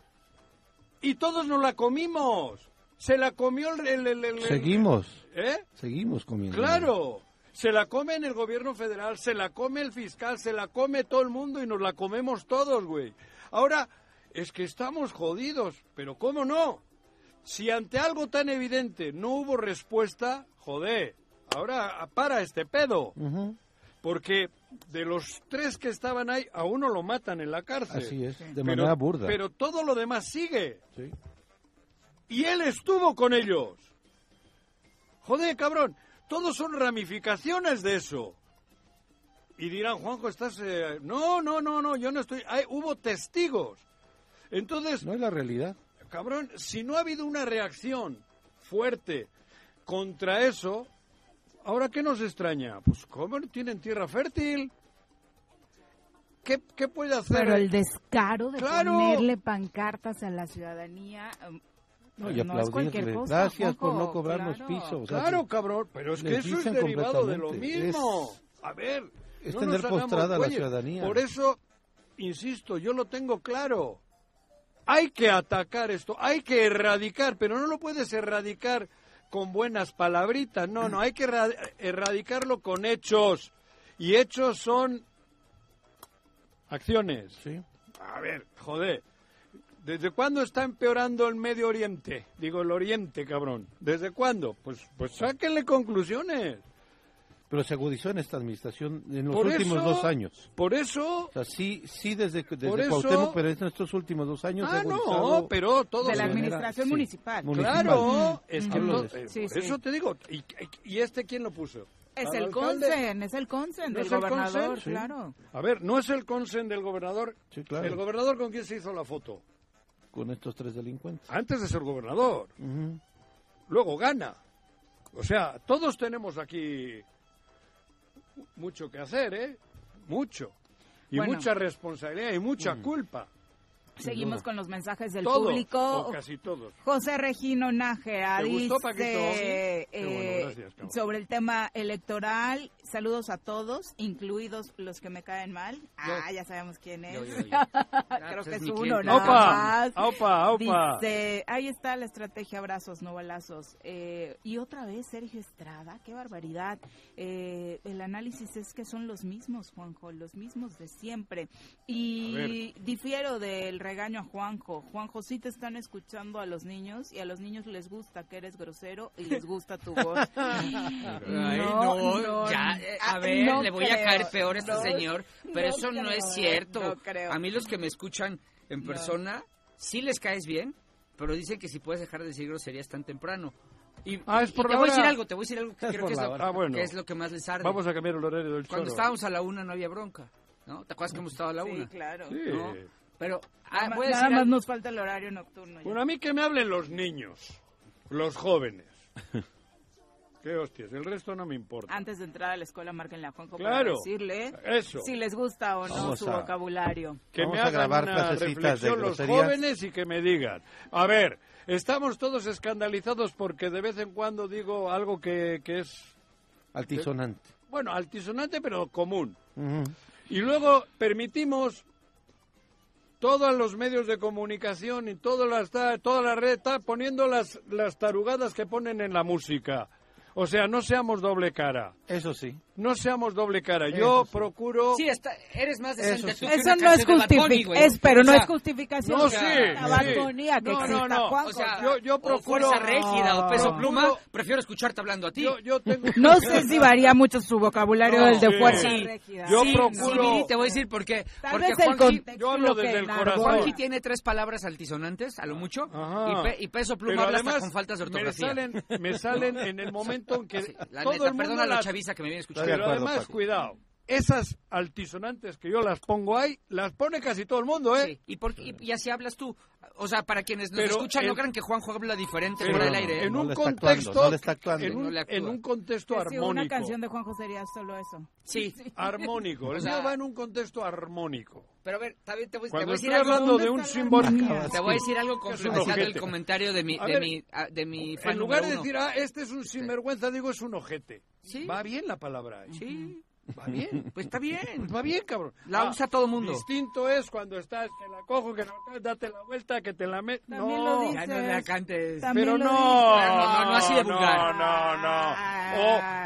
Speaker 3: Y todos nos la comimos. Se la comió el... el- el- el- el-
Speaker 8: Seguimos.
Speaker 3: ¿Eh?
Speaker 8: Seguimos comiendo.
Speaker 3: Claro. Se la come en el gobierno federal, se la come el fiscal, se la come todo el mundo y nos la comemos todos, güey. Ahora, es que estamos jodidos, pero ¿cómo no? Si ante algo tan evidente no hubo respuesta, joder, ahora ah, para este pedo.
Speaker 8: Ujú,
Speaker 3: Porque de los tres que estaban ahí, a uno lo matan en la cárcel.
Speaker 8: Así es, de
Speaker 3: Pero-
Speaker 8: manera burda.
Speaker 3: Pero todo lo demás sigue.
Speaker 8: Sí.
Speaker 3: Y él estuvo con ellos. Joder, cabrón. Todos son ramificaciones de eso. Y dirán, Juanjo, estás... eh, No, no, no, no, yo no estoy... Ay, hubo testigos. Entonces,
Speaker 8: No es la realidad.
Speaker 3: cabrón, si no ha habido una reacción fuerte contra eso, ¿ahora qué nos extraña? Pues, ¿cómo no tienen tierra fértil? ¿Qué, qué puede hacer?
Speaker 2: Pero el descaro de
Speaker 3: Claro.
Speaker 2: ponerle pancartas a la ciudadanía um,
Speaker 8: No, y
Speaker 2: es cualquier
Speaker 8: aplaudirle.
Speaker 2: cosa,
Speaker 8: Gracias por no
Speaker 2: Juanjo,
Speaker 8: cobrarnos
Speaker 2: claro.
Speaker 8: pisos. o sea,
Speaker 3: Claro, cabrón, pero es que
Speaker 8: les
Speaker 3: eso es
Speaker 8: dicen
Speaker 3: derivado de lo
Speaker 8: completamente.
Speaker 3: mismo. A ver,
Speaker 8: es
Speaker 3: no
Speaker 8: tener
Speaker 3: nos hagamos
Speaker 8: postrada a la
Speaker 3: güeyes.
Speaker 8: ciudadanía.
Speaker 3: Por eso, insisto, yo lo tengo claro. Hay que atacar esto, hay que erradicar, pero no lo puedes erradicar con buenas palabritas. No, no, hay que erra- erradicarlo con hechos. Y hechos son acciones. A ver, joder. ¿Desde cuándo está empeorando el Medio Oriente? Digo, el Oriente, cabrón. ¿Desde cuándo? Pues, pues sáquenle conclusiones.
Speaker 8: Pero se agudizó en esta administración en los
Speaker 3: Por
Speaker 8: últimos
Speaker 3: eso-
Speaker 8: dos años.
Speaker 3: Por eso...
Speaker 8: O sea, sí, sí desde, desde
Speaker 3: Por eso-
Speaker 8: Cuauhtémoc, pero en estos últimos dos años se ha
Speaker 3: Ah, no,
Speaker 8: agudizado
Speaker 3: pero todo...
Speaker 2: de la
Speaker 8: de manera-
Speaker 2: administración
Speaker 8: sí,
Speaker 2: municipal.
Speaker 8: municipal.
Speaker 3: Claro,
Speaker 8: Ujú.
Speaker 3: es que
Speaker 8: Hablo
Speaker 3: no-
Speaker 8: de
Speaker 3: eh,
Speaker 2: Sí,
Speaker 3: por
Speaker 2: sí.
Speaker 3: eso te digo. ¿Y, y este quién lo puso?
Speaker 2: Es
Speaker 3: ¿Al
Speaker 2: el
Speaker 3: alcalde?
Speaker 2: consen, es el consen
Speaker 3: ¿No
Speaker 2: del
Speaker 3: es el
Speaker 2: gobernador,
Speaker 3: consen? Sí.
Speaker 2: claro.
Speaker 3: A ver, ¿no es el consen del gobernador?
Speaker 8: Sí, claro.
Speaker 3: ¿El gobernador con quién se hizo la foto?
Speaker 8: con estos tres delincuentes.
Speaker 3: Antes de ser gobernador. Luego gana. O sea, todos tenemos aquí mucho que hacer, ¿eh? Mucho. Y
Speaker 2: Bueno.
Speaker 3: mucha responsabilidad y mucha
Speaker 8: Mm.
Speaker 3: culpa.
Speaker 2: Seguimos con los mensajes del
Speaker 3: Todos,
Speaker 2: público.
Speaker 3: o casi todos.
Speaker 2: José Regino Nájera
Speaker 3: ¿Te
Speaker 2: dice
Speaker 3: gustó, Paquito?
Speaker 2: eh,
Speaker 3: Qué bueno, gracias, cabrón.
Speaker 2: sobre el tema electoral, saludos a todos, incluidos los que me caen mal. Ah, ya sabemos quién es.
Speaker 11: Yo, yo, yo.
Speaker 2: Creo
Speaker 11: pues
Speaker 2: que
Speaker 11: es
Speaker 2: es
Speaker 11: mi
Speaker 2: uno,
Speaker 11: cliente.
Speaker 2: nada
Speaker 11: Opa,
Speaker 2: más.
Speaker 11: opa, opa.
Speaker 2: Dice, Eh, ahí está la estrategia, abrazos, no balazos. Eh, y otra vez Sergio Estrada, qué barbaridad. Eh, el análisis es que son los mismos, Juanjo, los mismos de siempre.
Speaker 11: A
Speaker 2: Y
Speaker 11: ver.
Speaker 2: difiero del regaño a Juanjo. Juanjo, sí te están escuchando a los niños y a los niños les gusta que eres grosero y les gusta tu voz.
Speaker 6: Ay, no, ya, eh, a
Speaker 2: ah,
Speaker 6: ver,
Speaker 2: no
Speaker 6: le voy a
Speaker 2: creo,
Speaker 6: caer peor a este
Speaker 2: no,
Speaker 6: señor, pero
Speaker 2: no
Speaker 6: eso no
Speaker 2: creo, eh,
Speaker 6: es cierto.
Speaker 2: no creo.
Speaker 6: A mí los que me escuchan en
Speaker 2: No.
Speaker 6: persona, sí les caes bien, pero dicen que si puedes dejar de decir groserías tan temprano. Y,
Speaker 3: Ah, es
Speaker 6: y
Speaker 3: por
Speaker 6: te
Speaker 3: la
Speaker 6: voy a
Speaker 3: hora.
Speaker 6: decir algo, te voy a decir algo que
Speaker 3: Es
Speaker 6: creo
Speaker 3: por
Speaker 6: que es,
Speaker 3: la
Speaker 6: lo,
Speaker 3: hora. Ah, bueno.
Speaker 6: que es lo que más les arde.
Speaker 3: Vamos a cambiar el horario del
Speaker 6: Cuando
Speaker 3: choro.
Speaker 6: estábamos a la una no había bronca, ¿no? ¿Te acuerdas que hemos estado a la
Speaker 2: Sí,
Speaker 6: una?
Speaker 2: claro.
Speaker 3: Sí.
Speaker 6: ¿No? Pero, ah,
Speaker 2: Nada,
Speaker 6: voy a
Speaker 2: nada
Speaker 6: decir
Speaker 2: más
Speaker 6: algo.
Speaker 2: nos falta el horario nocturno. ya.
Speaker 3: Bueno, a mí que me hablen los niños, los jóvenes. Qué hostias, el resto no me importa.
Speaker 2: Antes de entrar a la escuela, marquen la Juanjo para
Speaker 3: Pues, Claro,
Speaker 2: decirle
Speaker 3: eso.
Speaker 2: si les gusta o no
Speaker 3: Vamos
Speaker 2: su
Speaker 3: a-
Speaker 2: vocabulario.
Speaker 3: Que
Speaker 8: Vamos
Speaker 3: me
Speaker 8: a
Speaker 3: hagan
Speaker 8: grabar
Speaker 3: una
Speaker 8: frasecitas de
Speaker 3: reflexión los
Speaker 8: groserías.
Speaker 3: jóvenes y que me digan. A ver, estamos todos escandalizados porque de vez en cuando digo algo que, que es,
Speaker 8: Altisonante.
Speaker 3: bueno, altisonante pero común.
Speaker 8: Ujú.
Speaker 3: Y luego permitimos todos los medios de comunicación y toda la, está- toda la red está poniendo las, las tarugadas que ponen en la música. O sea, no seamos doble cara.
Speaker 8: Eso sí.
Speaker 3: No seamos doble cara. Yo procuro...
Speaker 6: Sí, está, eres más decente
Speaker 3: Eso sí.
Speaker 6: tú que
Speaker 3: Eso
Speaker 6: una
Speaker 3: no
Speaker 6: canción
Speaker 3: es
Speaker 6: de Bad Bunny,
Speaker 3: justific-
Speaker 6: güey.
Speaker 3: es- pero no es
Speaker 2: justificación.
Speaker 3: No, sí. sí. no, no, no.
Speaker 6: O sea, yo,
Speaker 3: yo procuro...
Speaker 6: fuerza rígida o peso
Speaker 3: No.
Speaker 6: pluma, prefiero escucharte hablando a ti. Yo,
Speaker 3: tengo...
Speaker 2: No sé si varía mucho su vocabulario del de
Speaker 6: Sí.
Speaker 2: fuerza
Speaker 6: Sí.
Speaker 2: rígida.
Speaker 6: Sí, sí, Viri, te voy a decir por qué.
Speaker 2: Tal
Speaker 6: Porque
Speaker 2: vez el
Speaker 6: Juanji-
Speaker 2: contexto Yo hablo lo que desde el enarbola. corazón.
Speaker 6: Juanji tiene tres palabras altisonantes, a lo mucho,
Speaker 3: Ajá.
Speaker 6: y, pe- y peso pluma
Speaker 3: Ah. Pero
Speaker 6: habla hasta
Speaker 3: además,
Speaker 6: con faltas de
Speaker 3: Me
Speaker 6: ortografía.
Speaker 3: salen, me salen en el momento en que
Speaker 6: La
Speaker 3: todo
Speaker 6: neta,
Speaker 3: el mundo
Speaker 6: perdona a la
Speaker 3: las-
Speaker 6: chaviza que me viene escuchando.
Speaker 3: Pero además, cuidado, esas altisonantes que yo las pongo ahí, las pone casi todo el mundo, ¿eh?
Speaker 6: ¿Y, por, y, y así hablas tú. O sea, para quienes nos
Speaker 3: Pero
Speaker 6: escuchan,
Speaker 3: en-
Speaker 6: no crean que Juanjo habla diferente
Speaker 3: Pero
Speaker 6: por el aire. ¿eh?
Speaker 3: en un contexto, En
Speaker 6: No
Speaker 3: un,
Speaker 6: le actúa.
Speaker 3: en un contexto armónico.
Speaker 2: una canción de Juanjo sería solo eso.
Speaker 6: Sí.
Speaker 3: Armónico. El
Speaker 6: O sea-
Speaker 3: mío va en un contexto armónico.
Speaker 6: Pero a ver, también te voy, te
Speaker 3: Cuando
Speaker 6: voy a decir
Speaker 3: estoy
Speaker 6: algo.
Speaker 3: hablando de un símbolo...
Speaker 6: Te voy a decir algo complementando el comentario de mi,
Speaker 3: A
Speaker 6: de
Speaker 3: ver,
Speaker 6: mi, ah, de mi fan
Speaker 3: En lugar de
Speaker 6: número
Speaker 3: decir,
Speaker 6: uno.
Speaker 3: ah, este es un sinvergüenza, digo, es un ojete. Va bien la palabra. ahí.
Speaker 6: Sí.
Speaker 3: Va bien.
Speaker 6: Pues está bien.
Speaker 3: Pues va bien, cabrón.
Speaker 6: La usa todo mundo.
Speaker 3: Distinto es cuando estás, que la cojo, que la- date la vuelta, que te la met...
Speaker 6: También
Speaker 3: no,
Speaker 6: lo dices. Ya no la cantes. También
Speaker 3: Pero
Speaker 6: lo
Speaker 3: no,
Speaker 6: dices. No, no, no así de
Speaker 3: No,
Speaker 6: vulgar.
Speaker 3: no, ah,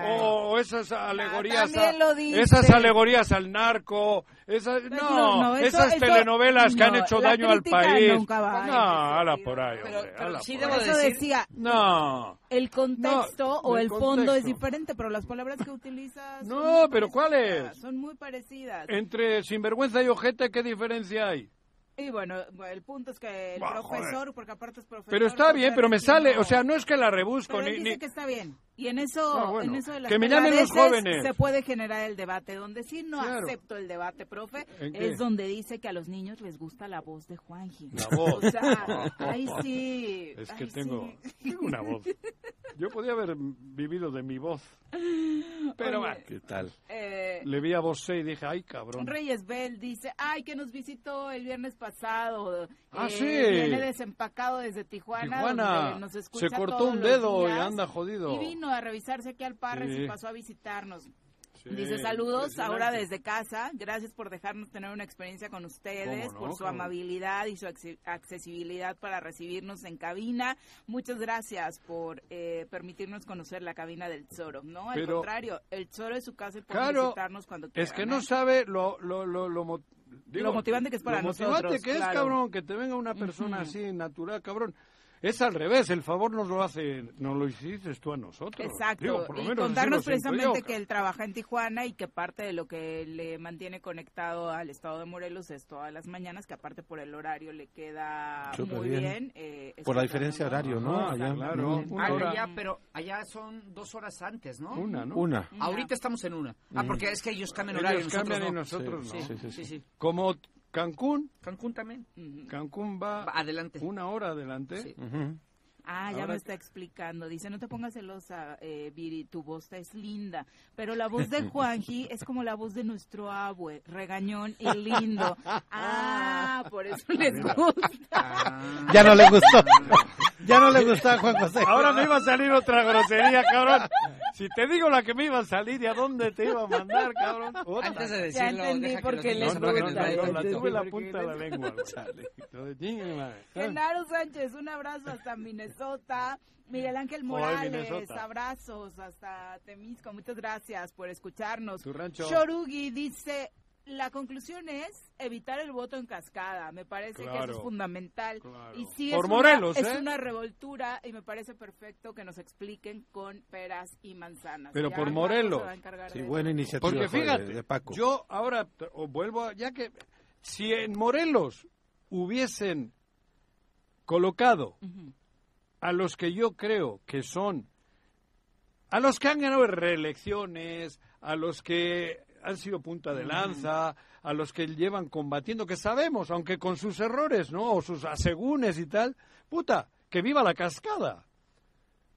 Speaker 3: no. O, o- o esas alegorías.
Speaker 2: también
Speaker 3: a-
Speaker 2: Ah, lo dices. Pues
Speaker 3: esas alegorías al narco. Esas, no,
Speaker 2: no, no, eso-
Speaker 3: esas
Speaker 2: eso-
Speaker 3: telenovelas que han
Speaker 2: no,
Speaker 3: hecho
Speaker 2: la
Speaker 3: daño al
Speaker 2: crítica
Speaker 3: país.
Speaker 2: nunca va a
Speaker 3: no, ala por ahí.
Speaker 2: Pero-
Speaker 3: hombre,
Speaker 2: pero
Speaker 3: ala
Speaker 2: sí
Speaker 3: por
Speaker 2: debo
Speaker 3: ahí.
Speaker 2: Eso decir- decía-
Speaker 3: No.
Speaker 2: El contexto
Speaker 3: No,
Speaker 2: o
Speaker 3: el
Speaker 2: el, fondo es
Speaker 3: contexto.
Speaker 2: diferente, pero las palabras que utilizas son
Speaker 3: No,
Speaker 2: muy
Speaker 3: pero ¿cuál
Speaker 2: parecidas,
Speaker 3: es?
Speaker 2: Son muy parecidas.
Speaker 3: Entre sinvergüenza y ojete, ¿qué diferencia hay?
Speaker 2: Pues Y bueno, el punto es que el
Speaker 3: Bah,
Speaker 2: profesor,
Speaker 3: joder.
Speaker 2: porque aparte es profesor.
Speaker 3: Pero está bien, pero me
Speaker 2: profesor,
Speaker 3: sale.
Speaker 2: no.
Speaker 3: O sea, no es que la rebusco
Speaker 2: Pero él
Speaker 3: ni.
Speaker 2: dice
Speaker 3: ni-
Speaker 2: que está bien. Y en eso,
Speaker 3: Ah, bueno.
Speaker 2: en eso de las
Speaker 3: Que me
Speaker 2: palabras,
Speaker 3: llamen los
Speaker 2: a veces
Speaker 3: jóvenes.
Speaker 2: se puede generar el debate. Donde sí no
Speaker 3: Claro.
Speaker 2: acepto el debate, profe,
Speaker 3: ¿En qué?
Speaker 2: es donde dice que a los niños les gusta la voz de Juanji.
Speaker 3: La voz.
Speaker 2: O sea, ahí sí.
Speaker 3: Es que
Speaker 2: ay,
Speaker 3: tengo,
Speaker 2: sí.
Speaker 3: tengo una voz. Yo podía haber vivido de mi voz. Pero
Speaker 2: Oye,
Speaker 3: va. ¿Qué tal?
Speaker 2: eh,
Speaker 3: Le vi a Bosé y dije, ay, cabrón.
Speaker 2: Reyes Bell dice, ay, que nos visitó el viernes pasado. eh,
Speaker 3: Ah, sí.
Speaker 2: Viene desempacado desde Tijuana.
Speaker 3: Tijuana.
Speaker 2: donde nos escucha
Speaker 3: Se cortó
Speaker 2: todos
Speaker 3: un
Speaker 2: los
Speaker 3: dedo y
Speaker 2: días.
Speaker 3: anda jodido.
Speaker 2: Y vino a revisarse aquí al Parres
Speaker 3: Sí.
Speaker 2: y pasó a visitarnos.
Speaker 3: Sí,
Speaker 2: Dice saludos
Speaker 3: impresionante.
Speaker 2: ahora desde casa. Gracias por dejarnos tener una experiencia con ustedes,
Speaker 3: ¿Cómo no,
Speaker 2: por su
Speaker 3: cabrón?
Speaker 2: amabilidad y su acce- accesibilidad para recibirnos en cabina. Muchas gracias por eh, permitirnos conocer la cabina del Zoro. No, al
Speaker 3: Pero-
Speaker 2: contrario, el Zoro es su casa y puede
Speaker 3: Claro,
Speaker 2: visitarnos cuando quiera.
Speaker 3: Es que no sabe lo, lo, lo, lo, mo- digo,
Speaker 2: motivante que es para
Speaker 3: lo
Speaker 2: nosotros,
Speaker 3: motivante que es,
Speaker 2: claro.
Speaker 3: cabrón, que te venga una persona así, natural, cabrón. Es al revés, el favor nos lo hace, nos lo hiciste tú a nosotros.
Speaker 2: Exacto,
Speaker 3: Digo, por lo
Speaker 2: y
Speaker 3: menos así
Speaker 2: contarnos
Speaker 3: lo siento yo,
Speaker 2: precisamente
Speaker 3: cabrón.
Speaker 2: que él trabaja en Tijuana y que parte de lo que le mantiene conectado al estado de Morelos es todas las mañanas, que aparte por el horario le queda
Speaker 8: Súper
Speaker 2: Ah, muy
Speaker 8: bien.
Speaker 2: bien. eh,
Speaker 8: Por la
Speaker 2: escuchando,
Speaker 8: diferencia de horario, ¿no?
Speaker 3: Ah,
Speaker 8: Allá.
Speaker 3: claro.
Speaker 8: Ujú.
Speaker 3: Una
Speaker 6: Ah,
Speaker 3: hora.
Speaker 6: allá, pero allá son dos horas antes, ¿no?
Speaker 3: Una, ¿no?
Speaker 8: Una.
Speaker 6: Ahorita estamos en una. Ah, porque es que ellos cambian
Speaker 3: Ellos
Speaker 6: horario. nosotros
Speaker 3: cambian y
Speaker 6: no.
Speaker 3: nosotros
Speaker 6: Sí,
Speaker 3: no.
Speaker 6: sí, sí, sí.
Speaker 3: Como Cancún,
Speaker 6: Cancún también.
Speaker 3: Cancún va
Speaker 6: adelante.
Speaker 3: una hora adelante.
Speaker 8: Ujú.
Speaker 2: Ah, ya
Speaker 3: Ahora
Speaker 2: me
Speaker 3: que-
Speaker 2: está explicando. Dice, no te pongas celosa, eh, Viri, tu voz es linda. Pero la voz de Juanji es como la voz de nuestro abue, regañón y lindo. Ah, por eso les gusta.
Speaker 8: Ya no le gustó. ya no le gustó a Juan José.
Speaker 3: Ahora me iba a salir otra grosería, cabrón. Si te digo la que me iba a salir y a dónde te iba a mandar, cabrón. Otra.
Speaker 6: Antes de decirlo,
Speaker 2: entendí
Speaker 6: deja que
Speaker 2: por
Speaker 6: los
Speaker 2: qué
Speaker 6: niños
Speaker 2: les
Speaker 6: se
Speaker 3: No, no,
Speaker 6: apaguen
Speaker 3: no,
Speaker 6: el
Speaker 3: no, no,
Speaker 6: radio.
Speaker 3: la tuve la
Speaker 2: Porque
Speaker 3: punta de la
Speaker 2: no-
Speaker 3: lengua. güey. Chale, hijo de chingue, madre.
Speaker 2: Genaro Sánchez, un abrazo hasta Minnesota. Miguel Ángel
Speaker 3: Joder,
Speaker 2: Morales,
Speaker 3: Minnesota.
Speaker 2: abrazos hasta Temisco. Muchas gracias por escucharnos.
Speaker 3: Tu rancho.
Speaker 2: Shorugi dice, la conclusión es evitar el voto en cascada. Me parece que eso
Speaker 3: Claro,
Speaker 2: es fundamental.
Speaker 3: claro.
Speaker 2: Y sí
Speaker 3: Por
Speaker 2: es
Speaker 3: Morelos,
Speaker 2: una,
Speaker 3: ¿eh?
Speaker 2: es una revoltura y me parece perfecto que nos expliquen con peras y manzanas.
Speaker 3: Pero
Speaker 2: Ya
Speaker 3: por
Speaker 2: Paco
Speaker 3: Morelos.
Speaker 2: se va a encargar
Speaker 8: Sí,
Speaker 2: de-
Speaker 8: buena iniciativa.
Speaker 3: Porque
Speaker 8: joder,
Speaker 3: fíjate,
Speaker 8: de Paco.
Speaker 3: yo ahora t- o vuelvo a, ya que si en Morelos hubiesen colocado a los que yo creo que son, a los que han ganado reelecciones, a los que han sido punta de lanza, a los que llevan combatiendo, que sabemos, aunque con sus errores, ¿no? O sus asegúnes y tal, puta, que viva la cascada.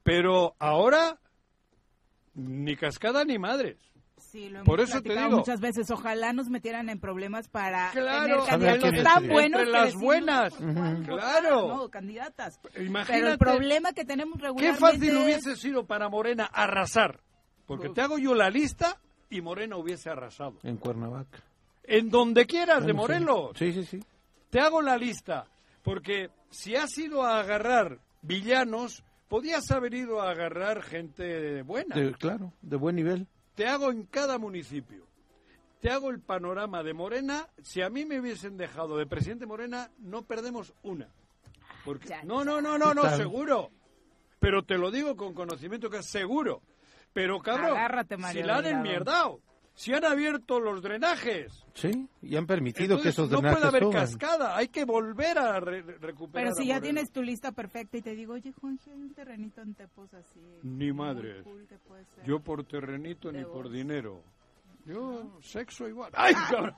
Speaker 3: Pero ahora, ni cascada ni madres.
Speaker 2: Sí, lo hemos
Speaker 3: Por eso te
Speaker 2: platicado
Speaker 3: digo.
Speaker 2: muchas veces. Ojalá nos metieran en problemas para
Speaker 3: Claro,
Speaker 2: tener candidatos tan buenos
Speaker 3: entre
Speaker 2: que
Speaker 3: las
Speaker 2: decimos,
Speaker 3: buenas.
Speaker 2: "Vamos a votar",
Speaker 3: Claro.
Speaker 2: ¿no? candidatas. Pero
Speaker 3: Imagínate.
Speaker 2: el problema que tenemos
Speaker 3: Qué
Speaker 2: regularmente
Speaker 3: fácil
Speaker 2: es-
Speaker 3: hubiese sido para Morena arrasar. Porque te hago yo la lista y Morena hubiese arrasado.
Speaker 4: En Cuernavaca.
Speaker 3: En donde quieras, de
Speaker 4: Bueno, sí.
Speaker 3: Morelos.
Speaker 4: Sí, sí, sí.
Speaker 3: Te hago la lista, porque si has ido a agarrar villanos, podías haber ido a agarrar gente buena.
Speaker 4: De- claro, de buen nivel.
Speaker 3: Te hago en cada municipio. Te hago el panorama de Morena. Si a mí me hubiesen dejado de presidente Morena, no perdemos una. Porque, no, no, no, no, no,
Speaker 4: Total.
Speaker 3: seguro. Pero te lo digo con conocimiento que es seguro. Pero cabrón,
Speaker 2: Agárrate, Mario
Speaker 3: si la han
Speaker 2: Delgado.
Speaker 3: enmierdado, si han abierto los drenajes,
Speaker 4: Sí, y han permitido que
Speaker 3: entonces,
Speaker 4: esos
Speaker 3: no puede
Speaker 4: drenajes
Speaker 3: haber
Speaker 4: suban.
Speaker 3: cascada, hay que volver a re- recuperar.
Speaker 2: Pero si
Speaker 3: a
Speaker 2: ya
Speaker 3: Morena.
Speaker 2: tienes tu lista perfecta y te digo, oye, Juanji, hay un terrenito en Tepos así.
Speaker 3: Ni
Speaker 2: muy
Speaker 3: madre.
Speaker 2: cool que puede ser".
Speaker 3: Yo por terrenito ni por dinero. Yo, sexo igual. ¡Ay,
Speaker 2: Ah,
Speaker 3: cabrón!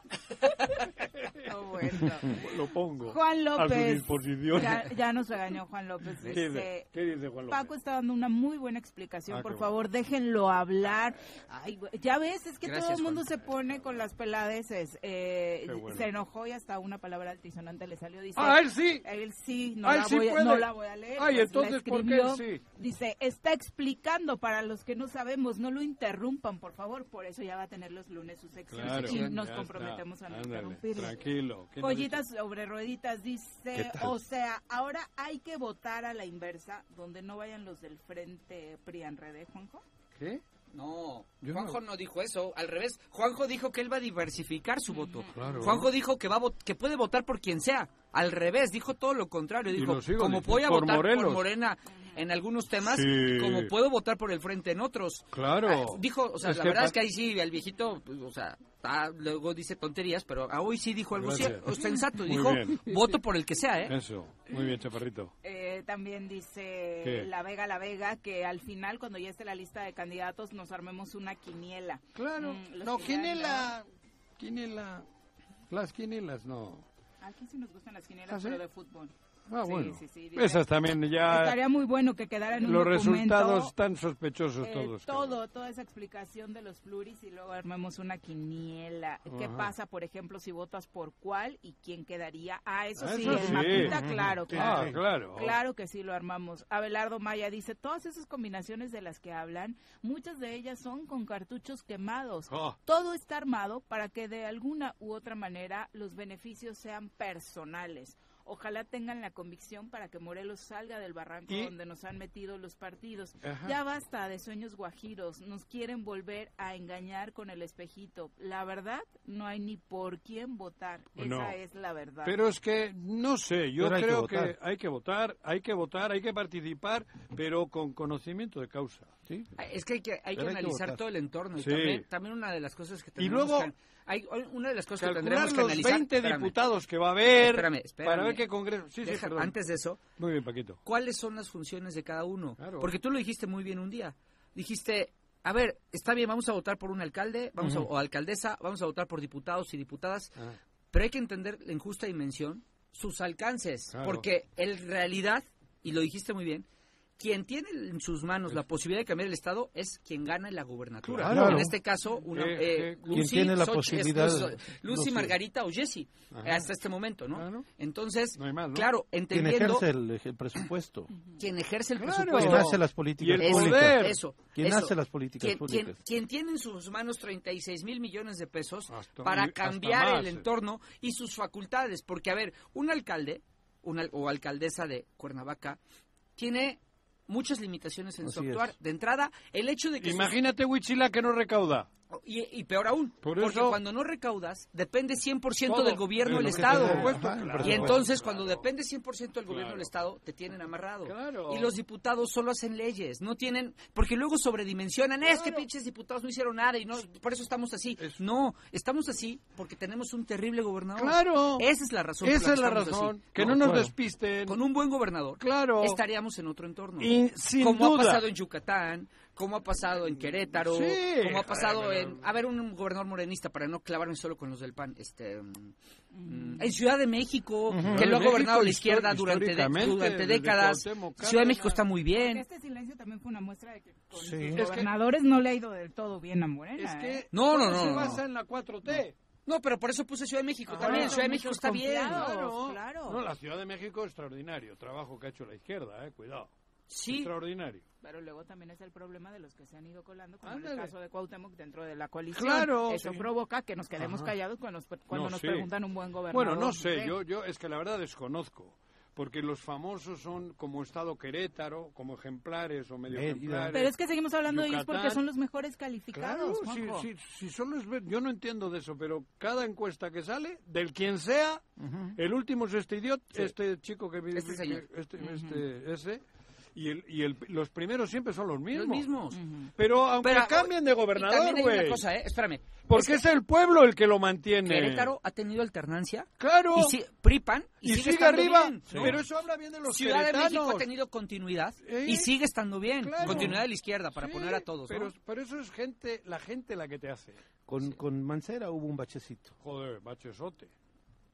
Speaker 3: Lo pongo.
Speaker 2: Juan
Speaker 3: A su
Speaker 2: López.
Speaker 3: disposición.
Speaker 2: Ya, ya nos regañó Juan López.
Speaker 3: ¿Qué
Speaker 2: Dice,
Speaker 3: dice? ¿Qué dice Juan López?
Speaker 2: Paco está dando una muy buena explicación.
Speaker 3: Ah,
Speaker 2: Por
Speaker 3: qué bueno.
Speaker 2: favor, déjenlo hablar. Ay, güey, ya ves, es que
Speaker 3: Gracias,
Speaker 2: todo el
Speaker 3: Juan.
Speaker 2: mundo se pone con las peladeces. Eh,
Speaker 3: Qué bueno.
Speaker 2: Se enojó y hasta una palabra altisonante le salió. Dice,
Speaker 3: Ah, él sí.
Speaker 2: Él sí, no,
Speaker 3: Ah, él
Speaker 2: la,
Speaker 3: sí
Speaker 2: voy, a-
Speaker 3: puede.
Speaker 2: no la voy a leer. pues,
Speaker 3: Ay,
Speaker 2: la
Speaker 3: entonces, ¿por qué él
Speaker 2: escribió.
Speaker 3: sí?
Speaker 2: Dice, está explicando para los que no sabemos, no lo interrumpan, por favor. Por eso ya va a tener los lunes su sección.
Speaker 3: Claro,
Speaker 2: y nos
Speaker 3: ya
Speaker 2: comprometemos
Speaker 3: está.
Speaker 2: a no
Speaker 3: Ándale,
Speaker 2: interrumpirlo.
Speaker 3: tranquilo. ¿Qué nos
Speaker 2: Joyitas sobre rueditas dice,
Speaker 3: ¿Qué tal?
Speaker 2: o sea, ahora hay que votar a la inversa, donde no vayan los del frente PRI-ANREDE, Juanjo.
Speaker 3: ¿Qué?
Speaker 6: No,
Speaker 2: Yo
Speaker 6: Juanjo no. dijo eso. Al revés, Juanjo dijo que él va a diversificar su voto.
Speaker 3: Claro.
Speaker 6: Juanjo dijo que va a vot- que puede votar por quien sea. Al revés, dijo todo lo contrario.
Speaker 3: Y
Speaker 6: Dijo,
Speaker 3: lo sigo
Speaker 6: como
Speaker 3: diciendo,
Speaker 6: voy a
Speaker 3: por
Speaker 6: votar por
Speaker 3: Morelos.
Speaker 6: Morena en algunos temas,
Speaker 3: Sí.
Speaker 6: como puedo votar por el frente en otros.
Speaker 3: Claro.
Speaker 6: Ah, dijo, o sea,
Speaker 3: Es
Speaker 6: la
Speaker 3: que
Speaker 6: verdad
Speaker 3: pa-
Speaker 6: es que ahí sí, al viejito, pues, o sea, ah, luego dice tonterías, pero a hoy sí dijo algo
Speaker 3: Gracias.
Speaker 6: cierto, sensato.
Speaker 3: Muy
Speaker 6: Dijo,
Speaker 3: bien.
Speaker 6: voto por el que sea, ¿eh?
Speaker 3: Eso. Muy bien, chaparrito.
Speaker 2: Eh, también dice
Speaker 3: ¿Qué?
Speaker 2: La Vega La Vega que al final, cuando ya esté la lista de candidatos, nos armemos una quiniela. Mm,
Speaker 3: Claro.
Speaker 2: no,
Speaker 3: quiniela. Quiniela. Las quinielas, no.
Speaker 2: Aquí sí nos gustan las quinielas,
Speaker 3: ¿Ah, sí?
Speaker 2: pero de fútbol.
Speaker 3: Ah,
Speaker 2: Sí,
Speaker 3: bueno.
Speaker 2: sí, sí, dice,
Speaker 3: Esas también ya.
Speaker 2: Estaría muy bueno que quedara en un
Speaker 3: Los
Speaker 2: documento,
Speaker 3: resultados tan sospechosos
Speaker 2: eh,
Speaker 3: todos.
Speaker 2: todo, toda esa explicación de los pluris y luego armemos una quiniela. ¿Qué
Speaker 3: Ajá.
Speaker 2: pasa, por ejemplo, si votas por cuál y quién quedaría? Ah, eso
Speaker 3: Ah,
Speaker 2: sí,
Speaker 3: eso
Speaker 2: el
Speaker 3: sí.
Speaker 2: mapita,
Speaker 3: Ujú.
Speaker 2: claro,
Speaker 3: Sí,
Speaker 2: claro.
Speaker 3: sí. Ah, claro.
Speaker 2: Claro que sí lo armamos. Abelardo Maya dice, todas esas combinaciones de las que hablan, muchas de ellas son con cartuchos quemados.
Speaker 4: Oh.
Speaker 3: Ah.
Speaker 2: Todo está armado para que de alguna u otra manera los beneficios sean personales. Ojalá tengan la convicción para que Morelos salga del barranco
Speaker 3: Y-
Speaker 2: donde nos han metido los partidos.
Speaker 3: Ajá.
Speaker 2: Ya basta de sueños guajiros. Nos quieren volver a engañar con el espejito. La verdad, no hay ni por quién votar.
Speaker 3: No.
Speaker 2: Esa es la verdad.
Speaker 3: Pero es que, no sé, yo
Speaker 4: Pero hay que
Speaker 3: creo que,
Speaker 4: votar.
Speaker 3: hay que votar, hay que votar, hay que participar, pero con conocimiento de causa.
Speaker 4: ¿sí?
Speaker 6: Es que hay que, hay
Speaker 3: Pero
Speaker 6: que
Speaker 3: hay que
Speaker 6: analizar
Speaker 3: votar.
Speaker 6: todo el entorno. Y
Speaker 3: Sí.
Speaker 6: también, también una de las cosas que
Speaker 3: Y
Speaker 6: tendremos
Speaker 3: luego,
Speaker 6: que- hay una de las cosas que
Speaker 3: Calcular
Speaker 6: tendremos que
Speaker 3: los
Speaker 6: analizar.
Speaker 3: 20
Speaker 6: espérame,
Speaker 3: diputados que va a haber
Speaker 6: espérame, espérame.
Speaker 3: para ver qué congreso. Sí, sí,
Speaker 6: Deja-
Speaker 3: perdón.
Speaker 6: antes de eso,
Speaker 3: Muy bien, Paquito.
Speaker 6: ¿cuáles son las funciones de cada uno?
Speaker 3: Claro.
Speaker 6: Porque tú lo dijiste muy bien un día. Dijiste, a ver, está bien, vamos a votar por un alcalde vamos a-
Speaker 3: Ujú.
Speaker 6: o alcaldesa, vamos a votar por diputados y diputadas,
Speaker 3: Ah.
Speaker 6: pero hay que entender en justa dimensión sus alcances,
Speaker 3: Claro.
Speaker 6: porque en realidad, y lo dijiste muy bien, quien tiene en sus manos la posibilidad de cambiar el Estado es quien gana en la gubernatura.
Speaker 4: Claro.
Speaker 6: En este caso, una,
Speaker 4: Eh,
Speaker 6: eh,
Speaker 4: eh,
Speaker 6: Lucy,
Speaker 4: quien tiene la
Speaker 6: Xochitl- es
Speaker 4: posibilidad-
Speaker 6: Lucy- Lucy,
Speaker 4: Lucy.
Speaker 6: Margarita o Jesse,
Speaker 4: Ajá.
Speaker 6: hasta este momento, ¿no? Entonces,
Speaker 3: ¿no?
Speaker 6: claro,
Speaker 4: Quien
Speaker 6: entendiendo
Speaker 4: ejerce el, el presupuesto.
Speaker 6: quien ejerce el
Speaker 4: Claro.
Speaker 6: presupuesto.
Speaker 4: Quien hace las políticas
Speaker 6: Eso,
Speaker 4: públicas.
Speaker 6: Eso,
Speaker 4: Quien
Speaker 6: eso.
Speaker 4: hace las políticas
Speaker 6: Quien- quien-
Speaker 4: públicas.
Speaker 6: quien tiene en sus manos 36 mil millones de pesos
Speaker 4: Hasta-
Speaker 6: para
Speaker 4: hasta
Speaker 6: cambiar
Speaker 4: más,
Speaker 6: el
Speaker 4: eh.
Speaker 6: entorno y sus facultades. Porque, a ver, un alcalde un al- o alcaldesa de Cuernavaca tiene muchas limitaciones en su
Speaker 3: Así es.
Speaker 6: actuar. De entrada, el hecho de que... sus-
Speaker 3: Imagínate Huichila que no recauda.
Speaker 6: y, y peor aún,
Speaker 3: Por
Speaker 6: porque
Speaker 3: eso-
Speaker 6: cuando no recaudas, depende 100%
Speaker 3: Todo.
Speaker 6: del gobierno
Speaker 3: De
Speaker 6: del
Speaker 3: lo que te
Speaker 6: Estado.
Speaker 3: dé, Por supuesto, claro.
Speaker 6: y entonces, cuando depende 100% del gobierno del Estado, te tienen amarrado. Y los diputados solo hacen leyes, no tienen... Porque luego sobredimensionan, es que pinches diputados no hicieron nada y no, por eso estamos así. No, estamos así porque tenemos un terrible gobernador.
Speaker 3: Claro.
Speaker 6: Esa es la razón.
Speaker 3: Esa
Speaker 6: por
Speaker 3: es la
Speaker 6: que estamos
Speaker 3: razón.
Speaker 6: así.
Speaker 3: Que no nos despisten.
Speaker 6: Con un buen gobernador.
Speaker 3: Claro.
Speaker 6: Estaríamos en otro entorno.
Speaker 3: Y sin
Speaker 6: como
Speaker 3: duda.
Speaker 6: ha pasado en Yucatán, como ha pasado en Querétaro,
Speaker 3: Sí.
Speaker 6: como ha pasado
Speaker 3: Ay,
Speaker 6: en... A ver, un gobernador morenista, para no clavarme solo con los del PAN, este... mm, En Ciudad de México,
Speaker 3: Ujú.
Speaker 6: que lo
Speaker 3: Ciudad
Speaker 6: ha
Speaker 3: de
Speaker 6: gobernado
Speaker 3: México,
Speaker 6: la izquierda
Speaker 3: histo-
Speaker 6: durante, de-
Speaker 3: históricamente,
Speaker 6: durante
Speaker 3: desde
Speaker 6: décadas.
Speaker 3: Cuauhtémoc
Speaker 6: Ciudad de México
Speaker 3: Cárdenas.
Speaker 6: está muy bien.
Speaker 2: Este silencio también fue una muestra de que con
Speaker 6: Sí.
Speaker 2: sus
Speaker 6: Es que-
Speaker 2: gobernadores no le ha ido del todo bien a Morena.
Speaker 3: Es que
Speaker 2: ¿eh?
Speaker 6: No, no, no,
Speaker 3: Se
Speaker 6: no.
Speaker 3: basa en la 4T.
Speaker 6: No, pero por eso puse Ciudad de México
Speaker 3: Ah,
Speaker 6: también.
Speaker 3: claro,
Speaker 6: Ciudad de México
Speaker 3: muchos
Speaker 6: está bien.
Speaker 3: confiados, claro. No, la Ciudad de México extraordinario, trabajo que ha hecho la izquierda, eh, cuidado.
Speaker 6: Sí.
Speaker 3: Extraordinario.
Speaker 2: Pero luego también es el problema de los que se han ido colando, como en
Speaker 3: Ándale.
Speaker 2: el caso de Cuauhtémoc dentro de la coalición.
Speaker 3: Claro,
Speaker 2: Eso
Speaker 3: sí.
Speaker 2: provoca que nos quedemos
Speaker 3: Ajá.
Speaker 2: callados cuando nos, cuando
Speaker 3: No
Speaker 2: nos
Speaker 3: sé.
Speaker 2: preguntan un buen gobernador.
Speaker 3: Bueno, no sé,
Speaker 2: Sí.
Speaker 3: yo, yo es que la verdad desconozco. Porque los famosos son como Estado Querétaro, como ejemplares o medio
Speaker 4: Mérida.
Speaker 3: ejemplares.
Speaker 2: Pero es que seguimos hablando de ellos
Speaker 3: Yucatán.
Speaker 2: porque son los mejores
Speaker 3: Claro,
Speaker 2: calificados,
Speaker 3: si,
Speaker 2: Juanjo.
Speaker 3: si, si solo es ver- yo no entiendo de eso, pero cada encuesta que sale, del quien sea, el último es este idiota, este chico que vive,
Speaker 6: Este señor.
Speaker 3: este,
Speaker 6: Ujú.
Speaker 3: este- ese, y, el, y el- los primeros siempre son los mismos.
Speaker 6: Los mismos.
Speaker 3: Pero aunque
Speaker 6: Pero,
Speaker 3: cambien de
Speaker 6: y
Speaker 3: gobernador,
Speaker 6: también hay
Speaker 3: güey.
Speaker 6: una cosa, ¿eh? Espérame.
Speaker 3: Porque es, el pueblo el que lo mantiene.
Speaker 6: Querétaro ha tenido alternancia.
Speaker 3: Claro.
Speaker 6: Y si, PRIPAN.
Speaker 3: Y sigue
Speaker 6: estando
Speaker 3: arriba.
Speaker 6: bien, ¿no?
Speaker 3: Pero eso habla bien de los
Speaker 6: Ciudad de México ha
Speaker 3: queretanos.
Speaker 6: tenido continuidad
Speaker 3: ¿Eh?
Speaker 6: y sigue estando bien.
Speaker 3: Claro.
Speaker 6: Continuidad de la izquierda, para
Speaker 3: Sí,
Speaker 6: poner a todos. ¿no?
Speaker 3: Pero, pero eso es gente, la gente la que te hace.
Speaker 4: Con, con Mancera hubo un bachecito.
Speaker 3: Joder, machesote.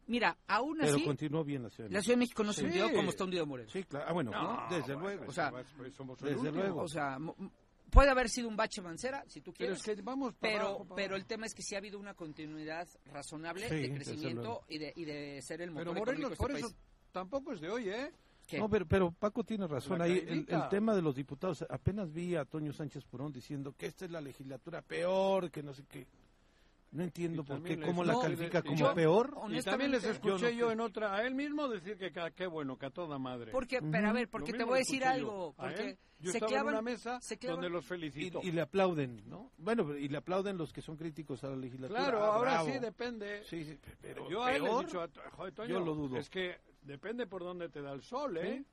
Speaker 6: Mira, aún
Speaker 4: Pero
Speaker 6: así,
Speaker 4: continuó bien la Ciudad de México.
Speaker 6: la Ciudad de México no se
Speaker 4: Sí.
Speaker 6: hundió como está hundido Morelos.
Speaker 4: Sí, claro. Ah, bueno,
Speaker 6: No,
Speaker 4: desde
Speaker 3: bueno,
Speaker 4: luego.
Speaker 3: pues,
Speaker 4: O sea,
Speaker 3: pues, pues, somos el
Speaker 4: desde
Speaker 3: último.
Speaker 4: luego.
Speaker 6: O sea, mo- m- puede haber sido un bache mancera, si tú
Speaker 3: Pero
Speaker 6: quieres.
Speaker 3: es que vamos para
Speaker 6: Pero,
Speaker 3: abajo, para
Speaker 6: pero el
Speaker 3: abajo.
Speaker 6: tema es que sí ha habido una continuidad razonable
Speaker 4: Sí,
Speaker 6: de
Speaker 4: desde
Speaker 6: crecimiento
Speaker 4: luego.
Speaker 6: y de, y de ser el motor
Speaker 3: Pero
Speaker 6: económico de
Speaker 3: Morelos,
Speaker 6: este
Speaker 3: por eso,
Speaker 6: país.
Speaker 3: tampoco es de hoy, ¿eh?
Speaker 6: ¿Qué?
Speaker 4: No, pero, pero Paco tiene razón.
Speaker 3: La
Speaker 4: Ahí el,
Speaker 3: caidita.
Speaker 4: el tema de los diputados. Apenas vi a Toño Sánchez Purón diciendo que esta es la legislatura peor, que no sé qué. No entiendo
Speaker 3: Y
Speaker 4: por qué.
Speaker 3: también
Speaker 4: ¿Cómo
Speaker 3: les-
Speaker 4: la
Speaker 3: no,
Speaker 4: califica
Speaker 3: y-
Speaker 4: como
Speaker 3: yo-
Speaker 4: peor?
Speaker 3: Y también
Speaker 6: Honestamente,
Speaker 3: les escuché yo,
Speaker 4: yo no-
Speaker 3: en otra, a él mismo decir que ca- qué bueno, que a toda madre.
Speaker 6: Porque, pero a ver, porque
Speaker 3: Lo
Speaker 6: te
Speaker 3: mismo
Speaker 6: voy
Speaker 3: le
Speaker 6: a decir
Speaker 3: escuché
Speaker 6: algo.
Speaker 3: yo a él.
Speaker 6: Porque
Speaker 3: Yo
Speaker 6: se
Speaker 3: estaba en
Speaker 6: clavan,
Speaker 3: una mesa
Speaker 6: se clavan-
Speaker 3: donde los felicito.
Speaker 4: Y, y le aplauden, ¿no? Bueno, pero- y le aplauden los que son críticos a la legislatura.
Speaker 3: Claro,
Speaker 4: Ah,
Speaker 3: ahora
Speaker 4: bravo.
Speaker 3: sí depende.
Speaker 4: Sí, sí, pero
Speaker 3: yo a él le he
Speaker 4: peor.
Speaker 3: dicho, a to- joder, Toño,
Speaker 4: Yo lo dudo.
Speaker 3: es que depende por dónde te da el sol, ¿eh?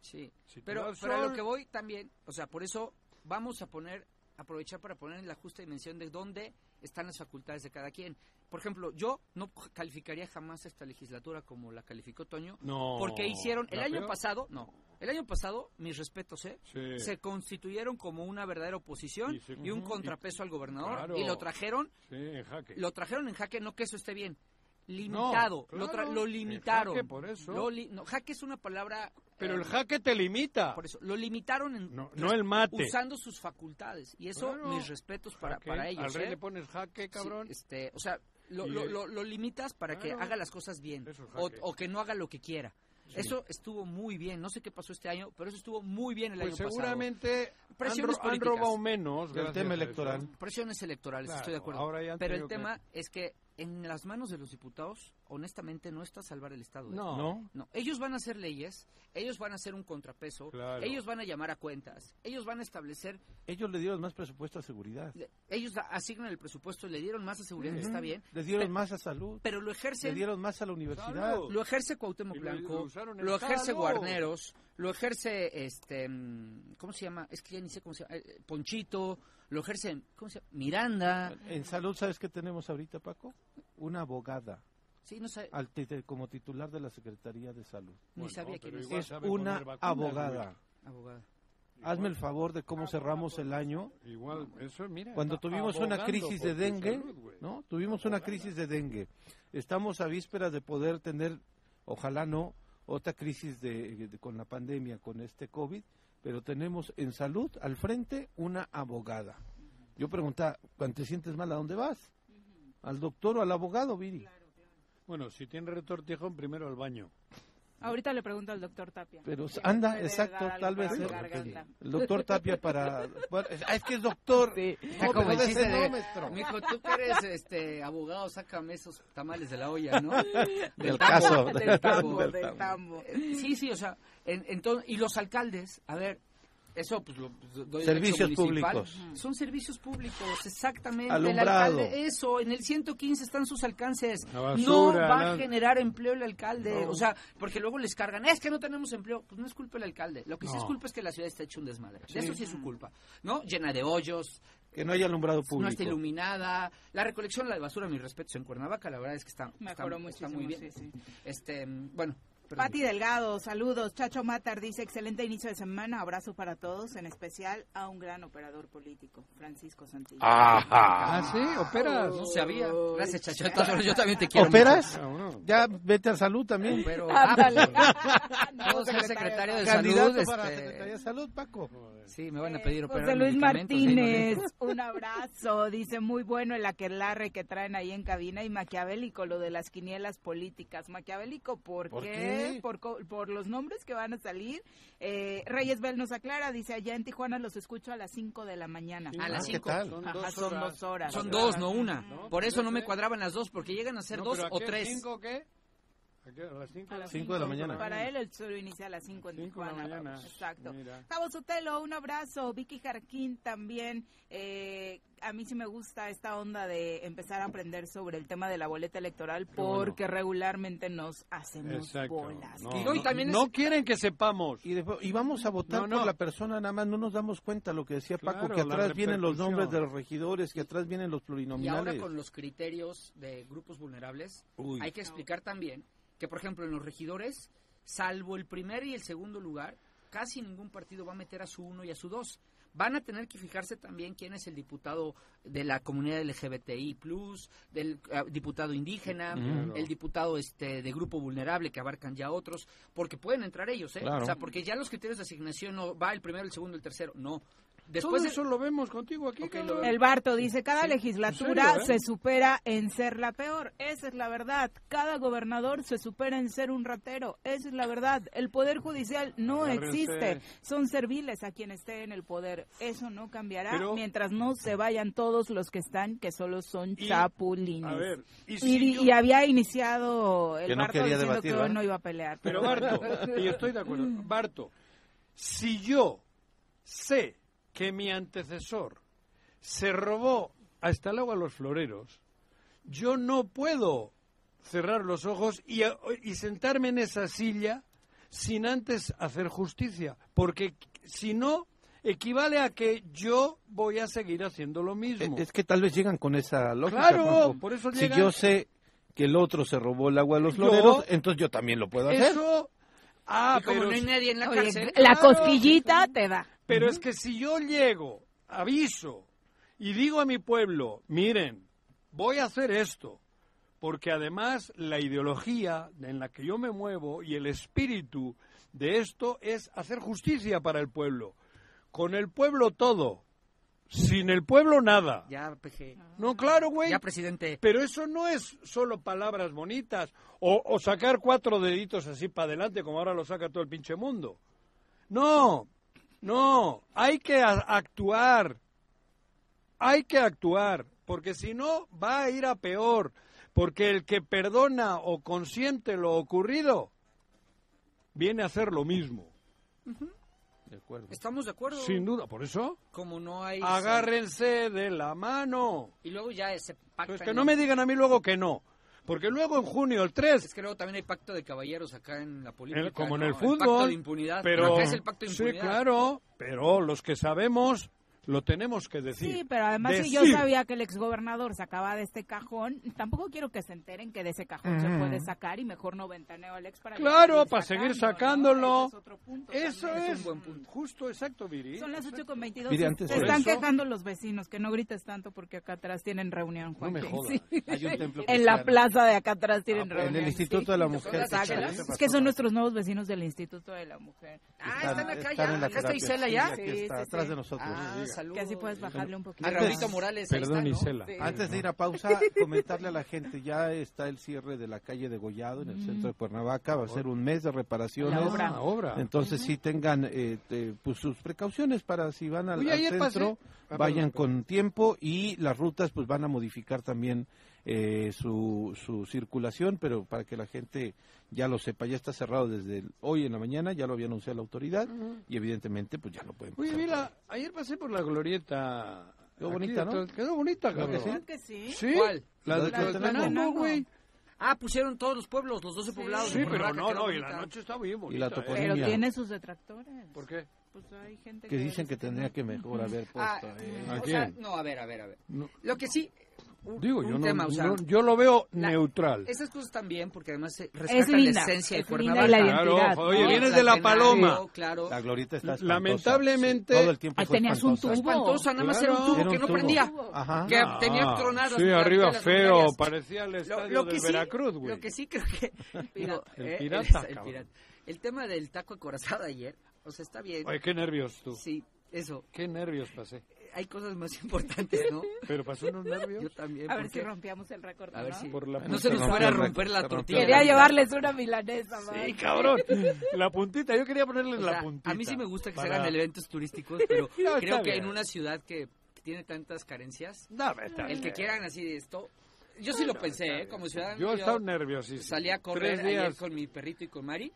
Speaker 6: Sí,
Speaker 3: Si te da
Speaker 6: pero,
Speaker 3: el
Speaker 6: pero a lo
Speaker 3: sol-
Speaker 6: que voy también, o sea, por eso vamos a poner, aprovechar para poner en la justa dimensión de dónde están las facultades de cada quien. Por ejemplo, yo no calificaría jamás esta legislatura como la calificó Toño,
Speaker 3: No.
Speaker 6: porque hicieron, el
Speaker 3: ¿La
Speaker 6: año
Speaker 3: peor?
Speaker 6: pasado, no, el año pasado, mis respetos, ¿eh?
Speaker 3: Sí.
Speaker 6: se constituyeron como una verdadera oposición
Speaker 3: Y se-
Speaker 6: y un
Speaker 3: Ujú.
Speaker 6: contrapeso al gobernador
Speaker 3: Claro.
Speaker 6: y lo trajeron
Speaker 3: Sí, en jaque.
Speaker 6: lo trajeron en jaque, no que eso esté bien. Limitado,
Speaker 3: No,
Speaker 6: lo, tra-
Speaker 3: claro,
Speaker 6: lo
Speaker 3: en
Speaker 6: limitaron.
Speaker 3: jaque, por eso.
Speaker 6: Lo li- no, jaque es una palabra.
Speaker 3: Pero el
Speaker 6: eh,
Speaker 3: jaque te limita.
Speaker 6: Por eso, lo limitaron en,
Speaker 3: No- no el mate.
Speaker 6: usando sus facultades. Y eso,
Speaker 3: Claro.
Speaker 6: mis respetos para,
Speaker 3: Jaque.
Speaker 6: para ellos.
Speaker 3: Al rey
Speaker 6: ¿eh?
Speaker 3: le pones jaque, cabrón.
Speaker 6: Sí, este, o sea, lo,
Speaker 3: Y,
Speaker 6: lo-
Speaker 3: eh,
Speaker 6: lo- lo limitas para
Speaker 3: claro.
Speaker 6: que haga las cosas bien
Speaker 3: Eso es
Speaker 6: o,
Speaker 3: jaque.
Speaker 6: o que no haga lo que quiera. Eso estuvo muy bien. No sé qué pasó este año, pero eso estuvo muy bien el
Speaker 3: pues
Speaker 6: año
Speaker 3: seguramente han
Speaker 6: Presiones
Speaker 3: ro- han,
Speaker 6: políticas.
Speaker 3: robado menos.
Speaker 4: Del
Speaker 3: gracias a
Speaker 4: tema
Speaker 3: eso.
Speaker 4: electoral.
Speaker 6: pasado. Presiones electorales,
Speaker 3: Claro,
Speaker 6: estoy de acuerdo.
Speaker 3: ahora ya han
Speaker 6: pero el
Speaker 3: tenido que-
Speaker 6: tema es que en las manos de los diputados, honestamente, no está salvar el Estado. ¿eh?
Speaker 3: No.
Speaker 4: ¿No?
Speaker 6: No, ellos van a hacer leyes, ellos van a hacer un contrapeso,
Speaker 3: Claro.
Speaker 6: ellos van a llamar a cuentas, ellos van a establecer
Speaker 4: Ellos le dieron más presupuesto a seguridad.
Speaker 6: Le- ellos a- asignan el presupuesto, le dieron más a seguridad,
Speaker 4: Ujú.
Speaker 6: está bien,
Speaker 4: Le dieron
Speaker 6: Pe-
Speaker 4: más a salud.
Speaker 6: pero lo
Speaker 4: Le
Speaker 6: ejercen,
Speaker 4: dieron más a la universidad.
Speaker 3: Claro.
Speaker 6: lo ejerce Cuauhtémoc
Speaker 3: Y lo- lo
Speaker 6: Blanco,
Speaker 3: usaron en
Speaker 6: lo ejerce
Speaker 3: Estado.
Speaker 6: Guarneros, lo ejerce este mm, ¿cómo se llama? Es que ya ni sé cómo se llama, eh, Ponchito, lo ejerce ¿cómo se llama? Miranda.
Speaker 4: En salud, ¿sabes qué tenemos ahorita, Paco? Una abogada
Speaker 6: Sí, no sé,
Speaker 4: al ti- como titular de la Secretaría de Salud.
Speaker 6: ni sabía quién
Speaker 3: pero
Speaker 6: es
Speaker 3: igual
Speaker 4: Es
Speaker 3: sabe
Speaker 4: una
Speaker 3: poner vacunas,
Speaker 4: abogada.
Speaker 6: abogada.
Speaker 4: Hazme el favor de cómo cerramos el año.
Speaker 3: güey. Ah, pues, Igual, eso, mira.
Speaker 4: Cuando
Speaker 3: está
Speaker 4: tuvimos una
Speaker 3: abogando
Speaker 4: crisis
Speaker 3: por
Speaker 4: de
Speaker 3: tu
Speaker 4: dengue,
Speaker 3: salud, güey.
Speaker 4: ¿no? Tuvimos una crisis de dengue. Estamos a vísperas de poder tener, ojalá no, otra crisis de, de- con la pandemia, con este COVID, pero tenemos en salud al frente una abogada. Yo preguntaba, ¿cuando te sientes mal, a dónde vas? ¿Al doctor o al abogado, Viri?
Speaker 3: Bueno, si tiene retortijón, primero al baño.
Speaker 2: Ahorita le pregunto al doctor Tapia.
Speaker 4: Pero
Speaker 2: Sí,
Speaker 4: anda,
Speaker 2: puede
Speaker 4: exacto,
Speaker 2: dar algo
Speaker 4: tal vez
Speaker 2: para
Speaker 4: el,
Speaker 2: la garganta.
Speaker 4: el doctor Tapia para... para- ah, es que es doctor.
Speaker 6: Está
Speaker 4: No,
Speaker 6: como el
Speaker 4: pero
Speaker 6: chiste
Speaker 4: ese
Speaker 6: de,
Speaker 4: no, maestro.
Speaker 6: mijo, tú que eres este, abogado, sácame esos tamales de la olla, ¿no?
Speaker 4: Del
Speaker 6: tambo,
Speaker 4: caso.
Speaker 6: Del tambo,
Speaker 4: Del
Speaker 2: Del tambo.
Speaker 6: Eh, Sí, sí, o sea, en, entonces- y los alcaldes, a ver, Eso, pues, lo, pues, doy el
Speaker 8: Servicios
Speaker 6: hecho municipal.
Speaker 8: públicos.
Speaker 6: Ujú. Son servicios públicos, exactamente.
Speaker 8: Alumbrado.
Speaker 6: El alcalde, eso, en el 115 están sus alcances.
Speaker 8: La
Speaker 6: no
Speaker 8: basura,
Speaker 6: va
Speaker 8: la-
Speaker 6: a generar empleo el alcalde.
Speaker 8: No.
Speaker 6: O sea, porque luego les cargan, es que no tenemos empleo. Pues no es culpa del alcalde. Lo que sí
Speaker 8: No.
Speaker 6: es culpa es que la ciudad está hecha un desmadre.
Speaker 8: Sí.
Speaker 6: Eso sí es su culpa. ¿No? Llena de hoyos,
Speaker 8: Que no haya alumbrado
Speaker 6: no
Speaker 8: público.
Speaker 6: está iluminada. La recolección de la basura, mis respetos, en Cuernavaca, la verdad es que está,
Speaker 2: Mejoró
Speaker 6: está,
Speaker 2: muchísimo,
Speaker 6: está muy bien.
Speaker 2: sí,
Speaker 6: Este, bueno. perdón.
Speaker 2: Pati Delgado, saludos. Chacho Matar dice, excelente inicio de semana, abrazo para todos, en especial a un gran operador político, Francisco Santillo.
Speaker 3: Ajá. Ah, sí, operas.
Speaker 6: Oh, No sabía. Gracias, Chacho. De todas formas, Yo también te quiero.
Speaker 8: ¿Operas?
Speaker 6: mucho.
Speaker 8: Ya vete a salud también.
Speaker 6: Pero, ah,
Speaker 8: Ándale.
Speaker 6: puedo ser secretario de
Speaker 8: Candidato
Speaker 6: salud.
Speaker 8: para
Speaker 6: este,
Speaker 8: Secretaría de Salud, Paco.
Speaker 6: Sí, me
Speaker 12: Eh,
Speaker 6: van a
Speaker 12: pues,
Speaker 6: pedir operar.
Speaker 2: José Luis
Speaker 6: medicamentos, ahí
Speaker 2: Martínez,
Speaker 6: no
Speaker 2: un abrazo. Dice muy bueno el aquelarre que traen ahí en cabina y maquiavélico lo de las quinielas políticas. Maquiavélico, ¿por,
Speaker 6: ¿Por
Speaker 2: qué?
Speaker 6: qué?
Speaker 2: Por, co- por los nombres que van a salir. Eh, Reyes Bell nos aclara, dice allá en Tijuana los escucho a las 5 de la mañana.
Speaker 6: A
Speaker 3: Ah,
Speaker 6: las 5.
Speaker 2: Ajá, Son, dos, horas.
Speaker 6: Son dos, no una. Por eso no me cuadraban las dos, porque llegan a ser
Speaker 3: No,
Speaker 6: dos
Speaker 3: pero ¿a
Speaker 6: o
Speaker 3: qué?
Speaker 6: tres.
Speaker 3: ¿Cinco qué? ¿A qué? ¿A las cinco?
Speaker 2: A las
Speaker 8: Cinco de la
Speaker 2: cinco.
Speaker 8: mañana.
Speaker 2: Para él el suelo inicia a las 5 en
Speaker 3: Cinco de la
Speaker 2: Tijuana.
Speaker 3: mañana.
Speaker 2: Exacto.
Speaker 3: Mira.
Speaker 2: Cabo Sotelo, un abrazo. Vicky Jarquín también. Eh, a mí sí me gusta esta onda de empezar a aprender sobre el tema de la boleta electoral
Speaker 3: bueno.
Speaker 2: porque regularmente nos hacemos
Speaker 3: Exacto.
Speaker 2: bolas.
Speaker 3: No,
Speaker 8: Y hoy
Speaker 3: no,
Speaker 8: también es-
Speaker 3: no quieren que sepamos.
Speaker 8: Y, después- y vamos a votar
Speaker 3: No, no.
Speaker 8: por la persona, nada más no nos damos cuenta lo que decía
Speaker 3: Claro,
Speaker 8: Paco, que
Speaker 3: la
Speaker 8: atrás vienen los
Speaker 3: repercusión.
Speaker 8: nombres de los regidores, que atrás vienen los
Speaker 6: Y ahora
Speaker 8: plurinominales.
Speaker 6: con los criterios de grupos vulnerables,
Speaker 8: Uy.
Speaker 6: hay que explicar también que, por ejemplo, en los regidores, salvo el primer y el segundo lugar, casi ningún partido va a meter a su uno y a su dos. Van a tener que fijarse también quién es el diputado de la comunidad LGBTI+, del ah, diputado indígena,
Speaker 8: Claro.
Speaker 6: el diputado este de grupo vulnerable que abarcan ya otros, porque pueden entrar ellos, ¿eh?
Speaker 8: Claro.
Speaker 6: O sea, porque ya los criterios de asignación no va el primero, el segundo, el tercero, no.
Speaker 3: Después
Speaker 6: Después de-
Speaker 3: eso lo vemos contigo aquí. cabrón.
Speaker 2: El Barto dice, cada legislatura
Speaker 3: ¿En serio, eh?
Speaker 2: se supera en ser la peor. Esa es la verdad. Cada gobernador se supera en ser un ratero. Esa es la verdad. El Poder Judicial no
Speaker 3: Agárrense.
Speaker 2: existe. Son serviles a quien esté en el poder. Eso no cambiará
Speaker 3: Pero-
Speaker 2: mientras no se vayan todos los que están, que solo son chapulines.
Speaker 3: a ver, y
Speaker 2: y,
Speaker 3: si yo-
Speaker 2: y había iniciado el
Speaker 8: Que no
Speaker 2: Barto
Speaker 8: quería
Speaker 2: diciendo
Speaker 8: debatir,
Speaker 2: que hoy
Speaker 8: ¿verdad?
Speaker 2: no iba a pelear.
Speaker 3: Pero Barto, y estoy de acuerdo, Barto, si yo sé que mi antecesor se robó hasta el agua a los floreros, yo no puedo cerrar los ojos y, y sentarme en esa silla sin antes hacer justicia, porque si no, equivale a que yo voy a seguir haciendo lo mismo.
Speaker 8: Es que tal vez llegan con esa lógica.
Speaker 3: Claro,
Speaker 8: Paco.
Speaker 3: por eso
Speaker 8: Si
Speaker 3: llegan-
Speaker 8: yo sé que el otro se robó el agua a los
Speaker 3: Yo-
Speaker 8: loreros, entonces yo también lo puedo hacer.
Speaker 3: Eso... Ah,
Speaker 6: Y como
Speaker 3: pero
Speaker 6: no hay
Speaker 3: si-
Speaker 6: nadie en la
Speaker 2: Oye,
Speaker 6: cárcel,
Speaker 2: la
Speaker 3: Claro.
Speaker 2: cosquillita te da.
Speaker 3: Pero es que si yo llego, aviso y digo a mi pueblo, miren, voy a hacer esto, porque además la ideología en la que yo me muevo y el espíritu de esto es hacer justicia para el pueblo. Con el pueblo todo, sin el pueblo nada.
Speaker 6: ya, PG,
Speaker 3: No, claro, güey.
Speaker 6: ya presidente.
Speaker 3: Pero eso no es solo palabras bonitas o, o sacar cuatro deditos así para adelante como ahora lo saca todo el pinche mundo. No, no, hay que a- actuar. Hay que actuar, porque si no va a ir a peor, porque el que perdona o consiente lo ocurrido viene a hacer lo mismo.
Speaker 8: De acuerdo.
Speaker 6: Estamos de acuerdo.
Speaker 3: Sin duda, por eso
Speaker 6: Como no hay.
Speaker 3: agárrense de la mano.
Speaker 6: Y luego ya ese pacto.
Speaker 3: Pues que no me digan a mí luego que no, porque luego en junio el 3
Speaker 6: Es que luego también hay pacto de caballeros acá en la política.
Speaker 3: En- Eh, como en
Speaker 6: ¿no?
Speaker 3: el
Speaker 6: pacto
Speaker 3: fútbol.
Speaker 6: de impunidad.
Speaker 3: Pero,
Speaker 6: acá es el pacto de
Speaker 3: sí,
Speaker 6: impunidad.
Speaker 3: claro, pero los que sabemos lo tenemos que decir.
Speaker 2: Sí, pero además si yo
Speaker 3: Decir.
Speaker 2: sabía que el exgobernador sacaba de este cajón, tampoco quiero que se enteren que de ese cajón se
Speaker 3: Mm.
Speaker 2: puede sacar y mejor no ventaneo al ex para
Speaker 3: Claro,
Speaker 2: seguir
Speaker 3: para seguir
Speaker 2: sacando, ¿no? Ese
Speaker 3: sacándolo.
Speaker 2: es otro punto
Speaker 3: Eso
Speaker 2: también.
Speaker 3: es,
Speaker 6: un buen punto.
Speaker 3: justo, exacto, Viri.
Speaker 2: Son las 8 con 22.
Speaker 8: Mire,
Speaker 2: Se-
Speaker 8: antes
Speaker 2: se
Speaker 8: por
Speaker 2: están
Speaker 3: eso-
Speaker 2: quejando los vecinos, que no grites tanto porque acá atrás tienen reunión,
Speaker 8: No
Speaker 2: Juan.
Speaker 8: me
Speaker 2: Sí.
Speaker 8: jodas. Hay un templo
Speaker 2: En la
Speaker 8: cristiano.
Speaker 2: plaza de acá atrás tienen
Speaker 8: Ah,
Speaker 2: reunión.
Speaker 8: En el Instituto de la Mujer.
Speaker 2: Exacto. Es que son nuestros nuevos vecinos del Instituto de la Mujer.
Speaker 8: Están-
Speaker 6: Ah, están acá
Speaker 8: están
Speaker 6: ya.
Speaker 8: en la
Speaker 6: Acá está
Speaker 8: terapia.
Speaker 6: Isela
Speaker 8: Sí,
Speaker 6: ya.
Speaker 8: aquí está, atrás de nosotros.
Speaker 6: Ah,
Speaker 8: Diga.
Speaker 6: saludos.
Speaker 2: Que así puedes bajarle un poquito.
Speaker 6: A
Speaker 8: Antes-
Speaker 6: Raulito Morales. ahí
Speaker 3: Perdón,
Speaker 6: está, ¿no?
Speaker 3: Isela.
Speaker 2: Sí.
Speaker 8: Antes de ir a pausa, comentarle a la gente, ya está el cierre de la calle de Gollado en el centro de Cuernavaca, va a ser un mes de reparaciones.
Speaker 2: La obra.
Speaker 3: Ah, obra.
Speaker 8: Entonces sí tengan eh, te- pues, sus precauciones para si van al,
Speaker 3: Oye,
Speaker 8: al
Speaker 3: ayer pasé-
Speaker 8: centro,
Speaker 4: vayan con tiempo y las rutas pues van a modificar también eh, su, su circulación, pero para que la gente ya lo sepa, ya está cerrado desde el- hoy en la mañana, ya lo había anunciado la autoridad y evidentemente pues ya no pueden
Speaker 3: Oye,
Speaker 4: pasar.
Speaker 3: mira, ayer pasé por la glorieta.
Speaker 4: Quedó
Speaker 3: aquí
Speaker 4: bonita, ¿no?
Speaker 3: detrás. Quedó bonita,
Speaker 4: ¿Verdad
Speaker 3: cabrón.
Speaker 4: que sí? ¿Verdad
Speaker 6: que sí?
Speaker 3: Sí.
Speaker 6: ¿Cuál?
Speaker 3: La de
Speaker 6: La de
Speaker 3: Tlaltenango,
Speaker 6: Tlaltenango.
Speaker 3: güey.
Speaker 6: Ah, pusieron todos los pueblos, los 12 poblados.
Speaker 3: Sí,
Speaker 6: de
Speaker 3: pero
Speaker 6: Cuernavaca,
Speaker 3: no,
Speaker 6: quedó
Speaker 3: no, y la
Speaker 6: bonita.
Speaker 3: noche está bien
Speaker 4: Y la
Speaker 3: bonita, ¿eh?
Speaker 4: toponimia.
Speaker 2: Pero tiene sus detractores.
Speaker 3: ¿Por qué?
Speaker 2: Pues hay gente
Speaker 4: Que dicen que tendría que mejorar ver
Speaker 6: Ah,
Speaker 4: puesto. eh.
Speaker 6: o sea, no, a ver, a ver, a ver.
Speaker 3: No.
Speaker 6: Lo que sí, un,
Speaker 3: Digo,
Speaker 6: un
Speaker 3: yo, no,
Speaker 6: tema, o sea,
Speaker 3: no- yo lo veo
Speaker 6: la- Eh,
Speaker 3: neutral.
Speaker 6: Esas cosas también, porque además se rescatan
Speaker 2: linda,
Speaker 6: la esencia
Speaker 2: es
Speaker 6: de
Speaker 2: linda
Speaker 6: Cuernavaca.
Speaker 2: y la identidad, Claro,
Speaker 3: oye, ¿no? vienes de La Paloma.
Speaker 6: Claro, Oh, claro.
Speaker 4: La glorieta está espantosa.
Speaker 3: Lamentablemente-
Speaker 4: Todo el tiempo
Speaker 3: Ah,
Speaker 4: fue
Speaker 3: tenías un
Speaker 4: espantosa.
Speaker 6: tubo. Espantosa, nada más era un tubo
Speaker 4: Era
Speaker 6: que no
Speaker 4: tubo.
Speaker 6: prendía.
Speaker 4: Ajá.
Speaker 6: Que tenía que tronar las-
Speaker 3: Sí,
Speaker 6: las-
Speaker 3: arriba
Speaker 6: las
Speaker 3: feo,
Speaker 6: murallas.
Speaker 3: parecía el estadio de Veracruz, güey.
Speaker 6: Lo que sí creo que... digo,
Speaker 3: El
Speaker 6: eh,
Speaker 3: pirata,
Speaker 6: es- el,
Speaker 3: cabrón.
Speaker 6: pirata. El tema del taco acorazado ayer, o sea, está bien.
Speaker 3: Oye, qué nervios tú.
Speaker 6: Sí, eso. Eh,
Speaker 3: Qué nervios pasé.
Speaker 6: Hay cosas más importantes, ¿no?
Speaker 3: Pero pasó unos nervios.
Speaker 6: Yo también.
Speaker 2: A ver si
Speaker 6: porque-
Speaker 2: rompíamos el récord.
Speaker 6: A ver
Speaker 2: ¿no?
Speaker 6: si...
Speaker 3: Por la
Speaker 6: no se nos
Speaker 3: puntita.
Speaker 6: fuera a
Speaker 3: Se
Speaker 6: romper la
Speaker 3: rompió.
Speaker 6: tortilla.
Speaker 2: Quería llevarles una milanesa,
Speaker 3: Sí,
Speaker 2: man.
Speaker 3: cabrón. La puntita, yo quería ponerle
Speaker 6: O
Speaker 3: la
Speaker 6: sea,
Speaker 3: puntita.
Speaker 6: A mí sí me gusta que se
Speaker 3: Para-
Speaker 6: hagan eventos turísticos, pero
Speaker 3: No,
Speaker 6: creo
Speaker 3: está
Speaker 6: que
Speaker 3: bien.
Speaker 6: en una ciudad que tiene tantas carencias,
Speaker 3: No, está
Speaker 6: el
Speaker 3: bien. Ah,
Speaker 6: que quieran así de esto, yo sí lo pensé, ¿eh? como ciudadano.
Speaker 3: Yo estaba nerviosísimo.
Speaker 6: Salí a correr
Speaker 3: Tres días.
Speaker 6: ayer con mi perrito y con Mari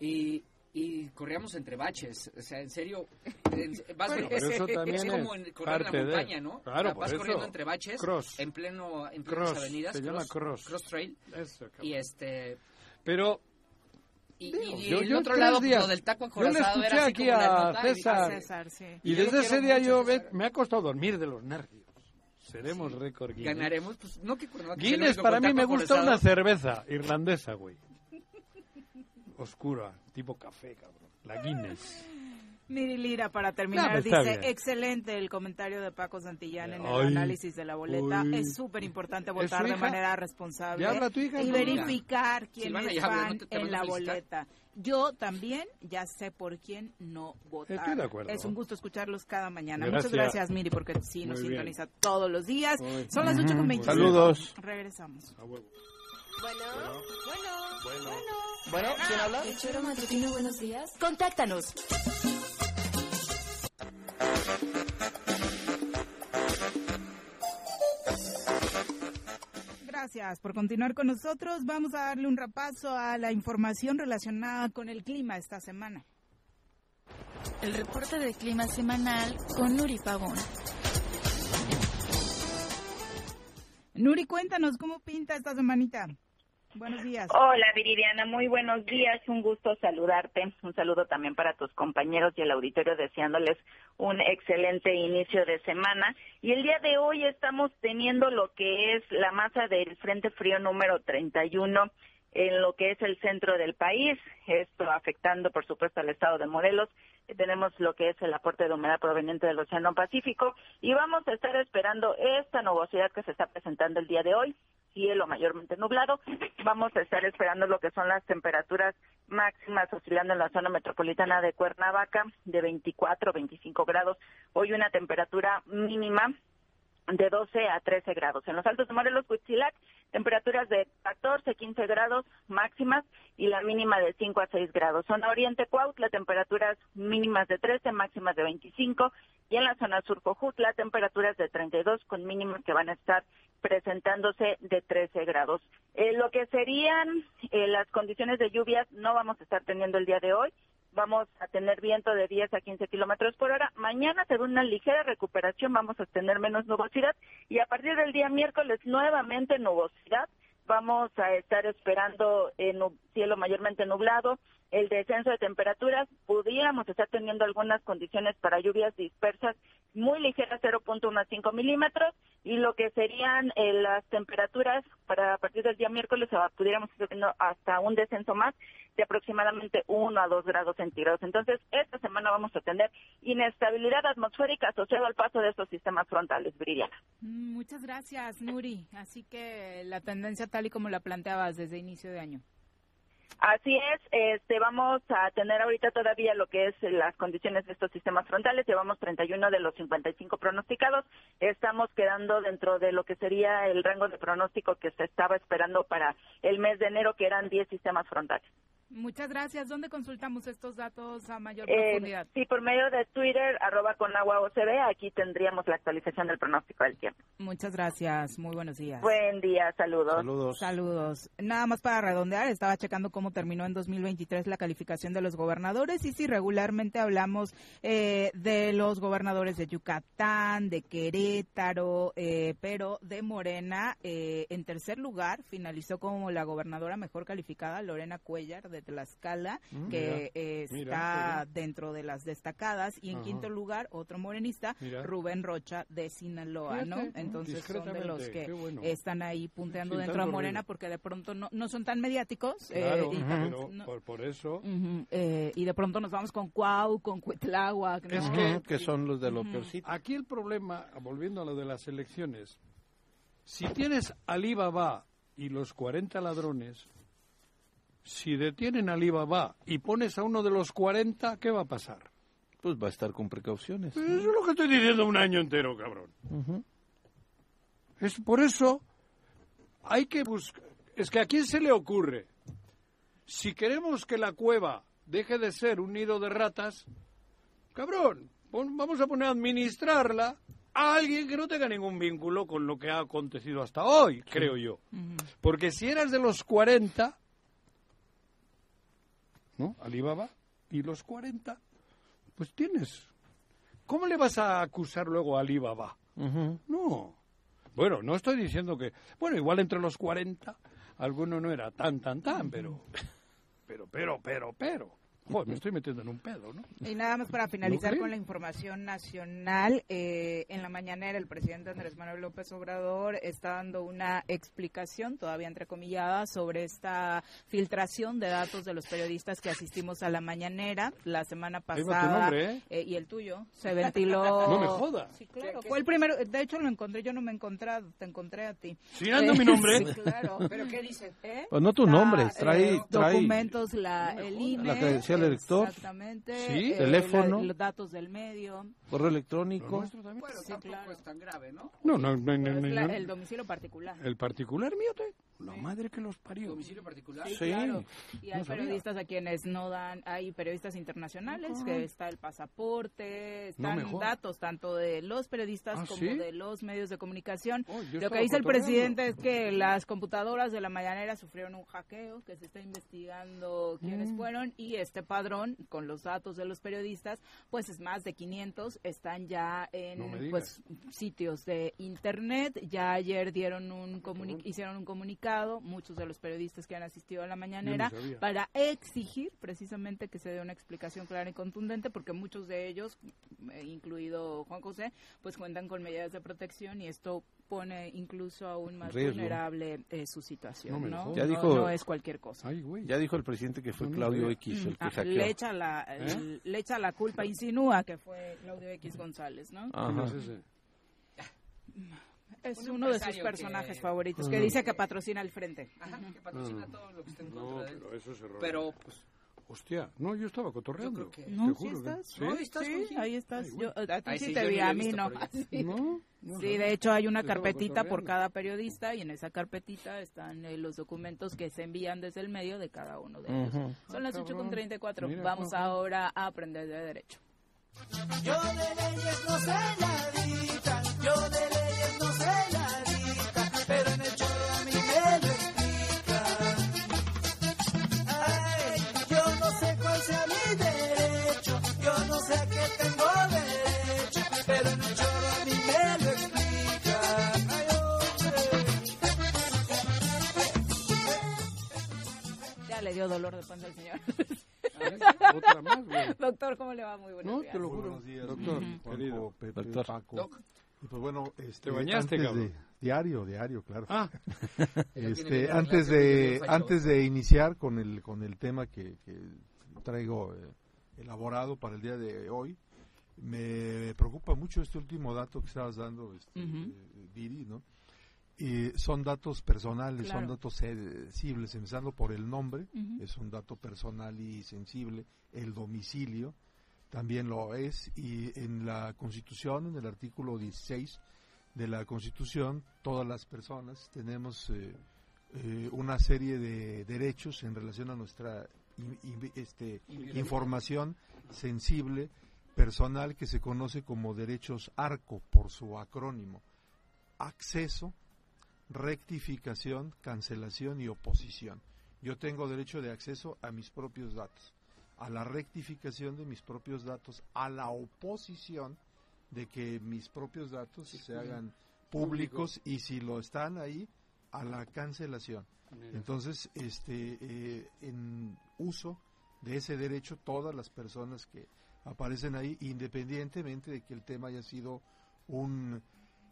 Speaker 6: y, y corríamos entre baches. O sea, en serio, en- vas-
Speaker 3: Bueno, pero eso
Speaker 6: es
Speaker 3: también
Speaker 6: como
Speaker 3: es
Speaker 6: en correr en la
Speaker 3: parte de-
Speaker 6: montaña, ¿no?
Speaker 3: Claro,
Speaker 6: O sea,
Speaker 3: por
Speaker 6: vas
Speaker 3: eso.
Speaker 6: corriendo entre baches
Speaker 3: Cross.
Speaker 6: en pleno en plenas
Speaker 3: Cross,
Speaker 6: avenidas,
Speaker 3: se llama cross.
Speaker 6: cross trail
Speaker 3: Eso, cabrón.
Speaker 6: y este
Speaker 3: Pero
Speaker 6: y,
Speaker 3: Digo,
Speaker 6: y
Speaker 3: yo-
Speaker 6: el
Speaker 3: yo
Speaker 6: otro
Speaker 3: tres
Speaker 6: lado, pues,
Speaker 3: días.
Speaker 6: lo del taco
Speaker 3: Yo le
Speaker 6: acorazado
Speaker 3: escuché
Speaker 6: era así
Speaker 3: aquí
Speaker 6: como una
Speaker 3: a
Speaker 6: nota y dije,
Speaker 3: César.
Speaker 6: "Ah,
Speaker 2: César, sí.
Speaker 3: Y
Speaker 6: Yo lo
Speaker 3: desde ese
Speaker 6: quiero
Speaker 3: día
Speaker 6: mucho,
Speaker 3: yo
Speaker 6: César.
Speaker 3: ve- me ha costado dormir de los nervios. Seremos récord Guinness.
Speaker 6: Ganaremos, pues no que Cuernavaca sea el
Speaker 3: Guinness
Speaker 6: único
Speaker 3: para
Speaker 6: con
Speaker 3: mí
Speaker 6: taco
Speaker 3: me gusta
Speaker 6: acorazado.
Speaker 3: una cerveza irlandesa, güey. Oscura, tipo café, cabrón. La Guinness.
Speaker 2: Miri Lira, para terminar,
Speaker 3: No, pues, está
Speaker 2: dice,
Speaker 3: bien.
Speaker 2: excelente el comentario de Paco Santillán en el
Speaker 3: Ay,
Speaker 2: análisis de la boleta.
Speaker 3: uy.
Speaker 2: Es súper importante
Speaker 3: ¿Es
Speaker 2: votar
Speaker 3: su
Speaker 2: de
Speaker 3: hija?
Speaker 2: manera responsable
Speaker 3: ¿Ya habla tu hija?
Speaker 2: y
Speaker 3: No,
Speaker 2: verificar quién
Speaker 6: Silvana,
Speaker 2: es
Speaker 6: ya habla,
Speaker 2: fan
Speaker 6: no te- te
Speaker 2: en
Speaker 6: mando
Speaker 2: la boleta.
Speaker 6: felicitar.
Speaker 2: Yo también ya sé por quién no votar.
Speaker 3: Estoy de acuerdo.
Speaker 2: Es un gusto escucharlos cada mañana. Muchas
Speaker 3: Gracias.
Speaker 2: gracias, Miri, porque sí nos
Speaker 3: Muy bien.
Speaker 2: sintoniza todos los días.
Speaker 3: Muy
Speaker 2: Son las 8 con 25.
Speaker 4: Saludos.
Speaker 2: Regresamos.
Speaker 13: Bueno, bueno, bueno. Ah,
Speaker 11: Bueno,
Speaker 2: Ah,
Speaker 11: ¿quién habla?
Speaker 13: El choro matutino, buenos días. Contáctanos.
Speaker 2: Gracias por continuar con nosotros. Vamos a darle un repaso a la información relacionada con el clima esta semana.
Speaker 14: El reporte de clima semanal con Nuri Pavón.
Speaker 2: Nuri, cuéntanos cómo pinta esta semanita. Buenos días.
Speaker 9: Hola Viridiana, muy buenos días, un gusto saludarte, un saludo también para tus compañeros y el auditorio deseándoles un excelente inicio de semana. Y el día de hoy estamos teniendo lo que es la masa del Frente Frío número 31 en lo que es el centro del país, esto afectando por supuesto al estado de Morelos. Eh, Tenemos lo que es el aporte de humedad proveniente del Océano Pacífico y vamos a estar esperando esta nubosidad que se está presentando el día de hoy cielo mayormente nublado. Vamos a estar esperando lo que son las temperaturas máximas oscilando en la zona metropolitana de Cuernavaca de 24 25 grados. Hoy una temperatura mínima de 12 a 13 grados. En los Altos de Morelos, Huitzilac, temperaturas de 14 15 grados máximas y la mínima de 5 a 6 grados. Zona Oriente, Cuautla, temperaturas mínimas de 13, máximas de 25. Y en la zona sur, Cojutla, temperaturas de 32 con mínimas que van a estar presentándose de 13 grados. Eh, lo que serían eh, las condiciones de lluvias no vamos a estar teniendo el día de hoy. Vamos a tener viento de 10 a 15 kilómetros por hora. Mañana será una ligera recuperación, vamos a tener menos nubosidad y a partir del día miércoles nuevamente nubosidad. Vamos a estar esperando eh, nu- cielo mayormente nublado, el descenso de temperaturas. Pudiéramos estar teniendo algunas condiciones para lluvias dispersas muy ligeras, 0.15 milímetros, y lo que serían eh, las temperaturas para a partir del día miércoles ah, pudiéramos estar teniendo hasta un descenso más de aproximadamente 1 a 2 grados centígrados. Entonces, esta semana vamos a tener inestabilidad atmosférica asociada al paso de estos sistemas frontales, Viridiana.
Speaker 2: Mm, Muchas gracias, Nuri. Así que la tendencia tal y como la planteabas desde inicio de año.
Speaker 9: Así es, este, vamos a tener ahorita todavía lo que es las condiciones de estos sistemas frontales. Llevamos 31 de los 55 pronosticados. Estamos quedando dentro de lo que sería el rango de pronóstico que se estaba esperando para el mes de enero, que eran 10 sistemas frontales.
Speaker 15: Muchas gracias. ¿Dónde consultamos estos datos a mayor
Speaker 10: Eh,
Speaker 15: profundidad?
Speaker 10: sí, por medio de Twitter, arroba con agua OCB, aquí tendríamos la actualización del pronóstico del tiempo.
Speaker 2: Muchas gracias. Muy buenos días.
Speaker 10: Buen día, saludos.
Speaker 2: Saludos. Nada más para redondear, estaba checando cómo terminó en 2023 la calificación de los gobernadores y si regularmente hablamos eh, de los gobernadores de Yucatán, de Querétaro, eh, pero de Morena, eh, en tercer lugar finalizó como la gobernadora mejor calificada, Lorena Cuellar de Tlaxcala,
Speaker 15: Mm,
Speaker 2: que
Speaker 15: mira,
Speaker 2: eh, está
Speaker 15: mira, mira.
Speaker 2: dentro de las destacadas y en
Speaker 15: Ajá.
Speaker 2: quinto lugar otro morenista,
Speaker 15: Mira.
Speaker 2: Rubén Rocha de Sinaloa, ¿no?
Speaker 15: Fíjate,
Speaker 2: Entonces son de los
Speaker 15: discretamente,
Speaker 2: que
Speaker 15: qué bueno.
Speaker 2: están ahí punteando
Speaker 3: Sin
Speaker 2: dentro de
Speaker 3: tanto
Speaker 2: Morena
Speaker 3: ruido.
Speaker 2: porque de pronto no, no son tan mediáticos eh,
Speaker 3: Claro,
Speaker 2: y, tan-
Speaker 3: pero
Speaker 2: no-
Speaker 3: por, por eso.
Speaker 2: Ujú, eh, y de pronto nos vamos con Cuau, con Cuitláhuac. ¿no?
Speaker 3: Es que,
Speaker 2: Sí. Ujú.
Speaker 3: Aquí el problema, volviendo a lo de las elecciones, si tienes Alibaba y los 40 ladrones, si detienen a Alibaba y pones a uno de los 40, ¿qué va a pasar?
Speaker 4: Pues va a estar con precauciones.
Speaker 3: Eso es lo que estoy diciendo un año entero, cabrón.
Speaker 4: Ujú.
Speaker 3: Es por eso hay que buscar. Es que a quién se le ocurre, si queremos que la cueva deje de ser un nido de ratas, cabrón, pon- vamos a poner a administrarla a alguien que no tenga ningún vínculo con lo que ha acontecido hasta hoy, creo yo. Porque si eras de los 40, ¿no? Alibaba, y los 40, pues tienes. ¿Cómo le vas a acusar luego a Alibaba? No. Bueno, no estoy diciendo que. Bueno, igual entre los 40, alguno no era tan, tan, tan, pero. Pero, pero, pero, pero. Joder, me estoy metiendo en un pedo, ¿no?
Speaker 2: Y nada más para finalizar
Speaker 3: creo.
Speaker 2: con la información nacional, eh, en la mañanera el presidente Andrés Manuel López Obrador está dando una explicación, todavía entrecomillada, sobre esta filtración de datos de los periodistas que asistimos a la mañanera la semana
Speaker 15: Ahí va tu
Speaker 2: pasada
Speaker 15: nombre, ¿eh?
Speaker 2: eh, y el tuyo. Se ventiló.
Speaker 3: No me jodas.
Speaker 2: Sí, claro. Fue el primero. De hecho, lo encontré. Yo no me he encontrado. Te encontré a ti. Eh,
Speaker 3: Sí, dando mi nombre.
Speaker 2: sí, claro. ¿Pero qué dice? ¿Eh?
Speaker 4: Pues no tu
Speaker 2: Está,
Speaker 4: nombre,
Speaker 2: eh,
Speaker 4: trae- trae-
Speaker 2: documentos, la, el INE.
Speaker 4: La credencial del elector.
Speaker 2: Exactamente.
Speaker 4: Sí,
Speaker 2: eh,
Speaker 4: teléfono.
Speaker 2: la- los datos del medio.
Speaker 4: Correo electrónico.
Speaker 2: Bueno, tampoco es tan grave, ¿no?
Speaker 3: No, no, no, no, no, no.
Speaker 2: el domicilio particular.
Speaker 3: El particular mío, te- La madre que los parió.
Speaker 2: ¿Domicilio particular?
Speaker 3: Sí.
Speaker 2: Sí, claro. Y hay
Speaker 3: No sabía.
Speaker 2: periodistas a quienes no dan, hay periodistas internacionales,
Speaker 15: Ajá.
Speaker 2: que está el pasaporte,
Speaker 15: Ah. No me
Speaker 2: están
Speaker 15: jodas.
Speaker 2: datos tanto de los periodistas
Speaker 15: ¿Ah,
Speaker 2: como
Speaker 15: sí?
Speaker 2: de los medios de comunicación.
Speaker 15: yo
Speaker 2: Lo que
Speaker 15: estaba
Speaker 2: dice el
Speaker 15: cotorreando.
Speaker 2: presidente es que las computadoras de la mañanera sufrieron un hackeo, que se está investigando quiénes
Speaker 15: Mm.
Speaker 2: fueron y este padrón con los datos de los periodistas, pues es más de 500, están ya en
Speaker 15: No me digas.
Speaker 2: pues sitios de internet. Ya ayer dieron
Speaker 4: Ah,
Speaker 2: un comuni- hicieron un comunicado, muchos de los periodistas que han asistido a la mañanera,
Speaker 15: Yo no sabía.
Speaker 2: para exigir precisamente que se dé una explicación clara y contundente, porque muchos de ellos, eh, incluido Juan José, pues cuentan con medidas de protección y esto pone incluso aún más
Speaker 4: Riesgo.
Speaker 2: vulnerable eh, su situación.
Speaker 4: No
Speaker 2: No,
Speaker 4: me jodas.
Speaker 2: No-
Speaker 4: Ya dijo-
Speaker 2: no es cualquier cosa.
Speaker 4: Ya dijo el presidente que fue
Speaker 2: No, no
Speaker 4: Claudio
Speaker 2: sabía.
Speaker 4: X el que
Speaker 2: Ah,
Speaker 4: hackeó.
Speaker 2: le, echa la,
Speaker 4: ¿Eh?
Speaker 2: el- le echa la culpa, insinúa que fue Claudio X González, ¿no?
Speaker 4: Ajá.
Speaker 2: Es
Speaker 15: Un
Speaker 2: uno de sus
Speaker 15: empresario
Speaker 2: personajes
Speaker 15: que-
Speaker 2: favoritos,
Speaker 15: Ah.
Speaker 3: Mm.
Speaker 2: que dice que patrocina el frente.
Speaker 6: que patrocina todo lo que está en contra de él.
Speaker 3: pero eso es error.
Speaker 6: Pero, pues,
Speaker 3: Hostia, no, yo estaba cotorreando.
Speaker 6: creo que-
Speaker 3: te
Speaker 2: No, sí
Speaker 3: juro que-
Speaker 2: estás.
Speaker 3: ¿Sí?
Speaker 2: No, ahí estás, Sí, Joaquín. ahí estás.
Speaker 3: Ay, güey.
Speaker 2: Yo- a ti
Speaker 3: Ay,
Speaker 2: sí
Speaker 3: sí,
Speaker 2: te
Speaker 3: yo
Speaker 2: vi,
Speaker 3: ni la
Speaker 2: a
Speaker 3: he
Speaker 2: mí
Speaker 3: visto,
Speaker 2: no.
Speaker 3: pero ya.
Speaker 2: Sí.
Speaker 3: No, no pues,
Speaker 2: Sí,
Speaker 3: sabía.
Speaker 2: de hecho hay una
Speaker 3: Estaba
Speaker 2: carpetita por
Speaker 3: cotorreando.
Speaker 2: cada periodista y en esa carpetita están eh, los documentos que se envían desde el medio de cada uno de ellos.
Speaker 15: Ujú.
Speaker 2: Son
Speaker 15: Ah,
Speaker 2: las
Speaker 15: cabrón.
Speaker 2: 8.34.
Speaker 15: Mira,
Speaker 2: Vamos
Speaker 15: Juanjo.
Speaker 2: ahora a aprender de derecho.
Speaker 11: Yo de leyes no sé nadita, yo de leyes no sé nadita, pero en el choro a mí me lo explican. Ay, yo no sé cuál sea mi derecho, yo no sé a qué tengo derecho, pero en el choro a mí me lo explican. Ay,
Speaker 2: Ya le dio dolor de panza al señor.
Speaker 3: Otra más, güey.
Speaker 2: Doctor, ¿cómo le va? Muy buenos
Speaker 3: No,
Speaker 2: días.
Speaker 3: te lo juro.
Speaker 16: Buenos días,
Speaker 3: Doctor,
Speaker 16: Juanjo,
Speaker 3: querido.
Speaker 16: Pepe,
Speaker 3: Doctor.
Speaker 16: Paco.
Speaker 3: Doc.
Speaker 16: Y pues bueno, este,
Speaker 3: ¿Te bañaste,
Speaker 16: antes de-
Speaker 3: cabrón?
Speaker 16: diario, diario, claro.
Speaker 3: Ah.
Speaker 16: este,
Speaker 3: Ya tiene que ver
Speaker 16: antes
Speaker 3: la
Speaker 16: de
Speaker 3: relación
Speaker 16: antes
Speaker 3: con
Speaker 16: de iniciar con el con el tema que, que traigo eh, elaborado para el día de hoy, me preocupa mucho este último dato que estabas dando, este, eh, Didi, ¿no? Y son datos personales, son
Speaker 12: Claro.
Speaker 16: datos sensibles, empezando por el nombre,
Speaker 12: Ujú.
Speaker 16: es un dato personal y sensible, el domicilio, también lo es y en la Constitución, en el artículo 16 de la Constitución, todas las personas tenemos eh, eh, una serie de derechos en relación a nuestra in- in- este,
Speaker 12: Inviolabilidad.
Speaker 16: información sensible personal que se conoce como derechos ARCO por su acrónimo. Acceso, rectificación, cancelación y oposición. Yo tengo derecho de acceso a mis propios datos, a la rectificación de mis propios datos, a la oposición de que mis propios datos se hagan públicos y si lo están ahí, a la cancelación.
Speaker 3: Mira.
Speaker 16: Entonces, este, eh, en uso de ese derecho, todas las personas que aparecen ahí, independientemente de que el tema haya sido un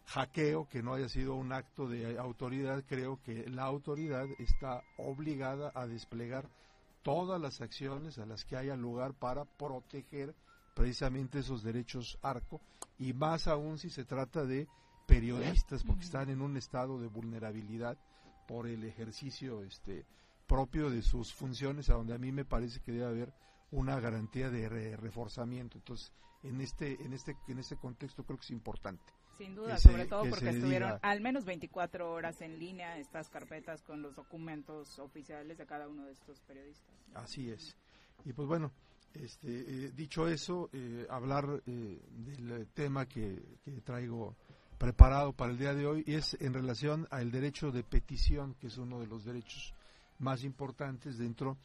Speaker 16: hackeo, que no haya sido un acto de autoridad, creo que la autoridad está obligada a desplegar todas las acciones a las que haya lugar para proteger precisamente esos derechos arco y más aún si se trata de periodistas porque están en un estado de vulnerabilidad por el ejercicio este propio de sus funciones a donde a mí me parece que debe haber una garantía de re- reforzamiento entonces en este en este en este contexto creo que es importante
Speaker 2: Sin duda,
Speaker 16: que se-
Speaker 2: sobre todo
Speaker 16: que
Speaker 2: porque
Speaker 16: se
Speaker 2: estuvieron
Speaker 16: diga.
Speaker 2: al menos 24 horas en línea estas carpetas con los documentos oficiales de cada uno de estos periodistas.
Speaker 16: Así es. Y pues bueno, este, eh, dicho eso, eh, hablar eh, del tema que, que traigo preparado para el día de hoy es en relación al derecho de petición, que es uno de los derechos más importantes dentro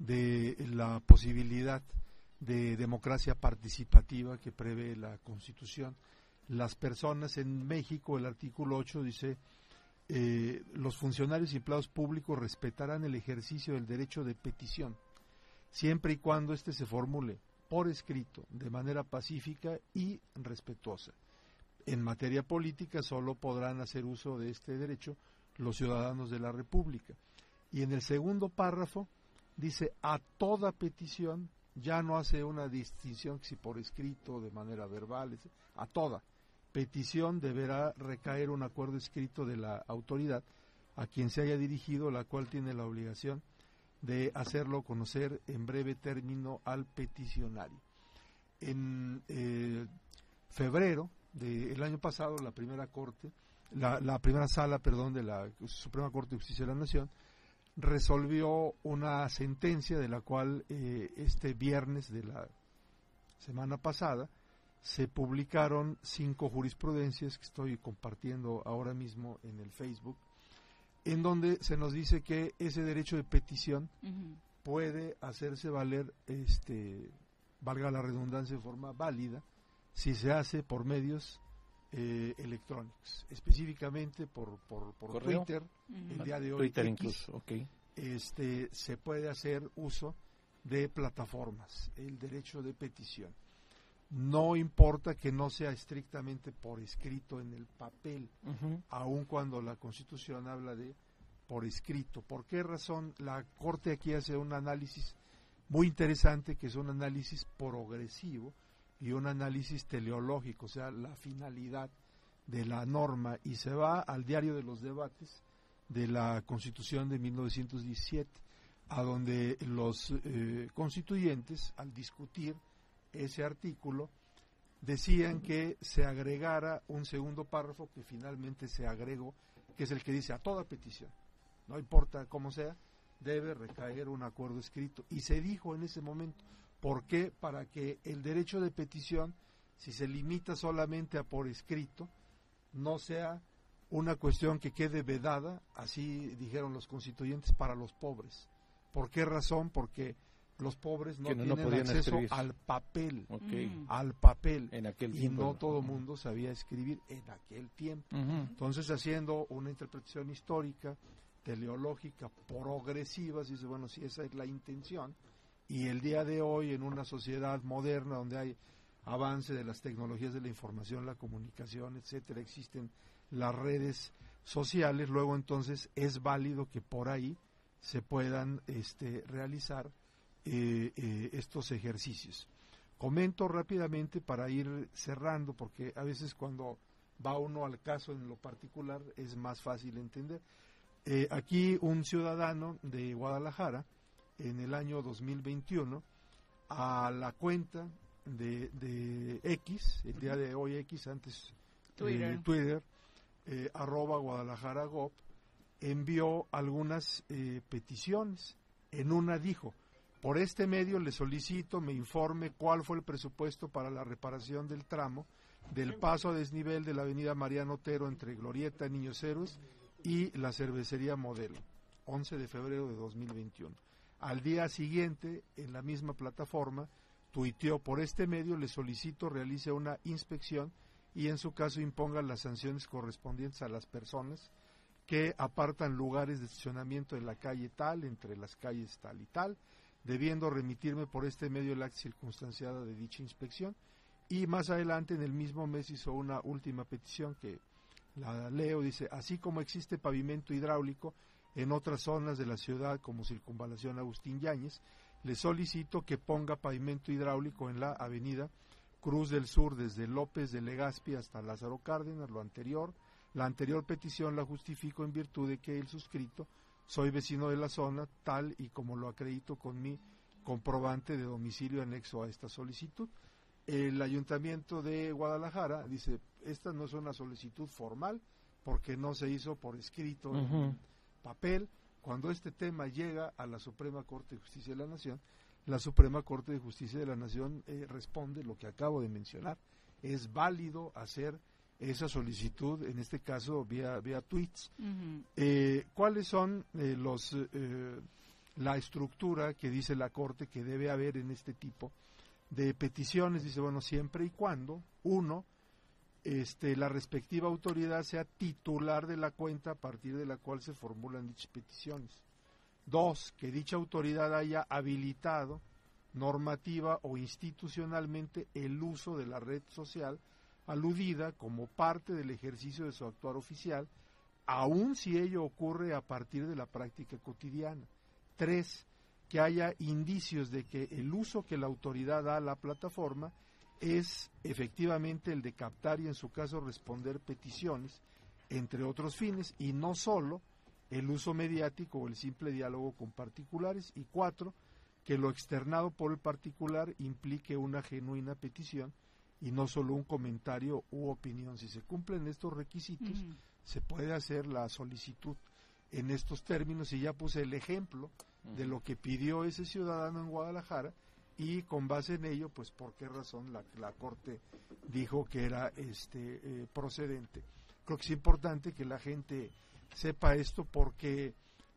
Speaker 16: de la posibilidad de democracia participativa que prevé la Constitución. Las personas en México, el artículo 8 dice, eh, los funcionarios y empleados públicos respetarán el ejercicio del derecho de petición, siempre y cuando éste se formule por escrito, de manera pacífica y respetuosa. En materia política solo podrán hacer uso de este derecho los ciudadanos de la República. Y en el segundo párrafo dice, a toda petición, ya no hace una distinción si por escrito, de manera verbal, etc., a toda petición deberá recaer un acuerdo escrito de la autoridad a quien se haya dirigido, la cual tiene la obligación de hacerlo conocer en breve término al peticionario. En eh, febrero del año pasado, la primera corte, la, la primera sala, perdón, de la Suprema Corte de Justicia de la Nación resolvió una sentencia de la cual eh, este viernes de la semana pasada se publicaron cinco jurisprudencias que estoy compartiendo ahora mismo en el Facebook, en donde se nos dice que ese derecho de petición puede hacerse valer, este, valga la redundancia, de forma válida, si se hace por medios eh, electrónicos, específicamente por, por, por
Speaker 4: Correo.
Speaker 16: Twitter,
Speaker 4: Ujú.
Speaker 16: el día de hoy.
Speaker 4: Twitter
Speaker 16: X,
Speaker 4: incluso, ok.
Speaker 16: este, se puede hacer uso de plataformas, el derecho de petición. No importa que no sea estrictamente por escrito en el papel,
Speaker 4: Ujú.
Speaker 16: aun cuando la Constitución habla de por escrito. ¿Por qué razón? La Corte aquí hace un análisis muy interesante, que es un análisis progresivo y un análisis teleológico, o sea, la finalidad de la norma, y se va al diario de los debates de la Constitución de 1917, a donde los eh, constituyentes, al discutir ese artículo, decían que se agregara un segundo párrafo que finalmente se agregó, que es el que dice a toda petición, no importa cómo sea, debe recaer un acuerdo escrito. Y se dijo en ese momento, ¿por qué? Para que el derecho de petición, si se limita solamente a por escrito, no sea una cuestión que quede vedada, así dijeron los constituyentes, para los pobres. ¿Por qué razón? Porque los pobres no
Speaker 4: Que no- no
Speaker 16: tienen
Speaker 4: podían
Speaker 16: acceso
Speaker 4: escribir.
Speaker 16: al papel,
Speaker 4: Ok.
Speaker 16: Mm. al papel,
Speaker 4: En aquel
Speaker 16: y
Speaker 4: tiempo,
Speaker 16: no
Speaker 4: ¿no?
Speaker 16: todo mundo sabía escribir en aquel tiempo.
Speaker 4: Ujú.
Speaker 16: Entonces, haciendo una interpretación histórica, teleológica, progresiva, se dice, bueno, si esa es la intención, y el día de hoy en una sociedad moderna donde hay avance de las tecnologías de la información, la comunicación, etcétera, existen las redes sociales, luego entonces es válido que por ahí se puedan este, realizar eh, eh, estos ejercicios. Comento rápidamente para ir cerrando, porque a veces cuando va uno al caso en lo particular es más fácil entender. Eh, aquí un ciudadano de Guadalajara, en el año 2021, a la cuenta de, de X, el día de hoy X, antes eh,
Speaker 2: Twitter.
Speaker 16: Twitter, eh, arroba Guadalajara Gov, envió algunas eh, peticiones. En una dijo, Por este medio le solicito me informe cuál fue el presupuesto para la reparación del tramo del paso a desnivel de la avenida Mariano Otero entre Glorieta Niños Héroes y la cervecería Modelo, 11 de febrero de 2021. Al día siguiente, en la misma plataforma, tuiteó por este medio le solicito realice una inspección y en su caso imponga las sanciones correspondientes a las personas que apartan lugares de estacionamiento en la calle tal, entre las calles tal y tal, debiendo remitirme por este medio el acta circunstanciada de dicha inspección. Y más adelante, en el mismo mes, hizo una última petición que la leo, dice, así como existe pavimento hidráulico en otras zonas de la ciudad como Circunvalación Agustín Yáñez, le solicito que ponga pavimento hidráulico en la avenida Cruz del Sur desde López de Legazpi hasta Lázaro Cárdenas, lo anterior. La anterior petición la justifico en virtud de que el suscrito soy vecino de la zona, tal y como lo acredito con mi comprobante de domicilio anexo a esta solicitud. El ayuntamiento de Guadalajara dice, esta no es una solicitud formal porque no se hizo por escrito, en
Speaker 8: Ujú.
Speaker 16: papel. Cuando este tema llega a la Suprema Corte de Justicia de la Nación, la Suprema Corte de Justicia de la Nación eh, responde lo que acabo de mencionar. Es válido hacer esa solicitud, en este caso vía, vía tweets.
Speaker 11: Ujú.
Speaker 16: Eh, ¿Cuáles son eh, los eh, la estructura que dice la Corte que debe haber en este tipo de peticiones? Dice, bueno, siempre y cuando, uno, este, la respectiva autoridad sea titular de la cuenta a partir de la cual se formulan dichas peticiones. Dos, que dicha autoridad haya habilitado normativa o institucionalmente el uso de la red social aludida como parte del ejercicio de su actuar oficial, aun si ello ocurre a partir de la práctica cotidiana. Tres, que haya indicios de que el uso que la autoridad da a la plataforma es efectivamente el de captar y en su caso responder peticiones, entre otros fines, y no solo el uso mediático o el simple diálogo con particulares. Y cuatro, que lo externado por el particular implique una genuina petición y no solo un comentario u opinión. Si se cumplen estos requisitos,
Speaker 8: Ujú.
Speaker 16: se puede hacer la solicitud en estos términos y ya puse el ejemplo de lo que pidió ese ciudadano en Guadalajara y con base en ello, pues por qué razón la, la Corte dijo que era este eh, procedente. Creo que es importante que la gente sepa esto porque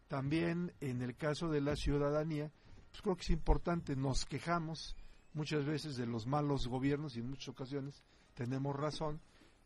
Speaker 16: también en el caso de la ciudadanía, pues creo que es importante, nos quejamos muchas veces de los malos gobiernos y en muchas ocasiones tenemos razón,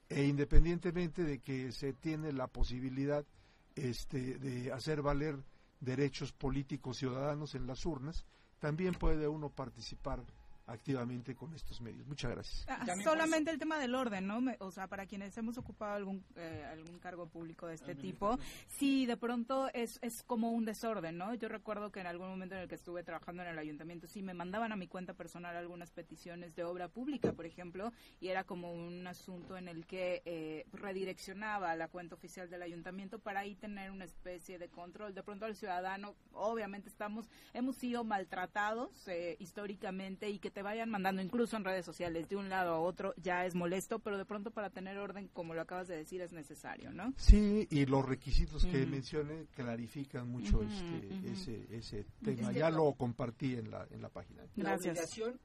Speaker 16: e independientemente de que se tiene la posibilidad este, de hacer valer derechos políticos ciudadanos en las urnas, también puede uno participar activamente con estos medios. Muchas gracias.
Speaker 2: Ah, solamente el tema del orden, ¿no? Me- o sea, para quienes hemos ocupado algún eh, algún cargo público de este tipo, sí, de pronto es, es como un desorden, ¿no? Yo recuerdo que en algún momento en el que estuve trabajando en el ayuntamiento, sí, me mandaban a mi cuenta personal algunas peticiones de obra pública, por ejemplo, y era como un asunto en el que eh, redireccionaba a la cuenta oficial del ayuntamiento para ahí tener una especie de control. De pronto al ciudadano, obviamente estamos, hemos sido maltratados eh, históricamente y que te vayan mandando incluso en redes sociales de un lado a otro ya es molesto, pero de pronto para tener orden, como lo acabas de decir, es necesario, ¿no?
Speaker 16: Sí, y los requisitos que
Speaker 2: Ujú.
Speaker 16: mencioné clarifican mucho
Speaker 2: Ujú,
Speaker 16: este,
Speaker 2: ujú.
Speaker 16: ese, ese tema.
Speaker 6: Este
Speaker 16: ya
Speaker 6: no.
Speaker 16: lo compartí en la, en la página.
Speaker 6: La obligación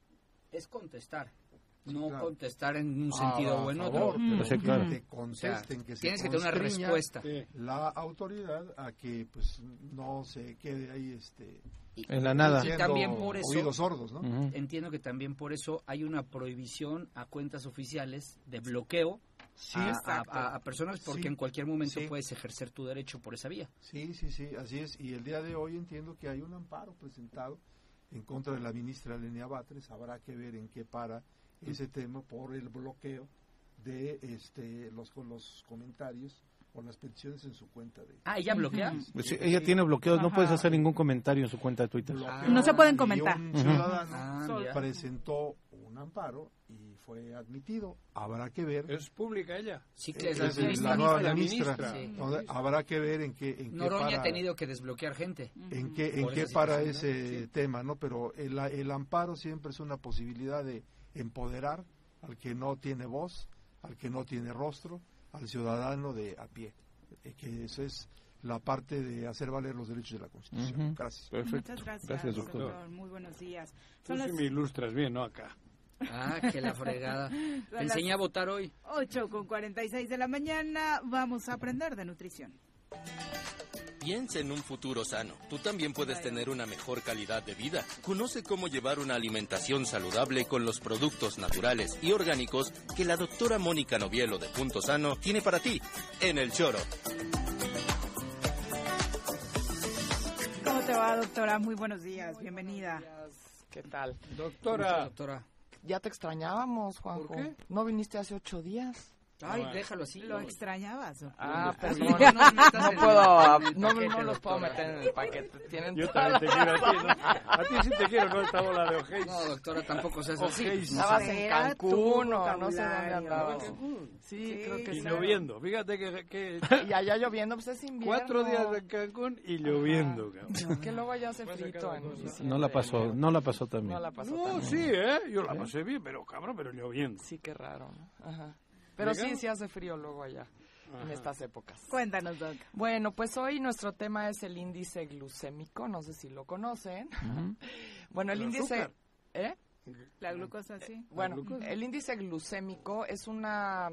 Speaker 6: es contestar. No contestar en un
Speaker 16: Ah,
Speaker 6: sentido
Speaker 16: a
Speaker 6: o en
Speaker 16: favor,
Speaker 6: otro.
Speaker 16: pero que
Speaker 6: claro.
Speaker 16: te
Speaker 6: O sea,
Speaker 16: contesten, que se
Speaker 6: tienes que Eh, tener una
Speaker 16: constriña
Speaker 6: respuesta.
Speaker 16: La autoridad a que pues no se quede ahí este
Speaker 3: En la nada.
Speaker 6: Y
Speaker 16: siendo
Speaker 6: también por eso,
Speaker 16: oídos sordos, ¿no?
Speaker 6: Entiendo que también por eso hay una prohibición a cuentas oficiales de bloqueo
Speaker 16: Sí,
Speaker 6: a, a-
Speaker 16: exacto.
Speaker 6: a- a personas porque
Speaker 16: Sí,
Speaker 6: en cualquier momento
Speaker 16: sí.
Speaker 6: puedes ejercer tu derecho por esa vía.
Speaker 16: Sí, sí, sí, así es. Y el día de hoy entiendo que hay un amparo presentado en contra de la ministra Lenia Batres. Habrá que ver en qué para ese tema por el bloqueo de este los con los comentarios o las peticiones en su cuenta de.
Speaker 6: Ah, ¿ella bloquea?
Speaker 4: Pues sí, ella tiene bloqueados, no
Speaker 16: Ajá.
Speaker 4: puedes hacer ningún comentario en su cuenta de Twitter.
Speaker 2: No se pueden
Speaker 16: Y
Speaker 2: comentar.
Speaker 16: Un
Speaker 2: Ujú.
Speaker 16: ciudadano
Speaker 2: Ah, mira.
Speaker 16: presentó un amparo y fue admitido. Habrá que ver.
Speaker 3: Es pública ella.
Speaker 6: Sí,
Speaker 16: Eh, es la nueva ministra. Entonces, habrá que ver en qué, en qué
Speaker 6: Noroña
Speaker 16: para-
Speaker 6: ha tenido que desbloquear gente.
Speaker 16: en qué, en
Speaker 6: Por
Speaker 16: qué
Speaker 6: esa
Speaker 16: para
Speaker 6: situación, ¿no?
Speaker 16: ese
Speaker 6: Sí.
Speaker 16: tema, ¿no? Pero el, el amparo siempre es una posibilidad de empoderar al que no tiene voz, al que no tiene rostro, al ciudadano de a pie. Eh, Que eso es la parte de hacer valer los derechos de la Constitución.
Speaker 3: Ujú.
Speaker 16: Gracias.
Speaker 3: Perfecto.
Speaker 2: Muchas gracias,
Speaker 3: Gracias,
Speaker 2: doctor.
Speaker 3: doctor.
Speaker 2: Muy buenos días.
Speaker 12: Pues
Speaker 3: Tú sí
Speaker 2: las-
Speaker 3: me ilustras bien, ¿no? Acá.
Speaker 6: Ah, que la fregada.
Speaker 2: Son
Speaker 6: Te
Speaker 2: las-
Speaker 6: enseñé a votar hoy.
Speaker 2: 8 con 46 de la mañana vamos a aprender de nutrición.
Speaker 17: Piensa en un futuro sano. Tú también puedes tener una mejor calidad de vida. Conoce cómo llevar una alimentación saludable con los productos naturales y orgánicos que la doctora Mónica Novielo de Punto Sano tiene para ti en El Choro.
Speaker 2: ¿Cómo te va, doctora? Muy buenos días, bienvenida.
Speaker 12: ¿Qué tal?
Speaker 6: Doctora. Doctora.
Speaker 12: Ya te extrañábamos, Juanjo.
Speaker 6: qué?
Speaker 12: No viniste hace ocho días.
Speaker 6: Ay, déjalo así.
Speaker 2: Lo extrañabas. ¿o?
Speaker 12: Ah,
Speaker 2: Sí.
Speaker 12: perdón. No, puedo, no, no los puedo meter en el paquete. Tienen
Speaker 6: Yo
Speaker 12: toda
Speaker 6: también
Speaker 12: la
Speaker 6: te quiero a ti, ¿no?
Speaker 12: razón.
Speaker 6: A ti sí te quiero, ¿no? Esta bola de ojeis. No, doctora,
Speaker 12: Pues
Speaker 6: tampoco seas así.
Speaker 12: Ojeis.
Speaker 6: No
Speaker 12: Estabas
Speaker 6: sé.
Speaker 12: en
Speaker 6: Era
Speaker 12: Cancún
Speaker 6: tu
Speaker 12: o no sé dónde
Speaker 6: vocabulario.
Speaker 12: andabas.
Speaker 3: Cancún.
Speaker 12: Sí, creo que
Speaker 3: Y
Speaker 12: sí.
Speaker 3: lloviendo. Fíjate que, que
Speaker 12: Y allá lloviendo, pues es invierno.
Speaker 3: cuatro días de Cancún y lloviendo, cabrón.
Speaker 12: Que luego ya hace frito en diciembre.
Speaker 8: No la pasó, no la pasó
Speaker 12: No
Speaker 8: también.
Speaker 12: la pasó
Speaker 3: No,
Speaker 12: tan
Speaker 3: sí,
Speaker 12: bien.
Speaker 3: ¿eh? Yo la
Speaker 12: ¿Sí?
Speaker 3: pasé bien, pero cabrón, pero lloviendo.
Speaker 12: Sí, qué raro, ¿no? Ajá. Pero sí,
Speaker 2: Llegamos.
Speaker 12: sí hace frío luego allá, en
Speaker 2: Ajá.
Speaker 12: estas épocas.
Speaker 2: Cuéntanos, doc.
Speaker 12: Bueno, pues hoy nuestro tema es el índice glucémico, no sé si lo conocen. Bueno, el
Speaker 2: El
Speaker 12: índice...
Speaker 2: azúcar.
Speaker 12: ¿Eh?
Speaker 2: La glucosa, sí.
Speaker 12: Bueno, el índice glucémico es una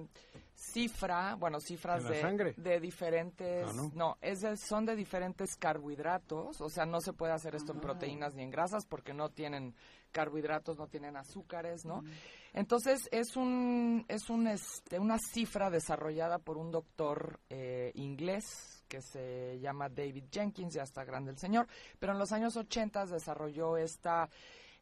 Speaker 12: cifra, bueno, cifras
Speaker 3: ¿En la
Speaker 12: de,
Speaker 3: sangre?
Speaker 12: de diferentes,
Speaker 3: Ah,
Speaker 12: no,
Speaker 3: ¿no?
Speaker 12: es de- son de diferentes carbohidratos, o sea, no se puede hacer esto en proteínas ni en grasas porque no tienen carbohidratos, no tienen azúcares, ¿no? Entonces es un es un este, una cifra desarrollada por un doctor eh, inglés que se llama David Jenkins, ya está grande el señor, pero en los años 80 desarrolló esta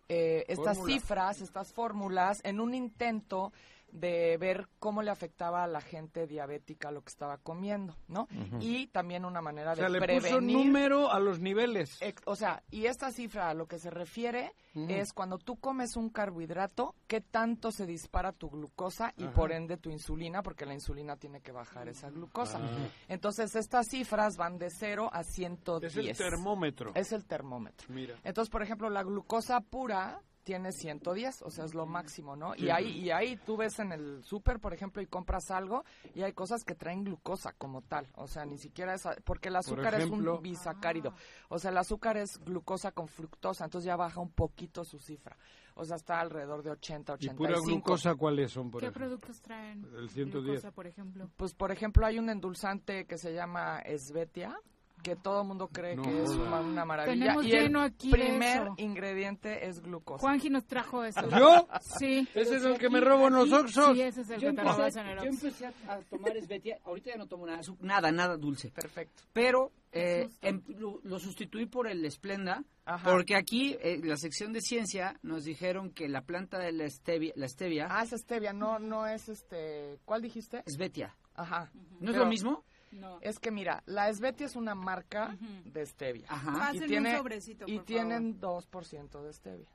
Speaker 12: eh, estas
Speaker 18: Fórmula.
Speaker 12: cifras, estas fórmulas, en un intento de ver cómo le afectaba a la gente diabética lo que estaba comiendo, ¿no?
Speaker 3: Ujú.
Speaker 12: Y también una manera
Speaker 3: O sea,
Speaker 12: de
Speaker 3: le
Speaker 12: prevenir.
Speaker 3: puso número a los niveles.
Speaker 12: Ex- O sea, y esta cifra a lo que se refiere
Speaker 3: Mm.
Speaker 12: es cuando tú comes un carbohidrato, qué tanto se dispara tu glucosa y
Speaker 18: Ajá.
Speaker 12: por ende tu insulina, porque la insulina tiene que bajar esa glucosa.
Speaker 3: Ah.
Speaker 12: Entonces, estas cifras van de 0 a 110.
Speaker 3: Es el termómetro.
Speaker 12: Es el termómetro.
Speaker 3: Mira.
Speaker 12: Entonces, por ejemplo, la glucosa pura tiene 110, o sea, es lo máximo, ¿no?
Speaker 3: Sí.
Speaker 12: Y ahí y ahí tú ves en el súper, por ejemplo, y compras algo y hay cosas que traen glucosa como tal, o sea, ni siquiera esa porque el azúcar es
Speaker 3: ejemplo.
Speaker 12: un bisacárido. O sea, el azúcar es glucosa con fructosa, entonces ya baja un poquito su cifra. O sea, está alrededor de 80,
Speaker 3: ¿Y
Speaker 12: 85.
Speaker 3: pura glucosa cuáles son, por
Speaker 15: ¿Qué
Speaker 3: ejemplo?
Speaker 15: productos traen?
Speaker 3: El 110.
Speaker 15: glucosa, por ejemplo.
Speaker 12: Pues, por ejemplo, hay un endulzante que se llama Esvetia, que todo el mundo cree
Speaker 3: No
Speaker 12: que es
Speaker 3: joda.
Speaker 12: una, una maravilla.
Speaker 15: Ah. Tenemos
Speaker 12: y el
Speaker 15: lleno aquí de
Speaker 12: primer
Speaker 15: eso.
Speaker 12: ingrediente es glucosa.
Speaker 15: Juanji nos trajo eso.
Speaker 3: ¿Yo?
Speaker 15: Sí.
Speaker 3: Ese es el que me
Speaker 15: Aquí,
Speaker 3: robo en los
Speaker 15: aquí,
Speaker 3: Oxxos.
Speaker 15: Sí, ese es el
Speaker 6: Yo
Speaker 15: que te robas
Speaker 6: empecé,
Speaker 15: en el
Speaker 6: yo
Speaker 15: Oxxo.
Speaker 6: empecé a, a tomar Esbetia, ahorita ya no tomo nada, azu- nada, nada dulce.
Speaker 12: Perfecto.
Speaker 6: Pero eh, em- lo, lo sustituí por el Splenda, porque aquí eh, la sección de ciencia nos dijeron que la planta de la stevia, la stevia
Speaker 12: Ah, es stevia, no, no es este. ¿Cuál dijiste?
Speaker 6: Esbetia.
Speaker 12: Ajá.
Speaker 6: ¿No es lo mismo?
Speaker 12: No. Es que mira, la Esvetia es una marca de stevia.
Speaker 6: Ajá.
Speaker 2: Pásenme un sobrecito,
Speaker 12: y
Speaker 2: por
Speaker 12: tienen 2% de stevia.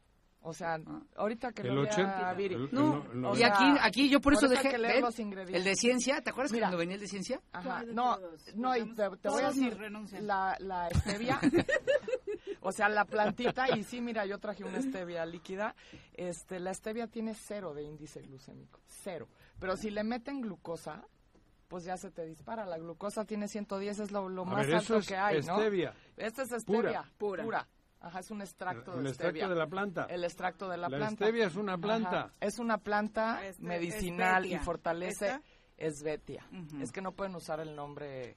Speaker 12: O sea, ahorita que
Speaker 6: El
Speaker 12: lo lea
Speaker 6: 80,
Speaker 12: Viri.
Speaker 6: el- el- Ah. No, el-
Speaker 12: o
Speaker 6: y
Speaker 12: sea,
Speaker 6: aquí- aquí yo por eso
Speaker 12: hay
Speaker 6: dejé-
Speaker 12: que leer
Speaker 6: ¿ven?
Speaker 12: los ingredientes.
Speaker 6: El de ciencia, ¿te acuerdas cuando venía el de ciencia?
Speaker 12: Ajá.
Speaker 6: ¿Cuál de
Speaker 12: No, no, y te, te voy a
Speaker 6: Todos nos
Speaker 12: decir, la, la stevia, o sea, la plantita, y sí, mira, yo traje una stevia líquida, este, la stevia tiene cero de índice glucémico, cero. Pero si le meten glucosa, pues ya se te dispara. La glucosa tiene 110, es lo, lo
Speaker 3: A
Speaker 12: más
Speaker 3: ver, eso
Speaker 12: alto
Speaker 3: es
Speaker 12: que hay, ¿no?
Speaker 3: stevia.
Speaker 12: Esta es
Speaker 3: Pura.
Speaker 12: stevia, pura.
Speaker 3: Pura.
Speaker 12: Ajá, es un extracto
Speaker 3: El
Speaker 12: de
Speaker 3: extracto
Speaker 12: stevia.
Speaker 3: de la planta.
Speaker 12: El extracto de la,
Speaker 3: La
Speaker 12: planta.
Speaker 3: stevia es una
Speaker 12: Ajá,
Speaker 3: planta.
Speaker 12: Es una planta
Speaker 3: Este-
Speaker 12: medicinal y
Speaker 3: Esvetia.
Speaker 12: fortalece
Speaker 3: ¿Esta?
Speaker 12: Esvetia. Es que no pueden usar el nombre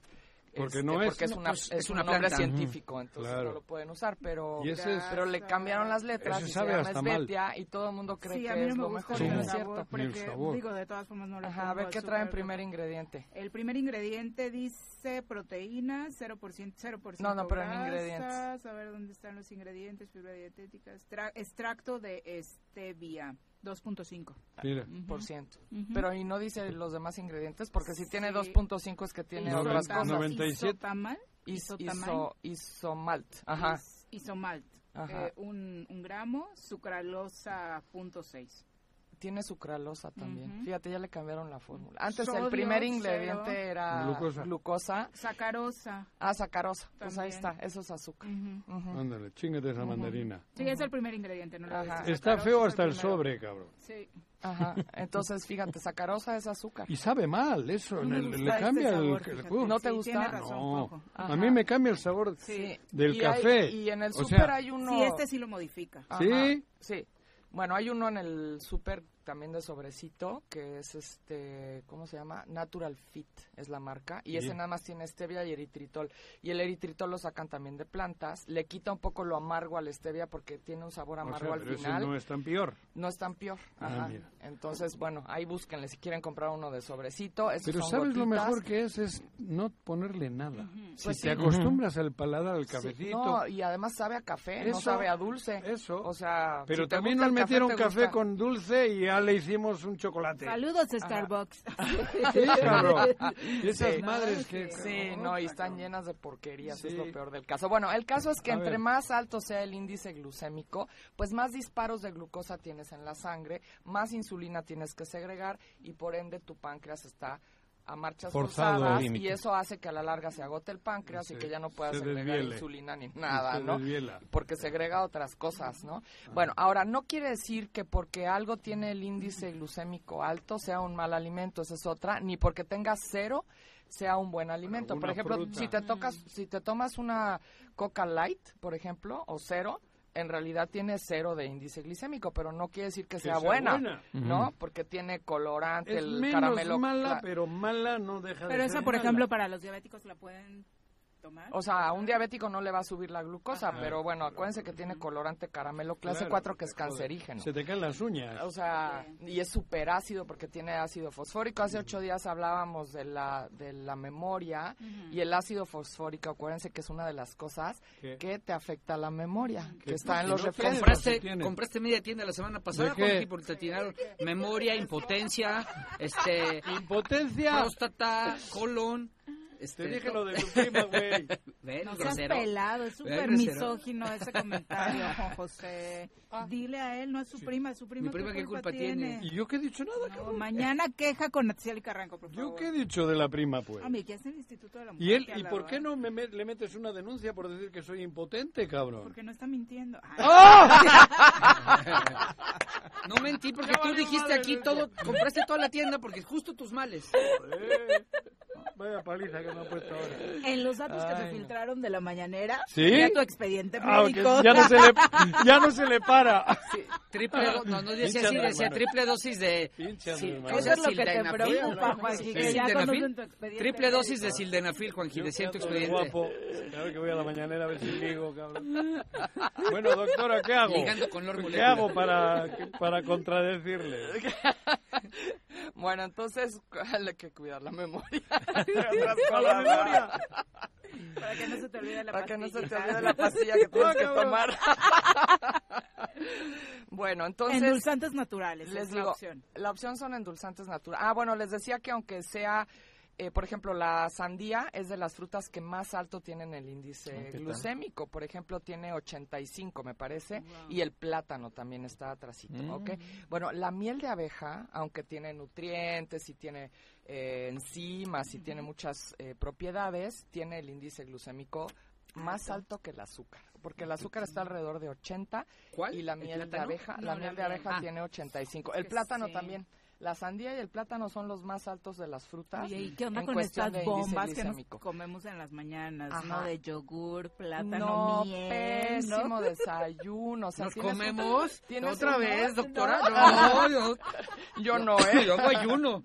Speaker 3: Porque
Speaker 12: este,
Speaker 3: no es.
Speaker 12: porque es,
Speaker 3: No,
Speaker 12: una,
Speaker 3: pues,
Speaker 12: es
Speaker 3: es
Speaker 12: un
Speaker 3: una
Speaker 12: nombre
Speaker 3: planta.
Speaker 12: científico,
Speaker 3: Ujú,
Speaker 12: entonces
Speaker 3: claro.
Speaker 12: no lo pueden usar, pero
Speaker 3: Y ese es-
Speaker 12: pero le cambiaron las letras
Speaker 3: Ese
Speaker 12: y
Speaker 3: sabe
Speaker 12: se llama
Speaker 3: hasta mal.
Speaker 12: Esvetia y todo el mundo cree
Speaker 2: Sí,
Speaker 12: que
Speaker 2: a mí no
Speaker 12: es
Speaker 2: me
Speaker 12: lo
Speaker 2: gusta
Speaker 12: mejor,
Speaker 2: ni
Speaker 12: pero
Speaker 2: el
Speaker 12: es
Speaker 2: sabor,
Speaker 12: cierto.
Speaker 2: porque, Ni el sabor. digo, de todas formas Pues no le
Speaker 12: Ajá, a
Speaker 2: pongo
Speaker 12: ver qué traen
Speaker 2: azúcar,
Speaker 12: primer ingrediente.
Speaker 2: El primer ingrediente dice proteínas, 0%, 0%
Speaker 12: No, no, pero en
Speaker 2: grasas,
Speaker 12: ingredientes.
Speaker 2: A ver dónde están los ingredientes, fibra dietética, extra- extracto de stevia, 2.5.
Speaker 3: Mira.
Speaker 12: Por ciento.
Speaker 2: Ujú.
Speaker 12: Pero y no dice los demás ingredientes, porque si tiene
Speaker 2: Sí.
Speaker 12: 2.5 es que tiene
Speaker 3: Noven-
Speaker 12: otras cosas.
Speaker 3: 97.
Speaker 2: Isotamal,
Speaker 12: Is-
Speaker 2: isotamal.
Speaker 12: iso- isomalt. Ajá.
Speaker 2: Is- isomalt,
Speaker 12: Ah. Ajá.
Speaker 2: eh, un, un gramo, sucralosa, 0.6.
Speaker 12: tiene sucralosa también.
Speaker 15: Ujú.
Speaker 12: Fíjate, ya le cambiaron la fórmula. Antes
Speaker 15: Sodio,
Speaker 12: el primer
Speaker 15: cero.
Speaker 12: ingrediente era
Speaker 3: Glucosa.
Speaker 12: glucosa.
Speaker 15: Sacarosa.
Speaker 12: Ah, sacarosa. Pues ahí
Speaker 15: También.
Speaker 12: está, eso es azúcar. Ujú. Ah,
Speaker 3: Ándale, chingate esa mandarina.
Speaker 15: Sí, es el primer ingrediente, no lo
Speaker 12: Ajá.
Speaker 15: ves.
Speaker 3: Está
Speaker 12: Sacarosa
Speaker 3: feo
Speaker 12: es
Speaker 3: hasta
Speaker 12: el
Speaker 3: el
Speaker 12: primero.
Speaker 3: sobre, cabrón.
Speaker 15: Sí.
Speaker 12: Ajá. Entonces, fíjate, sacarosa es azúcar.
Speaker 3: Y sabe mal eso,
Speaker 12: No me
Speaker 2: Mm.
Speaker 3: le- le
Speaker 12: gusta
Speaker 3: cambia
Speaker 12: este
Speaker 3: el-
Speaker 12: sabor,
Speaker 3: el,
Speaker 12: fíjate.
Speaker 3: gusto.
Speaker 12: ¿No te Sí, gusta? tiene razón,
Speaker 3: No,
Speaker 12: Jojo.
Speaker 3: a
Speaker 12: Ajá.
Speaker 3: mí me cambia el sabor
Speaker 12: Sí.
Speaker 3: del
Speaker 12: Y hay-
Speaker 3: café.
Speaker 12: y en el
Speaker 3: O sea,
Speaker 12: súper hay uno.
Speaker 2: Sí, este sí lo modifica.
Speaker 12: Ajá,
Speaker 3: ¿Sí?
Speaker 12: Sí. Bueno, hay uno en el súper también de sobrecito que es este, ¿cómo se llama? Natural Fit es la marca y
Speaker 15: Sí.
Speaker 12: ese nada más tiene stevia y eritritol y el eritritol lo sacan también de plantas, le quita un poco lo amargo al stevia porque tiene un sabor
Speaker 3: O sea,
Speaker 12: amargo
Speaker 3: pero
Speaker 12: al
Speaker 3: ese
Speaker 12: final.
Speaker 3: no es tan peor.
Speaker 12: No es tan peor.
Speaker 3: Ah,
Speaker 12: Ajá.
Speaker 3: mira.
Speaker 12: Entonces, bueno, ahí búsquenle si quieren comprar uno de sobrecito. esos
Speaker 3: Pero
Speaker 12: son
Speaker 3: ¿sabes lo
Speaker 12: gotitas.
Speaker 3: mejor que es? Es no ponerle nada. Si
Speaker 12: Pues sí.
Speaker 3: te acostumbras al paladar, al
Speaker 12: Sí,
Speaker 3: cafecito.
Speaker 12: no, y además sabe a café, no
Speaker 3: Eso,
Speaker 12: sabe a dulce. Eso. O sea,
Speaker 3: Pero
Speaker 12: si te
Speaker 3: también
Speaker 12: gusta
Speaker 3: nos
Speaker 12: el café,
Speaker 3: metieron
Speaker 12: te
Speaker 3: café,
Speaker 12: gusta.
Speaker 3: con dulce y ya le hicimos un chocolate.
Speaker 2: Saludos, Starbucks.
Speaker 3: Sí, cabrón. Y esas madres que...
Speaker 12: Ah, Sí, no, y están llenas de porquerías, es lo
Speaker 3: Sí.
Speaker 12: peor del caso. Bueno, el caso es que
Speaker 3: A
Speaker 12: entre
Speaker 3: ver.
Speaker 12: más alto sea el índice glucémico, pues más disparos de glucosa tienes en la sangre, más insulina tienes que segregar y por ende tu páncreas está a marchas
Speaker 3: Forzado al
Speaker 12: forzadas y
Speaker 3: límite.
Speaker 12: eso hace que a la larga se agote el páncreas y
Speaker 3: Se-
Speaker 12: que ya no puedas
Speaker 3: se
Speaker 12: segregar
Speaker 3: desviele.
Speaker 12: insulina ni nada,
Speaker 3: Se
Speaker 12: ¿no?
Speaker 3: desviela.
Speaker 12: Porque segrega otras cosas, ¿no? Bueno, ahora no quiere decir que porque algo tiene el índice glucémico alto sea un mal alimento, esa es otra, ni porque tenga cero sea un buen alimento. Por
Speaker 15: Alguna
Speaker 12: ejemplo,
Speaker 15: fruta.
Speaker 12: si te tocas,
Speaker 2: Mm.
Speaker 12: si te tomas una Coca Light, por ejemplo, o cero, en realidad tiene cero de índice glicémico, pero no quiere decir que
Speaker 3: Que
Speaker 12: sea
Speaker 3: sea
Speaker 12: buena,
Speaker 3: buena.
Speaker 12: ¿no?
Speaker 3: Ujú.
Speaker 12: Porque tiene colorante,
Speaker 3: Es
Speaker 12: el
Speaker 3: menos
Speaker 12: caramelo.
Speaker 3: mala,
Speaker 12: cla-
Speaker 3: pero mala no deja de
Speaker 2: Pero esa,
Speaker 3: ser
Speaker 2: por
Speaker 3: mala.
Speaker 2: ejemplo, para los diabéticos la pueden tomar.
Speaker 12: O sea, a un diabético no le va a subir la glucosa,
Speaker 3: Ajá.
Speaker 12: pero bueno, acuérdense que tiene colorante caramelo clase
Speaker 3: Claro,
Speaker 12: 4 que es
Speaker 3: te jode.
Speaker 12: cancerígeno.
Speaker 3: Se te caen las uñas.
Speaker 12: O sea, y es súper ácido porque tiene ácido fosfórico. Hace ocho días hablábamos de la, de la memoria
Speaker 15: Ujú.
Speaker 12: y el ácido fosfórico, acuérdense que es una de las cosas
Speaker 15: ¿Qué?
Speaker 12: que te afecta la memoria, que
Speaker 6: Que
Speaker 12: está en
Speaker 6: no
Speaker 12: los
Speaker 6: tienes,
Speaker 12: refrescos.
Speaker 6: Compraste, compraste media tienda la semana pasada,
Speaker 12: ¿De qué?
Speaker 6: Jorge, porque te tiraron memoria, impotencia, este...
Speaker 3: ¡Impotencia!
Speaker 6: Próstata, colon... Este,
Speaker 3: Te dije lo de tu prima, güey.
Speaker 6: Ven,
Speaker 2: No seas
Speaker 6: grosero.
Speaker 2: pelado, es
Speaker 6: Ven,
Speaker 2: súper
Speaker 6: grosero.
Speaker 2: misógino ese comentario, Juan José. Dile a él, no es su prima, es su Ah. prima.
Speaker 6: Mi prima, ¿qué culpa tiene?
Speaker 3: ¿Y yo qué he dicho nada,
Speaker 2: No, mañana queja con Natsiel Carranco, por favor.
Speaker 3: ¿Yo qué he dicho de la prima, pues?
Speaker 2: Ah, mira, aquí es el Instituto de la Mujer.
Speaker 3: ¿Y, él,
Speaker 2: que
Speaker 3: ¿y
Speaker 2: la
Speaker 3: por
Speaker 2: va-
Speaker 3: qué no me met- le metes una denuncia por decir que soy impotente, cabrón?
Speaker 2: Porque no está mintiendo. Ay.
Speaker 6: ¡Ah! No mentí porque
Speaker 3: Ya
Speaker 6: tú
Speaker 3: valió
Speaker 6: dijiste
Speaker 3: madre,
Speaker 6: aquí
Speaker 3: Luis.
Speaker 6: todo, compraste toda la tienda porque justo tus males.
Speaker 3: Eh, Vaya paliza que me ha puesto pues, ahora.
Speaker 2: En los datos que
Speaker 3: Ay,
Speaker 2: se
Speaker 3: no.
Speaker 2: filtraron de la mañanera,
Speaker 3: ¿Sí?
Speaker 2: ya tu expediente
Speaker 3: Ah, ok,
Speaker 2: médico.
Speaker 3: ya, no se le, ya no se le para.
Speaker 6: Triple, do- no, no
Speaker 3: Pinche
Speaker 6: decía así,
Speaker 3: Andrés
Speaker 6: decía
Speaker 3: Manuel.
Speaker 6: triple dosis de...
Speaker 3: Pinche
Speaker 6: sil-
Speaker 3: Andrés
Speaker 6: o
Speaker 3: Manuel.
Speaker 2: Eso
Speaker 6: sea,
Speaker 2: es lo que te
Speaker 6: sildenafil.
Speaker 2: preocupa, Juanji, que ya
Speaker 6: Sí, sildenafil.
Speaker 2: conocen tu expediente
Speaker 6: Triple dosis de
Speaker 2: médico.
Speaker 6: sildenafil, Juanji, decía en tu
Speaker 3: Yo soy
Speaker 6: expediente.
Speaker 3: guapo. Claro que voy a la mañanera a ver si ligo, cabrón. Bueno, doctora, ¿qué hago?
Speaker 6: Ligando con Lord
Speaker 3: ¿Qué
Speaker 6: Molecula.
Speaker 3: hago para, para contradecirle?
Speaker 12: Bueno, entonces hay que cuidar la memoria.
Speaker 3: Con la memoria.
Speaker 2: Para que no se te olvide la
Speaker 12: Para que no
Speaker 2: pastilla.
Speaker 12: se te olvide la pastilla que tienes
Speaker 2: Ah,
Speaker 12: que
Speaker 2: cabrón.
Speaker 12: tomar. bueno, entonces...
Speaker 2: Endulzantes naturales,
Speaker 12: Les
Speaker 2: es la
Speaker 12: digo,
Speaker 2: opción.
Speaker 12: la opción son endulzantes naturales. Ah, bueno, les decía que aunque sea, eh, por ejemplo, la sandía es de las frutas que más alto tienen el
Speaker 6: Ah,
Speaker 12: índice
Speaker 6: ¿qué tal?
Speaker 12: glucémico. Por ejemplo, tiene 85, me parece, y el plátano también está atrasito,
Speaker 6: Mm.
Speaker 12: ¿ok? Bueno, la miel de abeja, aunque tiene nutrientes y tiene eh, enzimas y tiene muchas eh, propiedades, tiene el índice glucémico más alto que el azúcar, porque el azúcar está alrededor de 80 y la
Speaker 6: ¿El
Speaker 12: miel de
Speaker 6: plátano?
Speaker 12: abeja,
Speaker 6: No,
Speaker 12: la
Speaker 6: la
Speaker 12: miel de
Speaker 6: miel.
Speaker 12: abeja
Speaker 6: Ah.
Speaker 12: tiene 85.
Speaker 6: Es
Speaker 12: El
Speaker 6: que
Speaker 12: plátano
Speaker 6: sí.
Speaker 12: también. La sandía y el plátano son los más altos de las frutas.
Speaker 2: Oye, ¿y qué onda
Speaker 12: en
Speaker 2: con
Speaker 12: cuestión
Speaker 2: estas
Speaker 12: de índice
Speaker 2: bombas que nos
Speaker 12: glicémico?
Speaker 2: comemos en las mañanas,
Speaker 12: Ajá.
Speaker 2: no? De yogur, plátano,
Speaker 12: No,
Speaker 2: miel, ¿no?
Speaker 12: pésimo desayuno. O sea,
Speaker 6: ¿Nos
Speaker 12: tienes un-
Speaker 6: comemos?
Speaker 12: tienes
Speaker 6: ¿Otra
Speaker 12: un-
Speaker 6: vez,
Speaker 12: no,
Speaker 6: doctora?
Speaker 12: no.
Speaker 6: No, yo-
Speaker 12: Yo no, ¿eh?
Speaker 6: Yo hago ayuno.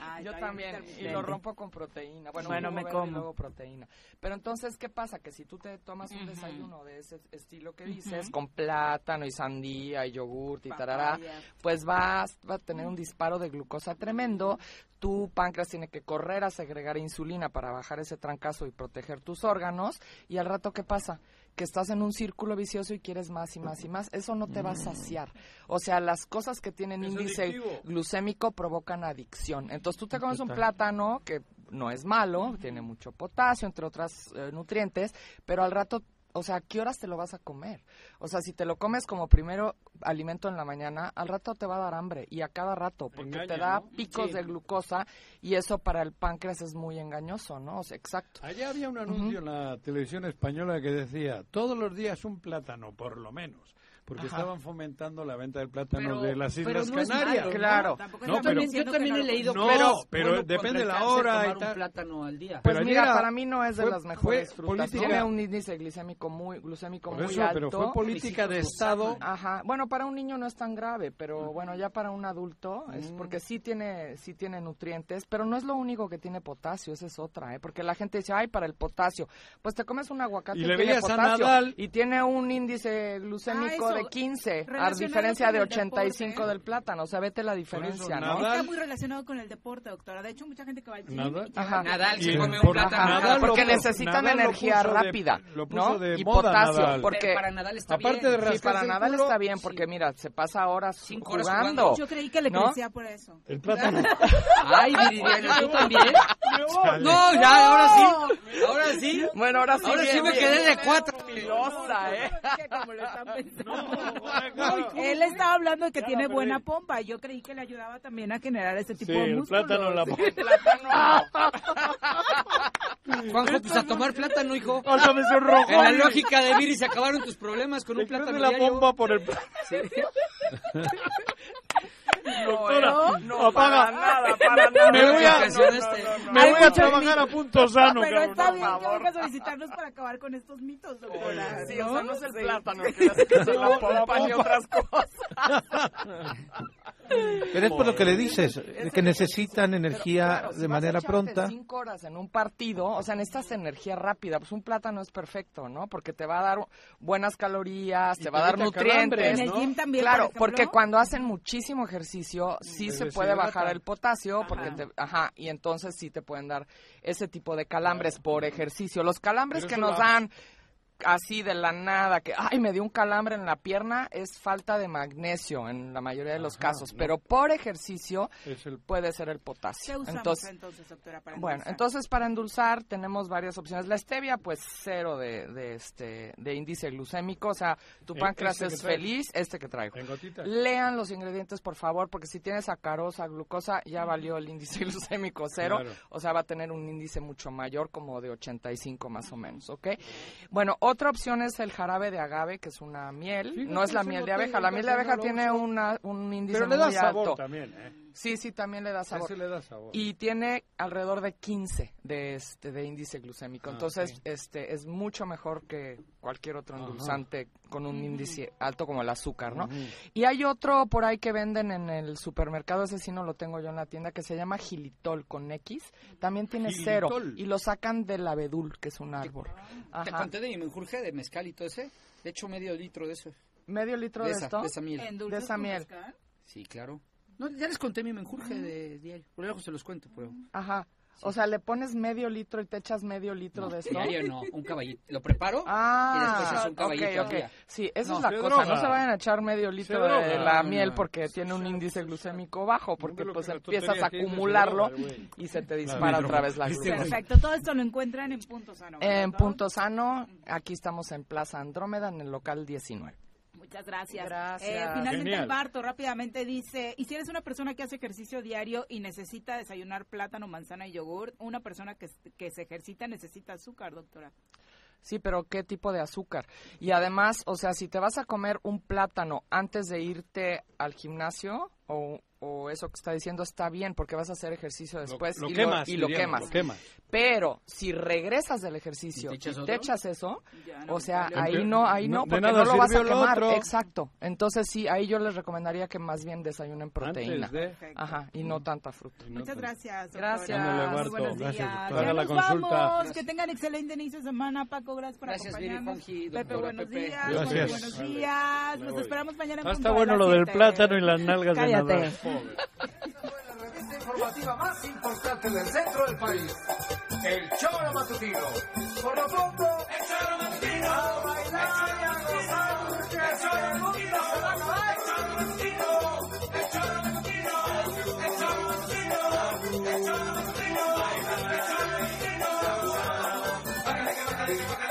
Speaker 2: Ay,
Speaker 12: yo
Speaker 2: ay,
Speaker 12: también. Y
Speaker 2: intermitente.
Speaker 12: lo rompo con proteína. Bueno,
Speaker 2: Bueno,
Speaker 12: un
Speaker 2: me
Speaker 12: jugo verde y
Speaker 2: como.
Speaker 12: luego proteína. Pero entonces, ¿qué pasa? Que si tú te tomas un
Speaker 2: Ujú.
Speaker 12: desayuno de ese estilo que dices,
Speaker 2: Ujú.
Speaker 12: con plátano y sandía y yogurt y tarará,
Speaker 2: Papaya.
Speaker 12: pues vas va a tener un disparo de glucosa tremendo. Tu páncreas tiene que correr a segregar insulina para bajar ese trancazo y proteger tus órganos. Y al rato, ¿qué pasa? Que estás en un círculo vicioso y quieres más y más y más. Eso no te va a saciar. O sea, las cosas que tienen
Speaker 6: Es
Speaker 12: índice
Speaker 6: adictivo.
Speaker 12: glucémico provocan adicción. Entonces tú te comes un
Speaker 6: Total.
Speaker 12: plátano que no es malo, tiene mucho potasio, entre otros nutrientes, eh, pero al rato O sea, ¿a qué horas te lo vas a comer? O sea, si te lo comes como primero alimento en la mañana, al rato te va a dar hambre y a cada rato, porque te
Speaker 18: Engaña,
Speaker 12: da
Speaker 18: ¿no?
Speaker 12: picos
Speaker 18: Sí.
Speaker 12: de glucosa y eso para el páncreas es muy engañoso, ¿no? O sea, exacto.
Speaker 18: Allá había un
Speaker 12: anuncio
Speaker 18: en la televisión española que decía, todos los días un plátano, por lo menos. Porque
Speaker 12: Ajá.
Speaker 18: estaban fomentando la la venta del plátano
Speaker 12: Pero-
Speaker 18: de las
Speaker 12: pero
Speaker 18: Islas
Speaker 12: no es malo,
Speaker 18: Canarias.
Speaker 12: ¿no? Claro. Tampoco estamos
Speaker 6: Yo también he leído
Speaker 18: No,
Speaker 6: pero,
Speaker 18: pero depende de la hora y
Speaker 6: un
Speaker 18: tal.
Speaker 6: plátano al día.
Speaker 12: Pues
Speaker 18: Pero
Speaker 12: mira,
Speaker 18: ayer era-
Speaker 12: para mí no es de
Speaker 18: fue-
Speaker 12: las mejores
Speaker 18: fue
Speaker 12: frutas.
Speaker 18: política-
Speaker 12: Tiene un índice glicémico muy, glucémico
Speaker 18: Por
Speaker 12: muy
Speaker 18: eso,
Speaker 12: alto.
Speaker 18: pero fue política de Estado.
Speaker 12: Ajá. Bueno, para un niño no es tan grave, pero bueno, ya para un adulto es porque sí tiene, sí tiene nutrientes, pero no es lo único que tiene potasio, esa es otra, ¿eh? Porque la gente dice, ay, para el potasio, pues te comes un aguacate
Speaker 18: Y
Speaker 12: y,
Speaker 18: le
Speaker 12: tiene
Speaker 18: veías a
Speaker 12: potasio
Speaker 18: Nadal-
Speaker 12: y tiene un índice glucémico
Speaker 2: Ah, eso,
Speaker 12: de 15, a
Speaker 2: relacionado
Speaker 12: diferencia
Speaker 2: con
Speaker 12: de
Speaker 2: el deporte.
Speaker 12: 85 del plátano, o sea, vete la diferencia, ¿no?
Speaker 2: Está muy relacionado con el deporte, doctora. De hecho, mucha gente que va al gym
Speaker 12: Nadal.
Speaker 2: y que va
Speaker 12: Ajá.
Speaker 2: al-
Speaker 12: Nadal se
Speaker 2: y-
Speaker 12: come un Por- plátano. ajá, Nadal lo porque puso- necesitan Nadal lo energía puso de- rápida, lo puso ¿no? de Y moda, potasio, Nadal. porque-
Speaker 6: Pero para Nadal está
Speaker 12: Aparte
Speaker 6: bien.
Speaker 12: de rascarse Sí, para el Nadal culo, está bien, porque mira, se pasa horas
Speaker 6: Cinco horas
Speaker 12: jugando.
Speaker 2: Yo creí que le
Speaker 12: ¿no?
Speaker 2: crecía por eso.
Speaker 18: El plátano.
Speaker 6: Ay, Viridiana, ¿tú también?
Speaker 12: Chale.
Speaker 6: No, ya, ahora sí. Ahora sí.
Speaker 12: Bueno, ahora sí.
Speaker 6: Ahora sí
Speaker 12: bien,
Speaker 6: me
Speaker 12: bien.
Speaker 6: quedé de cuatro.
Speaker 12: Milosa, ¿eh?
Speaker 2: Él estaba hablando de que tiene buena pompa. Yo creí que le ayudaba también a generar ese tipo
Speaker 18: Sí,
Speaker 2: de
Speaker 18: el
Speaker 2: músculo.
Speaker 18: plátano la pompa.
Speaker 6: Juanjo, pues a tomar plátano, hijo.
Speaker 18: Otra vez un rojo.
Speaker 6: En la lógica de Viri se acabaron tus problemas con un
Speaker 18: Crece
Speaker 6: plátano
Speaker 18: la
Speaker 6: diario.
Speaker 18: pompa por el
Speaker 6: Sí.
Speaker 18: Doctora,
Speaker 11: ¿eh?
Speaker 6: No,
Speaker 12: no,
Speaker 18: apaga.
Speaker 12: para nada, para nada.
Speaker 18: Me voy a,
Speaker 6: No, no, no, no.
Speaker 18: me
Speaker 6: Ay,
Speaker 18: voy a
Speaker 6: mucho
Speaker 18: trabajar a punto sano,
Speaker 2: Pero
Speaker 18: cabrón.
Speaker 2: está bien que venga a solicitarnos para acabar con estos mitos, doctora.
Speaker 12: Sí, o sea, no es el plátano que
Speaker 2: Sí.
Speaker 12: le hace crecer
Speaker 2: No,
Speaker 12: la pompa ni otras cosas.
Speaker 8: Pero es por lo que le dices, que necesitan energía
Speaker 12: Claro, si
Speaker 8: de
Speaker 12: vas a
Speaker 8: manera
Speaker 12: echarte
Speaker 8: pronta.
Speaker 12: cinco horas en un partido, o sea, necesitas energía rápida. Pues un plátano es perfecto, ¿no? Porque te va a dar buenas calorías, te va a dar
Speaker 2: evita
Speaker 12: nutrientes,
Speaker 2: calambres, En el
Speaker 12: ¿no?
Speaker 2: gym también,
Speaker 12: claro,
Speaker 2: por
Speaker 12: porque
Speaker 2: ejemplo.
Speaker 12: cuando hacen muchísimo ejercicio, sí
Speaker 2: Se
Speaker 12: se puede bajar
Speaker 2: deshidratan.
Speaker 12: el potasio, porque te, ajá, y entonces sí te pueden dar ese tipo de calambres por ejercicio. Los calambres
Speaker 18: Pero
Speaker 12: que
Speaker 18: eso
Speaker 12: nos
Speaker 18: va-
Speaker 12: dan así de la nada, que, ay, me dio un calambre en la pierna, es falta de magnesio en la mayoría de los casos,
Speaker 18: no.
Speaker 12: pero por ejercicio
Speaker 18: Es el-
Speaker 12: puede ser el potasio.
Speaker 2: ¿Qué usamos entonces,
Speaker 12: entonces,
Speaker 2: doctora, para
Speaker 12: bueno,
Speaker 2: endulzar?
Speaker 12: entonces para endulzar tenemos varias opciones. La stevia, pues cero de, de este, de índice glucémico, o sea, tu
Speaker 18: Eh,
Speaker 12: páncreas
Speaker 18: este que
Speaker 12: es
Speaker 18: traigo.
Speaker 12: feliz, este que traigo.
Speaker 18: En gotitas.
Speaker 12: Lean los ingredientes, por favor, porque si tienes sacarosa, glucosa, ya valió el índice glucémico cero,
Speaker 18: Claro.
Speaker 12: o sea, va a tener un índice mucho mayor, como de 85 más o menos, ¿ok? Bueno, otra opción es el jarabe de agave, que es una miel,
Speaker 18: Fíjate,
Speaker 12: no es la
Speaker 18: ese
Speaker 12: miel
Speaker 18: lo
Speaker 12: de abeja,
Speaker 18: tengo,
Speaker 12: la miel de
Speaker 18: casi no
Speaker 12: abeja
Speaker 18: lo
Speaker 12: tiene una, un índice
Speaker 18: Pero le da
Speaker 12: muy
Speaker 18: sabor
Speaker 12: alto.
Speaker 18: también, ¿eh?
Speaker 12: Sí, sí, también le da sabor.
Speaker 18: Ese le da sabor.
Speaker 12: Y tiene alrededor de 15 de, este, de índice glucémico.
Speaker 18: Ah,
Speaker 12: Entonces,
Speaker 18: ok.
Speaker 12: este es mucho mejor que cualquier otro
Speaker 18: Ajá. Mm.
Speaker 12: endulzante con un índice alto como el azúcar, ¿no?
Speaker 18: Ujú.
Speaker 12: Y hay otro por ahí que venden en el supermercado, ese sí no lo tengo yo en la tienda, que se llama gilitol con X. También tiene cero.
Speaker 6: Xilitol.
Speaker 12: Y lo sacan del abedul, que es un árbol.
Speaker 6: Te
Speaker 12: Ajá.
Speaker 6: conté de mi menjurje de mezcal y todo ese. De hecho, medio litro de eso.
Speaker 12: ¿Medio litro de,
Speaker 6: esa,
Speaker 12: esto?
Speaker 6: De esa miel.
Speaker 12: De esa miel.
Speaker 6: Sí, claro. No, ya les conté mi menjurje de diario. Por luego se los cuento, pero...
Speaker 12: Ajá. O sea, le pones medio litro y te echas medio litro
Speaker 6: No,
Speaker 12: de esto.
Speaker 6: diario no, un caballito. Lo preparo
Speaker 12: Ah,
Speaker 6: y después es un caballito
Speaker 12: ok,
Speaker 6: al
Speaker 12: ok.
Speaker 6: día.
Speaker 12: Sí, esa
Speaker 6: No,
Speaker 12: es la
Speaker 6: se
Speaker 12: cosa.
Speaker 6: droga.
Speaker 12: No se vayan a echar medio litro de
Speaker 6: droga.
Speaker 12: la
Speaker 6: No,
Speaker 12: miel
Speaker 6: no.
Speaker 12: porque tiene un índice glucémico bajo, porque pues empiezas a
Speaker 6: tontería que dices,
Speaker 12: acumularlo
Speaker 6: droga, güey.
Speaker 12: y se te
Speaker 6: Claro.
Speaker 12: dispara
Speaker 6: Droga.
Speaker 12: otra vez la
Speaker 6: Este güey.
Speaker 12: glucosa.
Speaker 2: Perfecto, todo esto lo encuentran en Punto Sano. ¿verdad,
Speaker 12: En
Speaker 2: doc?
Speaker 12: Punto Sano, aquí estamos en Plaza Andrómeda, en el local 19.
Speaker 2: Muchas gracias.
Speaker 12: Gracias.
Speaker 2: Eh, finalmente,
Speaker 12: Genial.
Speaker 2: el Barto rápidamente dice: Y si eres una persona que hace ejercicio diario y necesita desayunar plátano, manzana y yogur, una persona que, que se ejercita necesita azúcar, doctora.
Speaker 12: Sí, pero ¿qué tipo de azúcar? Y además, o sea, si te vas a comer un plátano antes de irte al gimnasio o, o eso que está diciendo está bien porque vas a hacer ejercicio después
Speaker 18: lo
Speaker 12: Pues y,
Speaker 18: quemas,
Speaker 12: y lo
Speaker 18: diríamos,
Speaker 12: quemas.
Speaker 18: lo quemas.
Speaker 12: Pero si regresas del ejercicio
Speaker 18: ¿Y
Speaker 12: y
Speaker 18: te
Speaker 12: te
Speaker 18: echas
Speaker 12: echas,
Speaker 18: otro?
Speaker 12: eso,
Speaker 18: Ya no
Speaker 12: o sea,
Speaker 18: vale.
Speaker 12: ahí
Speaker 18: Empe-
Speaker 12: no, ahí
Speaker 18: no,
Speaker 12: no,
Speaker 18: de
Speaker 12: porque
Speaker 18: nada
Speaker 12: no lo vas a
Speaker 18: sirvió lo
Speaker 12: quemar.
Speaker 18: otro.
Speaker 12: Exacto. Entonces sí, ahí yo les recomendaría que más bien desayunen proteína.
Speaker 18: de-
Speaker 12: Ajá, y no tanta fruta.
Speaker 2: Muchas gracias. doctora.
Speaker 12: Gracias.
Speaker 18: Ándale, Barto.
Speaker 2: Muy buenos días.
Speaker 18: Gracias,
Speaker 2: Ya
Speaker 18: doctora. Haga la
Speaker 2: nos
Speaker 18: consulta.
Speaker 2: vamos.
Speaker 18: Gracias.
Speaker 2: Que tengan excelente inicio de semana, Paco. Gracias por
Speaker 6: Gracias, Viri,
Speaker 2: acompañarnos.
Speaker 6: Juanji,
Speaker 2: Pepe,
Speaker 6: doctora
Speaker 2: buenos
Speaker 6: Pepe.
Speaker 2: días.
Speaker 18: Gracias.
Speaker 2: Jorge, buenos
Speaker 18: Vale.
Speaker 2: días.
Speaker 18: Me
Speaker 2: Nos
Speaker 18: voy.
Speaker 2: esperamos mañana. en
Speaker 18: Ah,
Speaker 2: punto
Speaker 18: está
Speaker 2: de
Speaker 18: bueno
Speaker 2: las
Speaker 18: lo del
Speaker 2: siete.
Speaker 18: plátano y las nalgas de
Speaker 2: Cállate.
Speaker 18: Nadal. Pobre.
Speaker 19: revista informativa más importante del centro del país. El Choro Matutino. Por lo pronto, el Choro Matutino. A bailar y a gozar. El Choro Matutino se va a acabar. El Choro Matutino. El Choro Matutino. El Choro Matutino. El Choro Matutino. El Choro Matutino. Bájale que bájale que bájale.